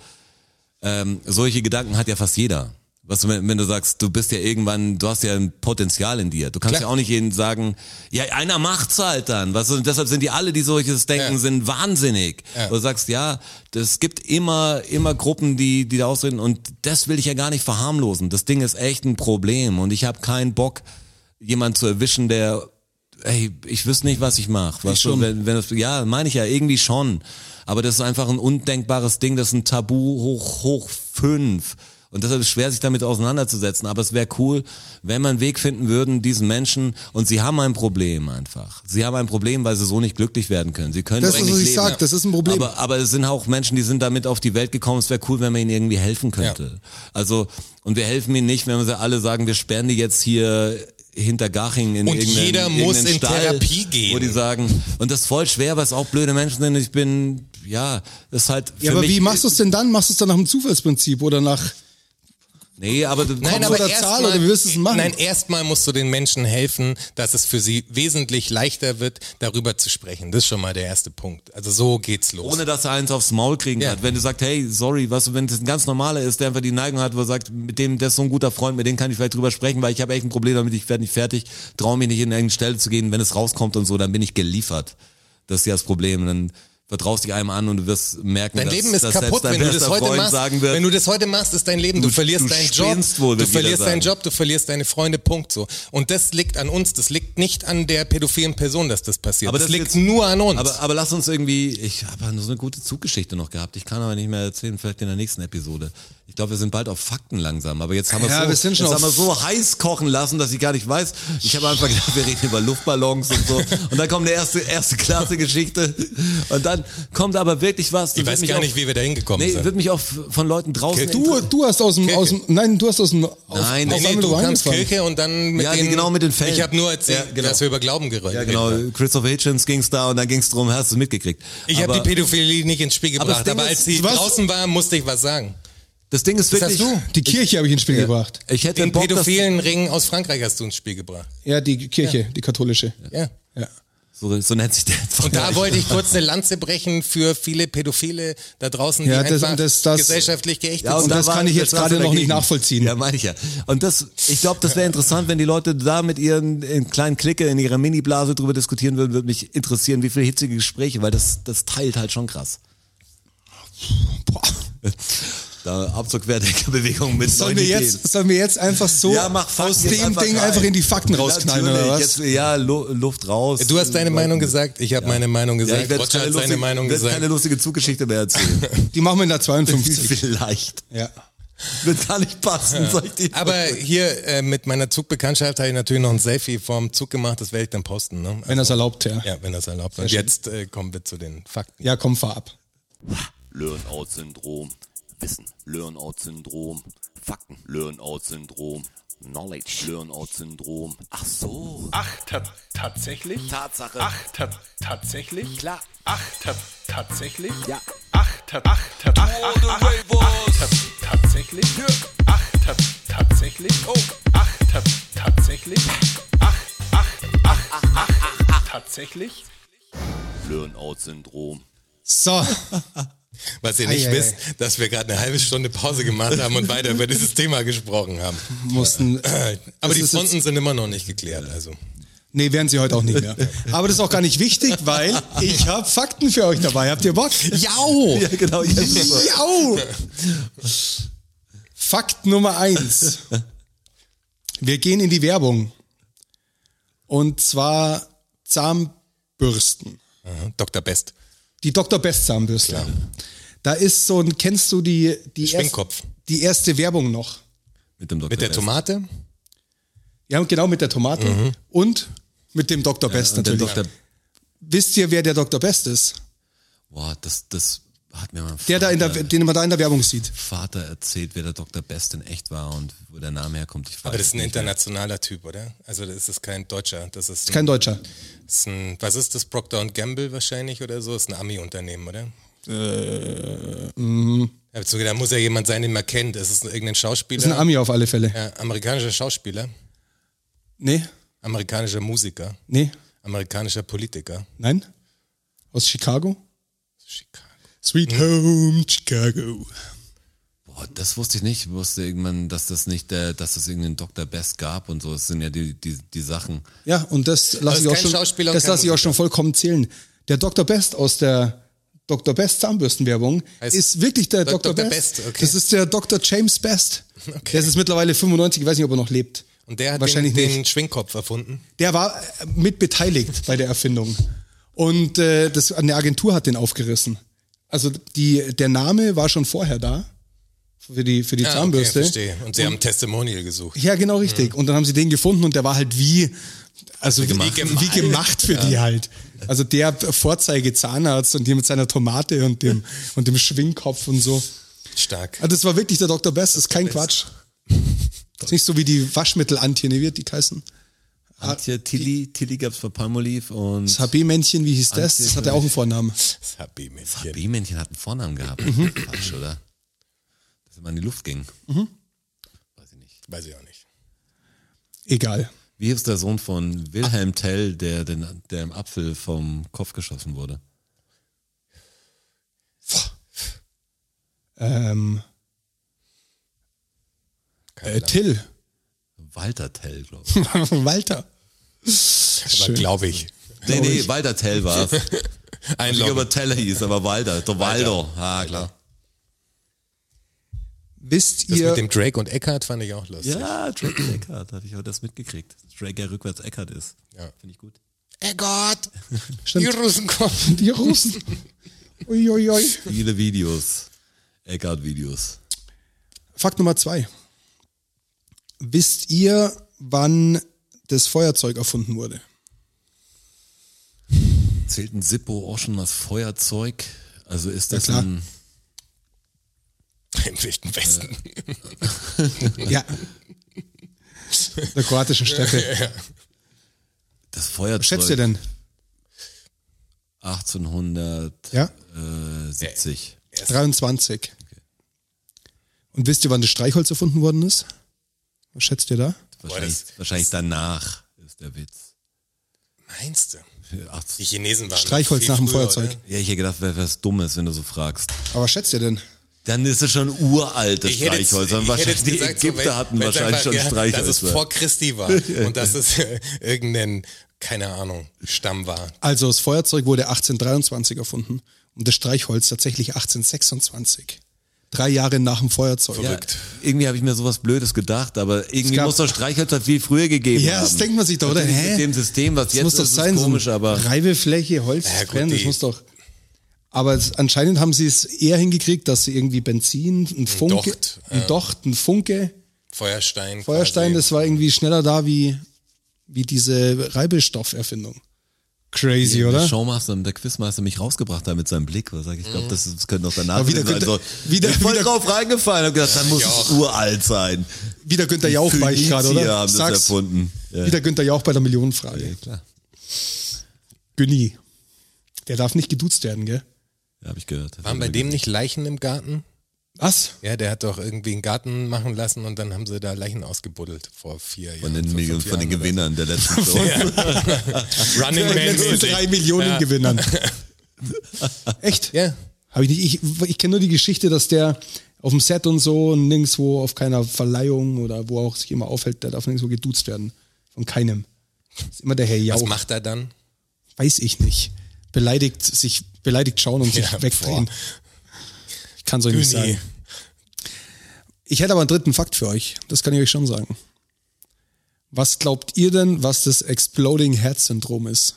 Ähm, solche Gedanken hat ja fast jeder. Weißt du, wenn, wenn du sagst, du bist ja irgendwann, du hast ja ein Potenzial in dir. Du kannst
Klar.
ja auch nicht jedem sagen, ja, einer macht's halt dann. Weißt du, und deshalb sind die alle, die solches denken,
Ja.
sind wahnsinnig.
Ja.
Du sagst, ja, es gibt immer, immer Gruppen, die, die da ausreden und das will ich ja gar nicht verharmlosen. Das Ding ist echt ein Problem und ich habe keinen Bock, jemanden zu erwischen, der, ey, ich wüsste nicht, was ich mache. Weißt du, wenn, wenn das, ja, meine ich ja, irgendwie schon. Aber das ist einfach ein undenkbares Ding, das ist ein Tabu hoch, hoch fünf. Und deshalb ist es schwer, sich damit auseinanderzusetzen. Aber es wäre cool, wenn man einen Weg finden würden, diesen Menschen, und sie haben ein Problem einfach. Sie haben ein Problem, weil sie so nicht glücklich werden können. Sie können
Das
so
ist, was
nicht
ich
leben.
sag, das ist ein Problem.
Aber, aber es sind auch Menschen, die sind damit auf die Welt gekommen. Es wäre cool, wenn man ihnen irgendwie helfen könnte. Also, und wir helfen ihnen nicht, wenn wir sie alle sagen, wir sperren die jetzt hier hinter Gaching in
Und
irgendeinen,
jeder muss
irgendeinen
in
Stall,
Therapie gehen.
Wo die sagen, und das ist voll schwer, weil es auch blöde Menschen sind. Ich bin, ja, das ist halt. Für
Ja, aber
mich,
wie machst du es denn dann? Machst du es dann nach dem Zufallsprinzip oder nach.
Nee, aber du
Nein,
kommst-
aber
oder
erst
Zahl
mal-
oder wie wirst du es machen?
Nein, erstmal musst du den Menschen helfen, dass es für sie wesentlich leichter wird, darüber zu sprechen. Das ist schon mal der erste Punkt. Also so geht's los.
Ohne dass er eins aufs Maul kriegen
Ja.
hat. Wenn du sagst, hey, sorry, was, wenn es ein ganz normaler ist, der einfach die Neigung hat, wo er sagt, mit dem, der ist so ein guter Freund, mit dem kann ich vielleicht drüber sprechen, weil ich habe echt ein Problem damit, ich werde nicht fertig, traue mich nicht in irgendeine Stelle zu gehen, wenn es rauskommt und so, dann bin ich geliefert. Das ist ja das Problem. Dann vertraust dich einem an und du wirst merken,
Dein
dass,
Leben ist
dass
kaputt,
selbst dein
wenn du das
bester
heute
Freund
machst.
sagen wird,
wenn du das heute machst, ist dein Leben. Du,
Du-
verlierst
du
deinen Job.
spinnst wohl,
du
wenn wir
verlierst
das
deinen
sagen.
Job, du verlierst deine Freunde. Punkt so. Und das liegt an uns. Das liegt nicht an der pädophilen Person, dass das passiert.
Aber
das,
das
liegt
jetzt-
nur an uns.
Aber, aber lass uns irgendwie, ich habe so eine gute Zuggeschichte noch gehabt. Ich kann aber nicht mehr erzählen, vielleicht in der nächsten Episode. Ich glaube, wir sind bald auf Fakten langsam, aber jetzt haben wir
Ja,
so,
wir sind schon
jetzt
auf-
haben wir so heiß kochen lassen, dass ich gar nicht weiß. Ich habe einfach gedacht, wir reden über Luftballons und so. Und dann kommt eine erste, erste Klasse Geschichte. Und dann kommt aber wirklich was.
ich weiß gar nicht, wie wir da hingekommen
Nee,
sind.
wird mich auch von Leuten draußen.
Du, du hast aus dem, aus dem. Nein, du hast aus dem. Aus,
Nein,
aus
Nee, nee,
Amelo
du kamst
angefangen.
Kirche und dann mit
Ja, die-
den,
genau, mit den Fällen.
Ich habe nur erzählt,
Ja, genau.
dass wir über Glauben geredet
Ja, genau. Christopher Hitchens ging's da und dann ging's drum, hast du mitgekriegt.
Ich habe
Aber
die Pädophilie nicht ins Spiel
Aber das
gebracht, aber,
Ding ist,
als sie
was-
draußen war, musste ich was sagen.
Das Ding ist
Was
wirklich.
hast du?
Die Kirche habe ich Äh, ins Spiel gebracht.
Ich hätte
Den
Bock, dass-
pädophilen Ring aus Frankreich hast du ins Spiel gebracht.
Ja, die Kirche, die katholische.
Ja.
Ja.
So, so nennt sich der.
Und da wollte ich
[laughs]
kurz eine Lanze brechen für viele Pädophile da draußen, die
Ja, das-
einfach
das- das-
gesellschaftlich geächtet
Ja,
Und
sind.
da
das kann ich jetzt
warst
gerade
du
noch
dagegen.
nicht nachvollziehen.
Ja, meine ich ja. Und das, ich glaube, das wäre interessant, wenn die Leute da mit ihren in kleinen Clique in ihrer Mini-Blase drüber diskutieren würden, würde mich interessieren, wie viele hitzige Gespräche, weil das, das teilt halt schon krass. [laughs]
Boah.
Da ab zur Querdenkerbewegung mit
Sollen
neuen
wir,
Ideen.
jetzt, sollen wir jetzt einfach so
ja, mach Fakten
aus
jetzt
dem Ding
rein.
einfach in die Fakten rausknallen
Natürlich,
oder was?
Jetzt, ja, Lu Luft raus.
Du hast deine
Leuten-
Meinung gesagt, ich habe meine Meinung
Ja,
gesagt,
ich werde
Roger
keine,
hat
lustige-
seine Meinung
werd keine
gesagt.
lustige Zuggeschichte mehr
[laughs]
erzählen.
Die machen wir in der 52.
[laughs] Vielleicht.
ja.
Wird gar nicht passen, soll ich die
Aber hier äh, mit meiner Zugbekanntschaft habe ich natürlich noch ein Selfie vorm Zug gemacht, das werde ich dann posten. Ne?
Wenn das erlaubt, ja. ja.
Ja, wenn das erlaubt. Und jetzt äh, kommen wir zu den Fakten.
Ja, komm, fahr ab.
Learn-out-Syndrom, Wissen, Learn-out-Syndrom, Fakten, Learn-out-Syndrom, Knowledge, Learn-out-Syndrom. Ach so.
Ach, ta tatsächlich?
Tatsache.
Ach, ta tatsächlich?
Klar.
Ach, ta tatsächlich?
Ja.
Ach, ta ach, ta ach, ach, ach, ach, ta tatsächlich? Ach, ta tatsächlich? Oh. Ach, ta tatsächlich? Ach, ach, ach, ach, ach, tatsächlich?
Learn-out-Syndrom.
So,
Was ihr nicht
Ei, ei,
wisst, dass wir gerade eine halbe Stunde Pause gemacht haben und weiter über dieses Thema gesprochen haben.
mussten.
Aber
Das
die
ist jetzt-
Fronten sind immer noch nicht geklärt. Also
Nee, werden sie heute auch nicht mehr. Aber das ist auch gar nicht wichtig, weil ich habe Fakten für euch dabei. Habt ihr Bock? Jau!
Ja, [laughs] genau. Jetzt ist so.
Jau! Fakt Nummer eins. Wir gehen in die Werbung. Und zwar Zahnbürsten.
mhm. Dr. Best,
Die Dr. Best Zahnbürste. Da ist so ein, kennst du die, die,
Schwingkopf.
die erste Werbung noch?
Mit dem Dr.
mit der
Best.
Tomate.
Ja, genau mit der Tomate und mit dem Dr. Best
Und der
natürlich.
Dr.
Wisst ihr, wer der Dr. Best ist?
Boah, das, das hat mir mein
Der da in der,
Vater-
den man da in der Werbung sieht.
Vater erzählt, wer der Dr. Best in echt war und wo der Name herkommt. Ich weiß
Aber das ist ein
nicht mehr.
internationaler Typ, oder? Also das ist kein Deutscher. Das ist ein,
Kein Deutscher.
ist ein was ist das? Procter Gamble wahrscheinlich oder so? Ist ein Ami-Unternehmen, oder?
Äh, mhm.
Ich hab so gedacht, da muss ja jemand sein, den man kennt. Ist es irgendein Schauspieler?
Ist ein Ami auf alle Fälle.
ja, amerikanischer Schauspieler.
Nee?
Amerikanischer Musiker,
Nee,
amerikanischer Politiker.
nein. Aus Chicago?
Chicago.
Sweet Home Chicago.
Boah, das wusste ich nicht. Ich wusste irgendwann, dass das nicht der, dass es irgendeinen Dr. Best gab und so. Es sind ja die, die, die Sachen.
Ja, und das lasse
ist
ich auch
kein
schon,
Schauspieler und
das
kein
lasse ich auch
Musiker.
schon vollkommen zählen. Der Dr. Best aus der Dr. Best Zahnbürstenwerbung
Heißt-
ist wirklich der
Dr.
Dr. Best.
Best, okay.
Das ist der Dr. James Best. Der ist jetzt mittlerweile 95, ich weiß nicht, ob er noch lebt.
Und der hat
Wahrscheinlich
den,
nicht.
den Schwingkopf erfunden.
Der war äh, mit beteiligt bei der Erfindung. Und äh, das, eine Agentur hat den aufgerissen. Also die, der Name war schon vorher da für die, für die
Ah,
Zahnbürste. Hm?
Okay, verstehe. Und sie haben Testimonial gesucht.
Ja, genau richtig. Und dann haben sie den gefunden und der war halt wie, also wie
gemacht.
gemacht, wie gemacht für die halt. Also der Vorzeigezahnarzt und die mit seiner Tomate und dem, und dem Schwingkopf und so.
Stark.
Also das war wirklich der Dr. Best, das ist kein Quatsch. Das ist nicht so wie die Waschmittel-Antje, ne, wird die heißen?
Antje, Tilly, Tilly gab's bei Palmolive und
Ah, Das HB-Männchen, wie hieß das? Das hat ja auch einen Vornamen.
Das HB-Männchen.
B-Männchen hat einen Vornamen gehabt.
Mhm.
Quatsch, oder? Dass immer in die Luft ging. Weiß ich nicht.
Weiß ich auch nicht.
Egal.
Wie hieß der Sohn von Wilhelm Tell, der, den, der im Apfel vom Kopf geschossen wurde?
Ähm,
Keine
äh,
Ahnung.
Till,
Walter Tell, glaube ich.
[laughs] Walter.
Aber glaube ich.
nee, nee, Walter Tell war's. Ich glaube,
Einloggen.
aber Teller hieß, aber Walder. Der Waldo. Ah, klar.
Wisst
Das
ihr,
mit dem Drake und Eckhart fand ich auch lustig.
Ja, Drake und Eckhardt. Habe ich aber das mitgekriegt. dass Drake ja rückwärts Eckhardt ist.
Ja.
Finde ich gut.
Eckhart!
Stimmt.
Die Russen kommen.
die Russen? Uiuiui.
Viele Videos. Eckhardt-Videos.
Fakt Nummer zwei. Wisst ihr, wann das Feuerzeug erfunden wurde?
Zählt ein Zippo auch schon als Feuerzeug? Also ist
Ja,
das
klar.
ein.
[laughs] Im Wilden Westen.
Ja. Der kroatischen Steppe.
Das Feuerzeug.
Schätzt ihr denn?
1870.
Ja? 23. Und wisst ihr, wann das Streichholz erfunden worden ist? Was schätzt ihr da?
Wahrscheinlich,
das-
wahrscheinlich danach ist der Witz.
Meinst du?
Ach,
Die Chinesen waren.
Streichholz
viel
nach dem
früher, ne?
Feuerzeug.
oder?
ja, ich hätte gedacht, wäre was Dummes, wenn du so fragst.
Aber was schätzt ihr denn?
Dann ist es schon uralt, das
Ich hätte jetzt-
Streichholzer.
ich hätte
Wahrscheinlich
jetzt
die
gesagt, so,
Ägypter
wenn-
hatten
wenn
wahrscheinlich
einfach,
schon
ja,
Streichhölzer.
Dass es vor Christi
[laughs]
war und dass es äh, irgendein, keine Ahnung, Stamm war.
Also das Feuerzeug wurde 1823 erfunden und das Streichholz tatsächlich 1826. Drei Jahre nach dem Feuerzeug.
Ja, irgendwie habe ich mir sowas Blödes gedacht, aber irgendwie
Es gab-
muss doch Streichhölzer viel früher gegeben
Ja,
haben.
das denkt man sich doch, oder?
Natürlich
Hä?
Mit dem System, was
Das
jetzt
muss
ist,
doch
ist
sein,
komisch,
so ein
aber
Reibefläche, Holz
Ja, gut,
trennen, das
die-
muss doch. Aber es, anscheinend haben sie es eher hingekriegt, dass sie irgendwie Benzin, ein Funke, ein
Docht,
Docht, ein, Funke,
Feuerstein.
Also
Feuerstein,
quasi.
das war irgendwie schneller da wie, wie diese Reibestofferfindung. Crazy,
der
oder?
Showmaster und der Quizmaster mich rausgebracht haben mit seinem Blick. Was sag ich? Ich glaube, das, ist- das könnte noch danach
Mhm. Aber wieder
gewesen sein.
könnte-
so,
wieder-
ich bin voll
wieder-
drauf reingefallen und gedacht, dann muss es uralt sein.
Wieder Günther Jauch war ich gerade,
Phönizier
oder?
haben das
Sag's.
erfunden. Ja.
Wieder Günther Jauch bei der Millionenfrage.
Ja, klar.
Günni. Der darf nicht geduzt werden, gell?
Ja, habe ich gehört.
Waren bei dem nicht Leichen im Garten?
Was?
Ja, der hat doch irgendwie einen Garten machen lassen und dann haben sie da Leichen ausgebuddelt vor vier Jahren.
von
vor
den, Millionen,
fünf
von den
Jahren oder
Gewinnern der letzten Show.
so.
Von
Running
den
Man.
letzten
mäßig.
drei Millionen
[laughs]
Gewinnern. Echt?
Ja.
Habe ich nicht. Ich, ich kenne nur die Geschichte, dass der auf dem Set und so und nirgendwo auf keiner Verleihung oder wo er auch sich immer aufhält, der darf nirgendwo geduzt werden. Von keinem. Ist immer der Herr
Was
Jauch.
macht er dann?
Weiß ich nicht. Beleidigt sich, beleidigt schauen und sich
Ja,
wegdrehen.
boah.
Ich kann so nicht
Güni.
sagen. Ich hätte aber einen dritten Fakt für euch. Das kann ich euch schon sagen. Was glaubt ihr denn, was das Exploding Head Syndrom ist?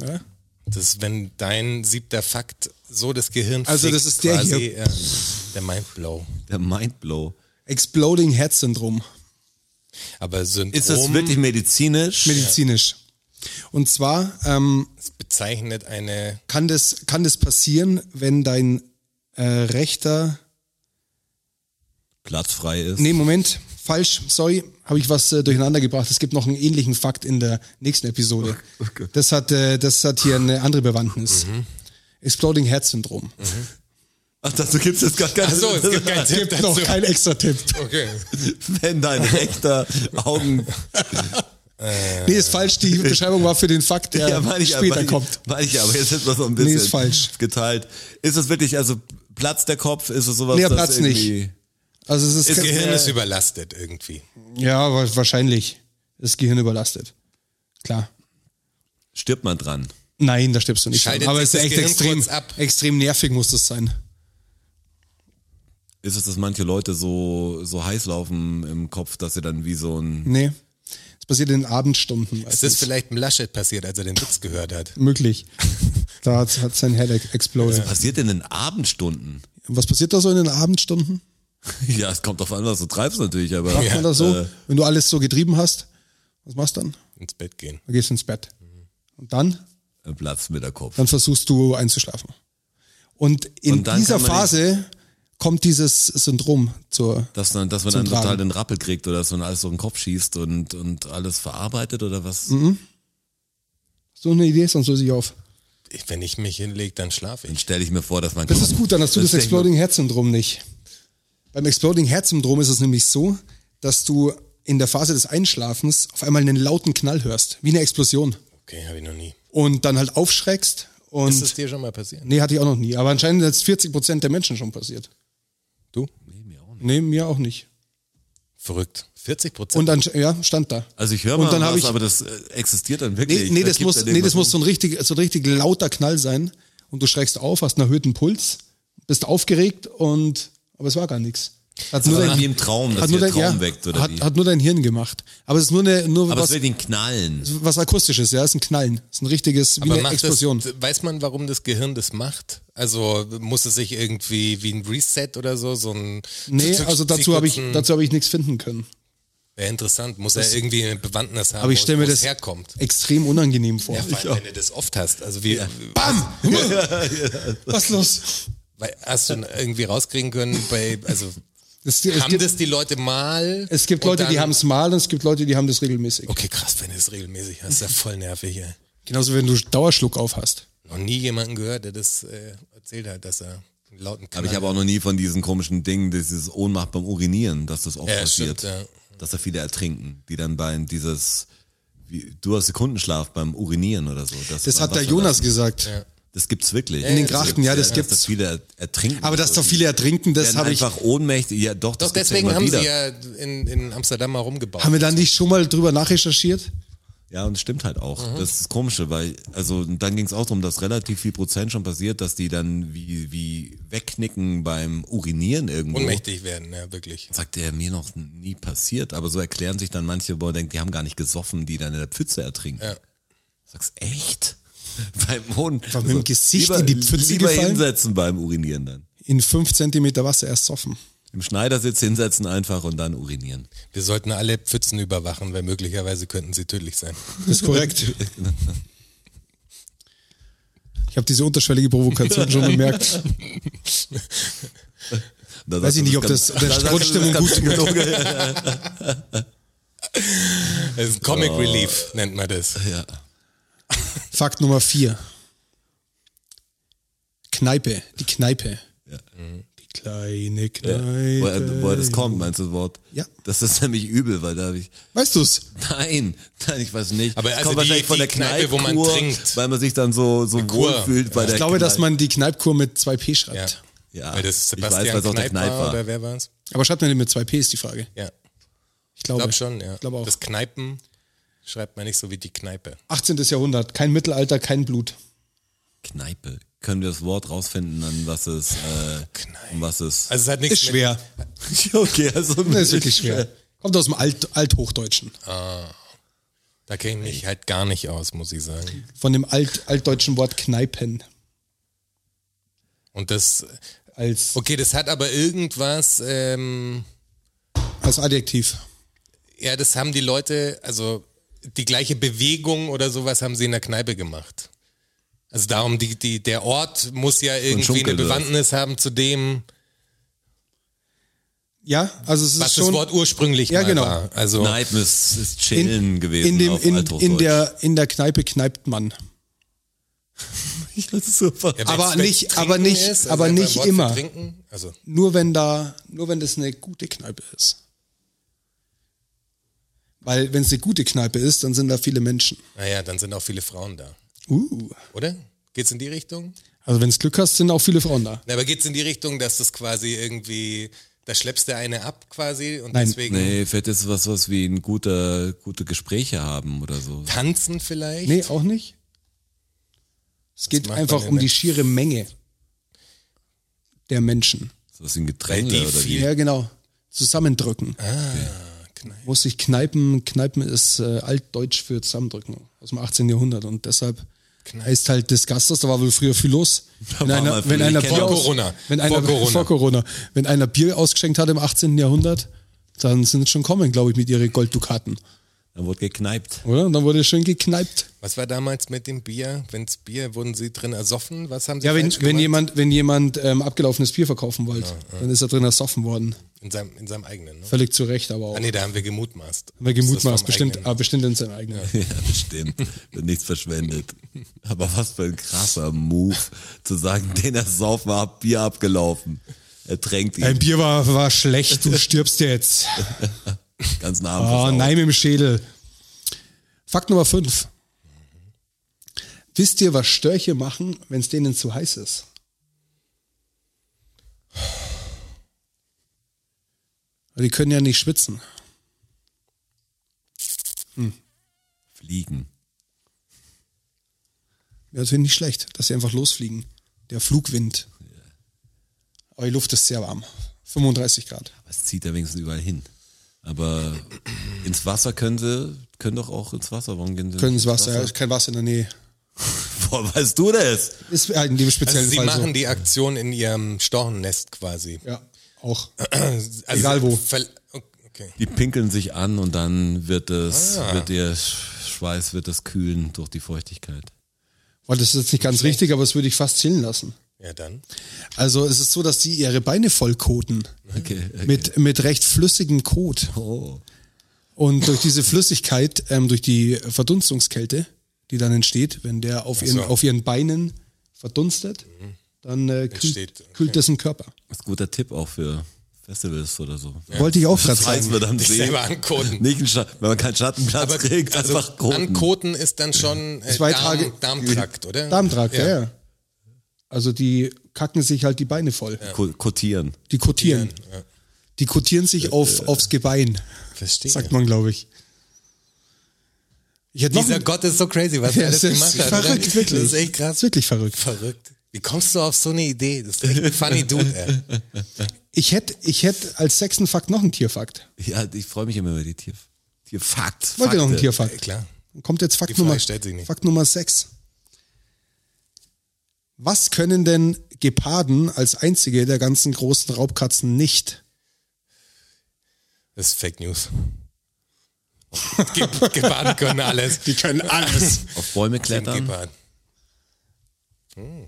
ja?
Das ist, wenn dein siebter Fakt so das Gehirn
Also das
fickt
ist der
quasi,
hier.
Äh, der Mindblow.
Der Mindblow.
Exploding Head Syndrom,
Aber Syndrom
Ist das wirklich medizinisch?
medizinisch. Und zwar ähm,
es bezeichnet eine
kann, das, kann das passieren, wenn dein äh, rechter
Platzfrei ist.
Nee, Moment, falsch, sorry, habe ich was äh, durcheinander gebracht. Es gibt noch einen ähnlichen Fakt in der nächsten Episode. Das
Mhm.
hat, äh, das hat hier eine andere Bewandtnis. Exploding Head Syndrom.
Ach, dazu gibt's jetzt gar keinen
Ach so, es gibt keinen Tipp
Gibt [laughs] noch
dazu.
kein extra Tipp.
[laughs] Okay.
[laughs] Wenn dein rechter Augen...
Nee, ist falsch.
[laughs]
Die Beschreibung war für den Fakt, der
meine ich,
später
meine ich,
kommt.
Meine ich, aber jetzt ist das so ein bisschen
Nee, ist falsch.
geteilt. Ist es wirklich, also platzt der Kopf, ist es sowas,
Nee,
das
platzt nicht.
irgendwie-
Also es ist,
Das Gehirn
äh,
ist überlastet irgendwie.
ja wa- wahrscheinlich ist Gehirn überlastet. Klar.
Stirbt man dran.
Nein, da stirbst du nicht.
Schaltet
aber es
sich
ist
das
echt
Gehirn
extrem,
kurz ab?
extrem nervig muss das sein.
Ist es, dass manche Leute so, so heiß laufen im Kopf, dass sie dann wie so ein...
Nee. Es passiert in den Abendstunden.
Es
meistens.
ist vielleicht dem Laschet passiert, als er den Witz gehört hat.
möglich. Da hat, hat sein Head exploded.
Passiert in den Abendstunden? [laughs]
Was passiert da so in den Abendstunden?
Ja, es kommt drauf an, was du treibst natürlich, aber...
Macht
Ja,
man da so?
äh,
Wenn du alles so getrieben hast, was machst du dann?
Ins Bett gehen.
Dann gehst du ins Bett. Und dann?
Dann platzt mir Äh, der Kopf.
Dann versuchst du einzuschlafen. Und in
Und dann
dieser
kann man
Phase kommt dieses Syndrom zur.
Dass, dann, dass man
Zum
dann total
Tragen.
den Rappel kriegt oder dass man alles so in den Kopf schießt und, und alles verarbeitet oder was?
Mhm. So eine Idee, sonst löse ich auf.
Ich- Wenn ich mich hinlege, dann schlafe
Dann
ich.
stelle ich mir vor, dass man...
Das ist gut, dann hast du das,
denk ich mir-
Exploding Head Syndrom nicht. Beim Exploding Head Syndrom ist es nämlich so, dass du in der Phase des Einschlafens auf einmal einen lauten Knall hörst, wie eine Explosion.
Okay, habe ich noch nie.
Und dann halt aufschreckst und.
Ist das dir schon mal passiert?
Nee, hatte ich auch noch nie. Aber anscheinend ist es 40 Prozent der Menschen schon passiert.
Du?
Nee, mir auch nicht.
Verrückt. 40 Prozent.
Und dann, ja, stand da.
Also ich höre
Und
mal
dann hab
was,
ich-
aber das äh, existiert dann wirklich.
Nee, nee,
Da
das,
gibt
muss,
dann
nee das
irgendwas
muss so ein, richtig, so ein richtig lauter Knall sein. Und du schreckst auf, hast einen erhöhten Puls, bist aufgeregt und, aber es war gar nichts. Hat
war nach wie im Traum, dass dir Traum weckt, oder
hat,
wie?
hat nur dein Hirn gemacht. Aber es ist nur, eine, nur
Aber
was,
es wird ihn knallen.
was akustisches, ja, es ist ein Knallen. Es ist ein richtiges, wie
Aber
eine
macht
Explosion.
Das, weiß man, warum das Gehirn das macht? Also muss es sich irgendwie wie ein Reset oder so, so ein.
nee,
so- so-
also dazu habe ich,
Sequenzen-
dazu hab ich nichts finden können.
Wäre interessant, muss er irgendwie eine Bewandtnis haben,
Aber ich
wo-
stelle mir
wo es
das
herkommt.
extrem unangenehm vor.
Ja, vor allem, wenn du das oft hast. Also wie
Bam! Was los?
weil- hast du irgendwie rauskriegen können bei, also
Es, es,
haben
gibt,
das die Leute mal?
es gibt
und
Leute, die
dann-
haben es mal und es gibt Leute, die haben das regelmäßig.
Okay, krass, wenn du es regelmäßig hast, ist ja voll nervig, ey.
Genauso wenn du Dauerschluck auf hast.
Noch nie jemanden gehört, der das äh, erzählt hat, dass er einen lauten Knall
Aber ich habe auch noch nie von diesen komischen Dingen, dieses Ohnmacht beim Urinieren, dass das oft
Ja,
passiert.
stimmt, ja.
Dass da viele ertrinken, die dann bei dieses, wie, du hast Sekundenschlaf beim Urinieren oder so. dass
Das
man
hat der
Wasser
Jonas
lassen.
gesagt.
Das gibt's wirklich.
In den Grachten, ja, das
Dass
gibt's.
da viele ertrinken.
Aber dass da viele ertrinken, das
Werden
habe ich.
einfach ohnmächtig. Ja, doch,
Doch,
das gibt's
deswegen
immer
haben
wieder.
sie ja in, in Amsterdam mal rumgebaut.
Haben wir da nicht schon mal drüber nachrecherchiert?
Ja, und stimmt halt auch.
Mhm.
Das ist das Komische, weil, also dann ging es auch darum, dass relativ viel Prozent schon passiert, dass die dann wie, wie wegknicken beim Urinieren irgendwo.
Ohnmächtig werden, ja, wirklich.
Sagt er mir noch nie passiert, aber so erklären sich dann manche, wo man denkt, die haben gar nicht gesoffen, die dann in der Pfütze ertrinken.
Ja.
Sagst echt? [laughs] Beim Mond.
Einfach mit dem Gesicht
lieber,
Also in die Pfütze
lieber
gefallen?
hinsetzen beim Urinieren dann.
In fünf Zentimeter Wasser erst soffen.
Im Schneidersitz hinsetzen einfach und dann urinieren.
Wir sollten alle Pfützen überwachen, weil möglicherweise könnten sie tödlich sein. [laughs]
Das ist korrekt. [laughs] Ich habe diese unterschwellige Provokation schon [laughs] bemerkt.
Da
Weiß ich
sagst du,
nicht, ob das
ganz-
der
da sagst du,
Grundstimmung
das ist
gut
ganz genug.
Das ist Also Comic Relief nennt man das.
Oh. Ja.
Fakt Nummer vier. Kneipe, die Kneipe.
Ja.
Die kleine
Woher, äh, woher das
Kneipe.
kommt, meinst du das Wort?
äh, Ja.
Das ist nämlich übel, weil da habe ich.
Weißt du's?
Nein, nein, ich weiß nicht.
Aber
Das
also
kommt
die-
wahrscheinlich von
die
der
Kneipe, wo man
Kneippkur,
trinkt.
Weil man sich dann so, so
Kur.
wohl fühlt bei der
Ich glaube, dass
Kneipe.
man die Kneipkur mit 2P
Ja.
schreibt.
Ja,
Weil das
ich weiß,
Sebastian
weil es auch
Kneip
der Kneipp
war,
war.
oder wer war es?
Aber schreibt man den mit 2P ist die Frage.
Ja,
Ich glaube.
glaube schon, ja.
Ich glaube auch.
Das Kneipen schreibt man nicht so wie die Kneipe.
18. Jahrhundert, kein Mittelalter, kein Blut.
Kneipe. Können wir das Wort rausfinden, an was es, äh, um was es.
Also es hat nichts
Ist schwer.
Also, [laughs] okay, also
Das ist wirklich schwer. Kommt aus dem Alt Althochdeutschen.
Mit, da kenne ich mich halt gar nicht aus, muss ich sagen.
Von dem Alt altdeutschen Wort Kneipen.
Und das,
Als,
okay, das hat aber irgendwas, ähm,
als Adjektiv.
ja, das haben die Leute, also die gleiche Bewegung oder sowas haben sie in der Kneipe gemacht. Also darum, die, die, der Ort muss ja irgendwie eine
Schunkel, oder?
Bewandtnis haben zu dem,
Ja, also es ist
was das
schon
Wort ursprünglich
Ja,
mal
genau.
war. Also
Kneipen ist, ist
in,
chillen gewesen.
in, dem,
auf
in,
Althochdeutsch.
in, der, in der Kneipe kneipt man.
Ich das ist super.
Ja, wenn's-
Aber
wenn's
nicht-
Trinken
aber nicht-
ist,
aber
wenn wir
nicht
Wort für
immer.
Trinken, also
Nur wenn da, nur wenn das eine gute Kneipe ist. Weil wenn es eine gute Kneipe ist, dann sind da viele Menschen.
naja, dann sind auch viele Frauen da,
Uh.
oder? Geht's in die Richtung?
Also wenn es Glück hast, sind auch viele Frauen da.
Na, aber geht's in die Richtung, dass das quasi irgendwie, da schleppst du eine ab quasi und
Nein.
deswegen
Nee, vielleicht ist es was, was wie ein guter, gute Gespräche haben oder so.
tanzen vielleicht?
Nee, auch nicht. Es geht
macht
einfach
man
um
denn?
die schiere Menge der Menschen.
Was wie ein
Weil
Getränke
die Ah,
oder wie.
viel-
Ja, genau. Zusammendrücken.
Kneipe.
Muss ich kneipen. Kneipen ist äh, altdeutsch für zusammendrücken aus dem 18. Jahrhundert und deshalb heißt halt des Gastes, da war wohl früher viel
[laughs]
los. Wenn
war
einer,
mal
wenn
viel.
einer
Vor
Bier aus,
Corona.
Wenn
Vor
einer,
Corona.
Vor Corona. Wenn einer Bier ausgeschenkt hat im 18. Jahrhundert, dann sind es schon kommen, glaube ich, mit ihren Golddukaten.
Dann wurde gekneipt. [laughs]
Oder? Und dann wurde schön gekneipt.
Was war damals mit dem Bier? Wenn's Bier, wurden sie drin ersoffen? Was haben sie
Ja, wenn,
falsch
wenn
gemacht?
jemand, wenn jemand ähm, abgelaufenes Bier verkaufen wollte, dann ist er drin ersoffen worden.
In seinem, in seinem eigenen, ne?
Völlig zu Recht, aber auch.
Ah, nee, da haben wir gemutmaßt.
Haben wir
Ob es das
gemutmaßt,
vom
bestimmt,
eigenen-
ah, bestimmt in seinem eigenen.
Ja, bestimmt. Wird nichts verschwendet. Aber was für ein krasser Move, zu sagen, [laughs] den er saufen hat, Bier abgelaufen. Er tränkt ihn.
Dein Bier war, war schlecht, du stirbst
[laughs]
jetzt.
ganz nah am
Oh,
Versauen.
nein im Schädel. Fakt Nummer 5. Wisst ihr, was Störche machen, wenn es denen zu heiß ist? Die können ja nicht schwitzen.
Fliegen.
Ja, das finde ich nicht schlecht, dass sie einfach losfliegen. Der Flugwind. Aber die Luft ist sehr warm. 35 Grad.
Also
Es zieht er wenigstens überall hin. Aber ins Wasser können sie, können doch auch ins Wasser. Warum gehen sie
Können
nicht
ins Wasser, ja, kein Wasser in der Nähe.
Boah, weißt du das?
Ist äh, in dem speziellen
Also sie
Fall
machen
so.
die Aktion in ihrem Storchennest quasi.
Ja, auch.
Also
Egal wo.
Ver okay.
Die pinkeln sich an und dann wird es,
Ah,
wird ihr Sch- Schweiß, wird das kühlen durch die Feuchtigkeit.
Boah, das ist jetzt nicht ganz richtig, aber das würde ich fast zählen lassen.
Ja, dann.
Also es ist so, dass sie ihre Beine vollkoten.
Okay. äh, okay.
Mit, mit recht flüssigem Kot.
Oh.
Und durch diese Flüssigkeit, ähm, durch die Verdunstungskälte, die dann entsteht, wenn der auf, ihren,
so. Mhm.
auf ihren Beinen verdunstet, dann äh, kühlt,
Entsteht, okay.
kühlt dessen Körper.
Das ist ein guter Tipp auch für Festivals oder so.
Wollte ich auch gerade
Das heißt,
sagen.
wir dann
Dich
sehen.
selber ankoten.
Nicht ein Scha- wenn man keinen Schattenplatz kriegt,
also
einfach koten.
Ankoten ist dann schon äh,
Zwei
Darm,
Tage-
Darmtrakt, oder?
Darmtrakt, ja. ja. Also die kacken sich halt die Beine voll.
Ko- Kotieren.
Die kotieren. Die kotieren sich auf,
äh,
aufs Gebein,
Verstehe.
sagt man, glaube ich. Ich hätte noch
Dieser
ein-
Gott ist so crazy, was
Ja,
er alles
das ist
gemacht hat.
verrückt,
oder?
wirklich.
Das ist echt krass.
Das ist wirklich verrückt.
Verrückt. Wie kommst du auf so eine Idee? Das ist echt ein funny Dude, ey.
Ich hätte ich hätt als sechsten Fakt noch einen Tierfakt.
Ja, ich freue mich immer über die Tier. Tierfakt.
Wollt ihr noch einen
Fakte.
Tierfakt?
Klar.
Dann Kommt jetzt Fakt
Die Frage
Nummer,
stellt sich nicht.
Fakt Nummer 6. Was können denn Geparden als einzige der ganzen großen Raubkatzen nicht?
Das ist Fake News. Ge Gebaden können alles. Die können alles.
Auf Bäume klettern.
[laughs]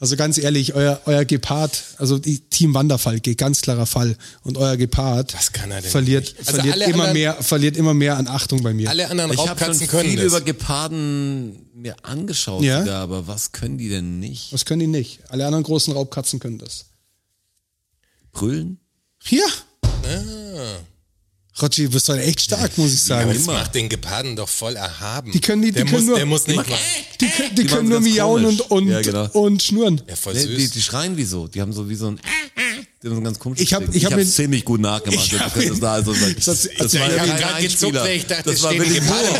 Also ganz ehrlich, euer, euer Gepard, also die Team Wanderfalke, ganz klarer Fall. Und euer Gepard
Was kann er denn
verliert,
nicht? Also
verliert,
alle
immer
anderen-
mehr, verliert immer mehr an Achtung bei mir.
Alle anderen
Ich habe
Raubkatzen
schon
können
viel
das.
über Geparden mir angeschaut,
Ja?
wieder, aber was können die denn nicht?
Was können die nicht? Alle anderen großen Raubkatzen können das.
Brüllen?
Ja. Rotschi, du bist heute echt stark, muss ich
Aber
sagen.
das macht den Geparden doch voll erhaben.
Die können die- die
der
können
muss,
nur-
der muss
die
nicht
machen-
mal.
Die können, die
Die
können
machen
nur
ganz
miauen und,
komisch.
und,
Ja, genau.
und schnurren.
Ja, voll
Nee,
süß.
die, die schreien wie so. Die haben so wie so ein. Die haben so ein ganz komisches
Ich hab-
Ding.
ich hab
hab's
mir-
ziemlich gut nachgemacht.
ich
das
hab
kannst du
mir-
da also sagen.
Das hat's- hat's mir-
ich
war kein
habe gerade halt gezuckt,
Einspieler.
weil ich dachte,
das
es
war
steht ein
wirklich
Geparden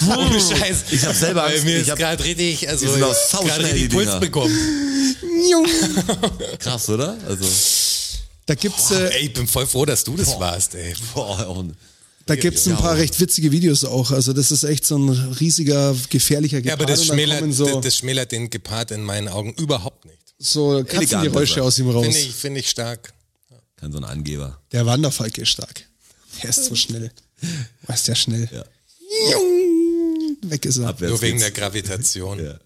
im Raum. Ohne Scheiß.
Ich hab selber
Bei
Angst.
mir
Ich
ist
hab-
gerade richtig, also
sind auch
ich hab
sauschnell,
gerade richtig
die
Puls
Dinger.
bekommen.
krass, oder? Also,
Da gibt's, äh,
Ey, ich bin voll froh, dass du das warst, ey.
boah, auch ein,
da gibt's ein paar recht witzige Videos auch. Also das ist echt so ein riesiger, gefährlicher
Ja,
Gepard.
aber das
und dann kommen
schmälert,
so,
das, das schmälert den Gepard in meinen Augen überhaupt nicht.
so Katzengeräusche
eleganter.
aus ihm raus.
Finde ich, finde ich stark.
kann so ein Angeber.
Der Wanderfalke ist stark. Der ist so schnell. Was ist der schnell?
Ja.
Jung. Weg ist er.
Abwärts
Nur Also wegen der
[laughs]
geht's.
Gravitation. Ja.
Ja.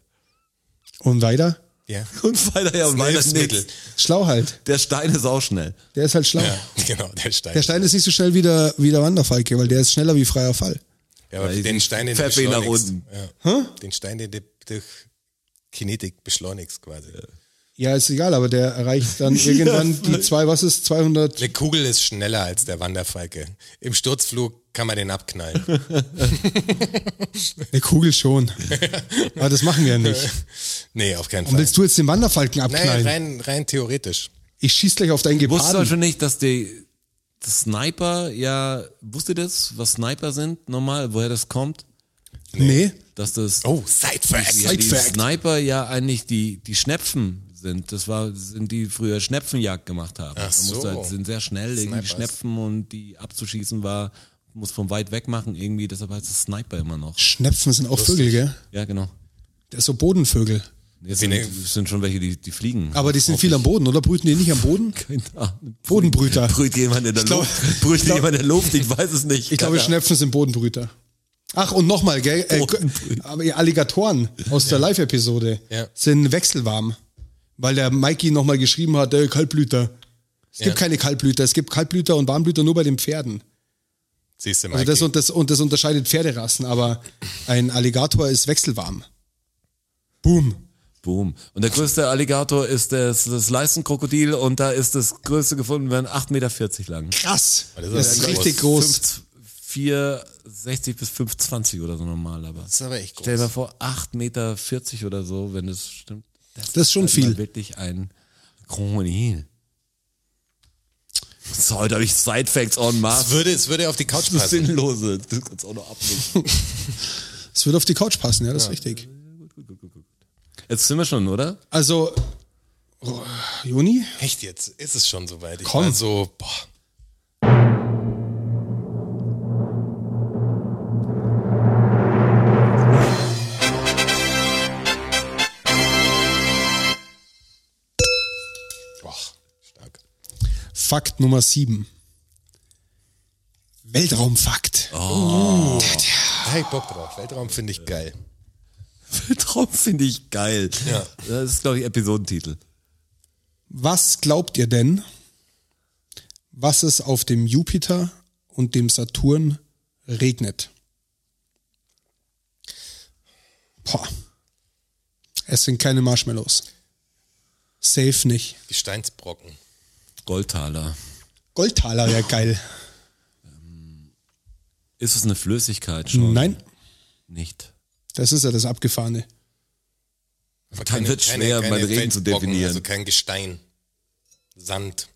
Und weiter? [laughs]
Und weiter, ja, und weiter
Hilfsmittel.
nichts.
Schlau halt.
Der Stein ist auch schnell.
Der ist halt schlau.
Ja, [laughs] genau, der Stein.
Der Stein ist nicht so schnell wie der, wie der Wanderfalke, weil der ist schneller wie freier Fall.
ja, aber
Ja,
den Stein, den du
Pfeffer ihn nach
beschleunigst.
unten.
Ja. Den Stein, den du durch Kinetik beschleunigst quasi.
Ja, ist egal, aber der erreicht [laughs] dann irgendwann die zwei, was ist, 200.
Eine Kugel ist schneller als der Wanderfalke. Im Sturzflug kann man den abknallen.
[laughs] Eine Kugel schon. [laughs] Aber das machen wir ja nicht.
nee, auf keinen
Und
Fall.
willst du jetzt den Wanderfalken
Nein,
abknallen?
rein, rein theoretisch.
Ich schieß gleich auf deinen
Wusstest du
Geparden.
schon nicht, dass die Sniper ja, wusst ihr das, was Sniper sind normal, woher das kommt?
Nee.
Dass das
Oh, Sidefax.
ja, die
Fact.
Sniper ja eigentlich die, die Schnepfen sind. Das war, sind die früher Schnepfenjagd gemacht haben.
Ach
da musst
so.
du halt, sind sehr schnell irgendwie
Snipers.
Schnepfen und die abzuschießen war, muss von weit weg machen irgendwie, deshalb heißt es Sniper immer noch.
Schnepfen sind auch Vögel, gell?
Ja, genau.
Das ist so Bodenvögel.
Jetzt
Wie
sind,
ne-
sind schon welche, die, die fliegen.
Aber die sind viel am Boden, oder? Brüten die nicht am Boden? Bodenbrüter.
Brüht jemand in der
Ich glaub-
Luft? Brüht
ich glaub-
jemand in der Luft? Ich weiß es nicht.
Ich glaube,
Keine
Schnepfen sind Bodenbrüter. Ach, und nochmal, gell? Äh,
Bodenbrüter.
aber ihr Alligatoren aus der Live-Episode
Ja.
sind wechselwarm. Weil der Mikey nochmal geschrieben hat, äh, Kaltblüter. Es gibt keine Kaltblüter, es gibt Kaltblüter und Warmblüter nur bei den Pferden.
Siehst du,
Also
Mikey.
das, und das, und das unterscheidet Pferderassen, aber ein Alligator ist wechselwarm. Boom.
Boom. Und der größte Alligator ist das, das Leistenkrokodil und da ist das größte gefunden werden 8,40 Meter lang.
Krass.
Das
Das
ist
ist,
aber
richtig groß.
460 bis 520 oder so normal, aber.
ist aber echt groß.
Stell dir mal vor, 8,40 Meter oder so, wenn das stimmt.
Das ist schon
halt mal
viel.
wirklich ein Krokodil. [laughs] So, heute habe ich Sidefacts on
Es
Mars.
würde, es würde auf die Couch
Das ist
passen.
sinnlose. Das kannst du auch noch abnehmen.
Es würde auf die Couch passen, ja, das ist richtig.
[laughs] Jetzt sind wir schon, [laughs] oder?
Also, oh, Juni?
Echt jetzt? Ist es schon soweit? Ich
Komm.
war so, boah. Boah, stark.
Fakt Nummer 7. Weltraumfakt.
Da hab ich Bock drauf. Weltraum finde ich geil.
Traum finde ich geil.
Ja.
Das ist, glaube ich, Episodentitel.
Was glaubt ihr denn, was es auf dem Jupiter und dem Saturn regnet? Boah. Es sind keine Marshmallows. Safe nicht.
Gesteinsbrocken.
Goldtaler.
Goldtaler wäre geil.
Ist es eine Flüssigkeit schon?
Nein,
Nicht.
das ist ja das Abgefahrene.
Aber
Dann wird's schwer, mein Reden zu
Felsbrocken,
definieren.
Also kein Gestein. Sand.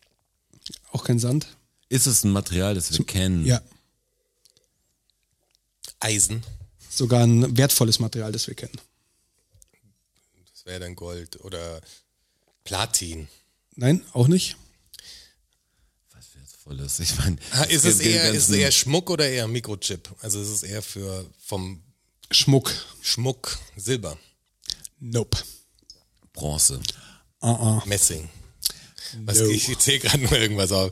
Auch kein Sand?
Ist es ein Material, das wir kennen?
Hm.
Ja.
Eisen.
Sogar ein wertvolles Material, das wir kennen.
Das wäre dann Gold. Oder Platin.
Nein, auch nicht.
Was wertvolles. Ich meine,
Ah, Ist
gibt
es,
den
eher, ist es
ganzen-
eher Schmuck oder eher Mikrochip? Also ist es eher für vom
Schmuck.
Schmuck Silber,
Nope.
Bronze?
Messing. Was,
No.
Ich zähle gerade nur irgendwas auf.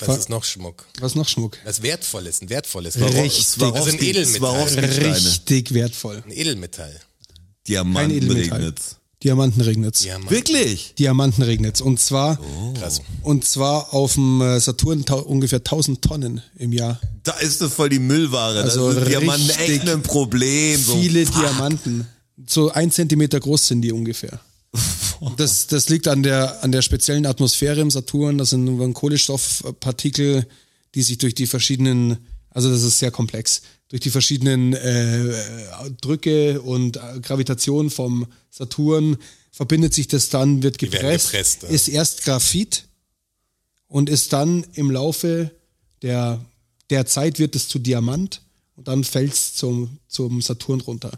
Was ist noch Schmuck?
Was noch Schmuck?
Was wertvolles, ein wertvolles.
Richtig.
Das ist ein Edelmetall.
Swarovski-Steine.
Richtig wertvoll.
Ein Edelmetall.
Kein
Diamanten
Edelmetall.
regnet.
Diamanten regnet's.
Ja, Mann. Oh.
Wirklich?
Diamanten regnet's. Und zwar,
Oh.
Krass.
und zwar auf dem äh, Saturn tau- ungefähr 1000 Tonnen im Jahr.
Da ist das voll die Müllware.
Also
Also das ist Diamanten
richtig
echt ein Problem. So.
Viele Diamanten. So ein Zentimeter groß sind die ungefähr. Das, das liegt an der, an der speziellen Atmosphäre im Saturn. Das sind irgendwann Kohlenstoffpartikel, die sich durch die verschiedenen, also das ist sehr komplex, durch die verschiedenen äh, äh, Drücke und äh, Gravitation vom Saturn verbindet sich das dann, wird
werden
gepresst,
gepresst, ja.
ist erst Graphit und ist dann im Laufe der, der Zeit wird es zu Diamant und dann fällt es zum, zum Saturn runter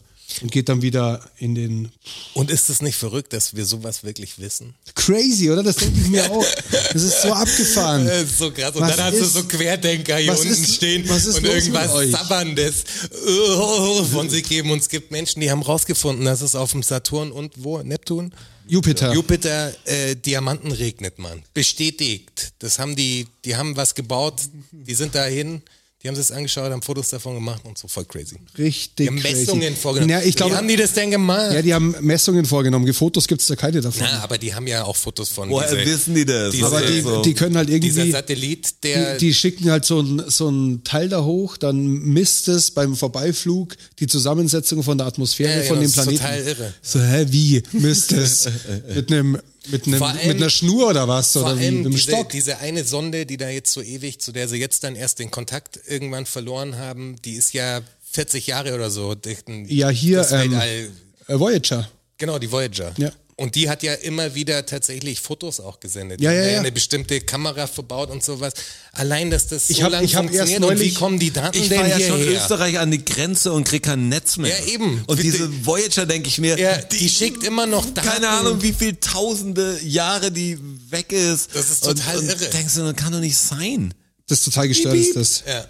und geht dann wieder in den
Und ist es nicht verrückt, dass wir sowas
[laughs]
wirklich wissen?
Crazy, oder? Das denke ich mir auch. Das ist
[laughs]
so abgefahren.
Das ist so krass. Und
Was
dann hast du
ist-
so Querdenker hier
was
unten
ist-
stehen
was ist
und
los
irgendwas
mit euch?
Sabberndes äh, von sich geben. Und es gibt Menschen, die haben rausgefunden, dass es auf dem Saturn und wo? Neptun?
Jupiter.
Jupiter äh, Diamanten regnet, Mann. Bestätigt. Das haben die, die haben was gebaut, die sind dahin, Die haben sich das angeschaut, haben Fotos davon gemacht und so voll crazy.
Richtig.
Die haben Messungen
crazy.
vorgenommen.
Ja, ich glaube,
Wie haben die das denn gemacht?
ja, die haben Messungen vorgenommen. Ge- Fotos gibt es da keine davon.
Na, aber die haben ja auch Fotos von
Woher
diese,
wissen die das?
diese-
Aber die,
so.
die können halt
also dieser äh,
irgendwie.
Satellit, der
Die, die schicken halt so ein, so ein Teil da hoch, dann misst es beim Vorbeiflug die Zusammensetzung von der Atmosphäre
Ja, ja,
von
das
dem
ist
Planeten.
total irre.
So, hä, wie misst
[laughs]
es? mit einem, mit einem,
Vor allem-
mit einer Schnur oder was?
vor
Oder wie?
allem
Mit einem
diese,
Stock?
diese eine Sonde, die da jetzt so ewig, zu der sie jetzt dann erst den Kontakt irgendwann verloren haben, die ist ja 40 Jahre oder so. durch den-
Ja, hier,
das
ähm,
Weltall-
äh, Voyager.
Genau, die Voyager.
Ja.
Und die hat ja immer wieder tatsächlich Fotos auch gesendet.
Ja,
Die
ja,
haben
ja.
eine bestimmte Kamera verbaut und sowas. Allein, dass das so
Ich hab-
lange
ich hab erst
funktioniert und wie
neulich-
kommen die Daten
Ich
denn
fahre ja schon
hierher?
Österreich an die Grenze und krieg kein Netz mehr.
Ja, eben.
Und
Wie-
diese Voyager, denke ich mir,
Ja, die schickt immer noch Daten.
keine Ahnung, wie viel tausende Jahre die weg ist.
Das ist total
und, und
irre.
denkst du, das kann doch nicht sein.
Das ist total gestört, ist
Piep,
das.
Ja.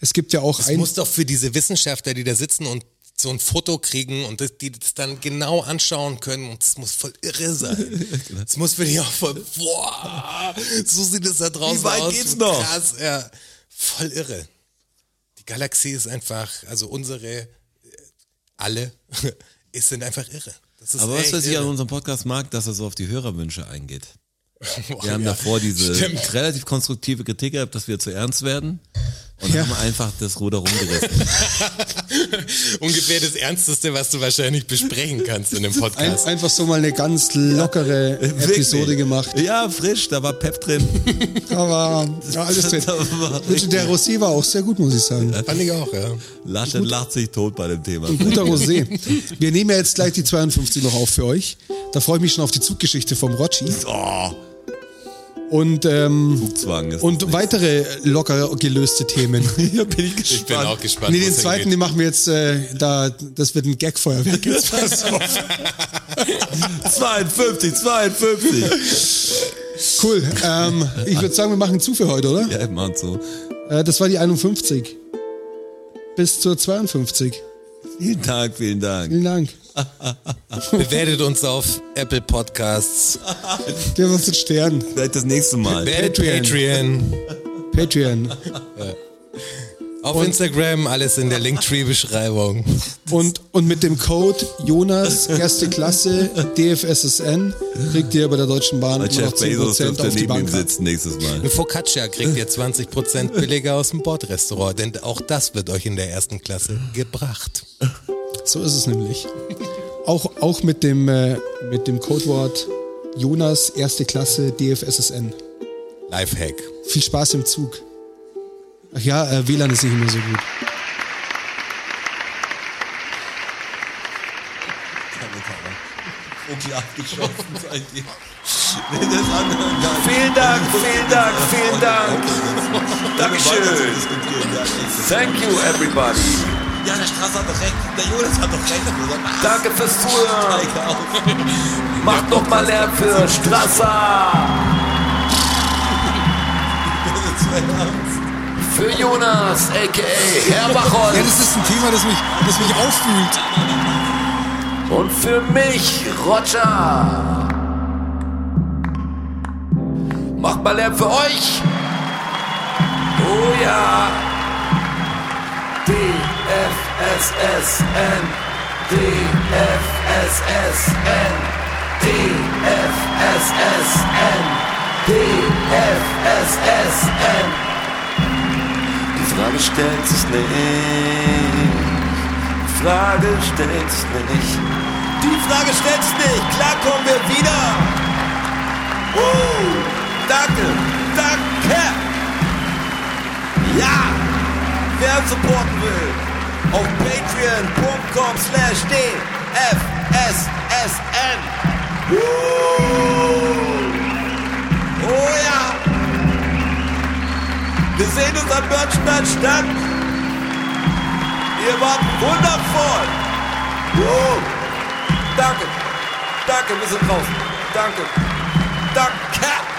Es gibt ja auch
Das
ein,
muss doch für diese Wissenschaftler, die da sitzen und so ein Foto kriegen und das, die das dann genau anschauen können und es muss voll irre
[laughs]
sein.
genau.
Es muss für die auch voll, boah, so sieht es da draußen
weit
aus.
geht's noch?
Krass, ja. Voll irre. Die Galaxie ist einfach, also unsere, äh, alle, [laughs] es sind einfach irre. Das ist
Aber was
echt
weiß ich an
irre.
unserem Podcast mag, dass er so auf die Hörerwünsche eingeht.
Boah,
Wir haben
ja.
davor diese
Stimmt.
relativ konstruktive Kritik gehabt, dass wir zu ernst werden und haben einfach das Ruder rumgerissen. [laughs]
Ungefähr das Ernsteste, was du wahrscheinlich besprechen kannst in
[laughs]
dem
ein,
Podcast.
einfach so mal eine ganz lockere Episode
Wirklich.
gemacht.
Ja, frisch, da war Pep drin.
Aber ja, alles drin.
[laughs] Da war
Richard, Der Rosé war auch sehr gut, muss ich sagen.
Fand ich auch,
[laughs]
ja.
Laschet lacht sich tot bei dem Thema.
Guter Rosé. Wir nehmen ja jetzt gleich die 52 noch auf für euch. Da freue ich mich schon auf die Zuggeschichte vom Rotschi.
Oh,
Und, ähm,
Zugzwang ist.
und weitere locker gelöste
[laughs]
Themen.
hier bin ich
Ich bin
gespannt.
auch gespannt.
Nee,
wo
den
es
zweiten, den machen wir jetzt, äh, da, das wird ein Gagfeuerwerk jetzt. Pass auf.
52, 52.
Cool. Ähm, ich würde sagen, wir machen zu für heute, oder?
ja, Mann, so.
Äh, das war die 51. Bis zur 52.
Vielen Dank, vielen Dank.
Vielen Dank.
Bewertet uns auf Apple Podcasts,
Gib uns den Stern.
Vielleicht das nächste Mal.
bewertet Patreon,
Patreon.
auf Instagram, alles in der Linktree-Beschreibung.
Und, und mit dem Code Jonas, erste Klasse, DFSSN, kriegt ihr bei der Deutschen Bahn
Weil
immer noch
Jeff Bezos
10%
dürfte
auf die
neben ihm
Bank.
sitzen nächstes Mal.
Eine Focaccia kriegt ihr 20% billiger aus dem Bordrestaurant, denn auch das wird euch in der ersten Klasse gebracht.
So ist es nämlich. Auch, auch mit, dem, äh, mit dem Codewort Jonas, erste Klasse, DFSSN.
Lifehack.
Viel Spaß im Zug. Ach ja, äh, WLAN ist nicht mehr so gut.
Oh, klar, geschossen seid ihr. Wenn das andere gar nicht-
Vielen Dank, vielen Dank, vielen Dank.
Weiter
Dankeschön.
zu diskutieren, ja, echt.
Thank you, everybody.
Ja, der Straße hat doch recht. Der Jonas hat doch recht.
Danke fürs Zuhören.
Zeig auf.
Macht noch mal Lärm für Strasser.
Das ist mein Ernst.
Für Jonas, a.k.a. Herr
Ja,
Bachholz.
das ist ein Thema, das mich, das mich aufwühlt.
Und für mich, Roger. Macht mal Lärm für euch. Oh ja. DFSSN. DFSSN. DFSSN. DFSSN. Die Frage stellt sich nicht. Frage stellst nicht. Die Frage stellst nicht. Klar kommen wir wieder. Uh, danke, danke. Ja, wer uns supporten will, auf patreon.com slash dfssn. Uh, oh ja. Wir sehen uns am Börnstein statt. Ihr wart wundervoll. Wow. Danke. Danke, wir sind draußen. Danke. Danke.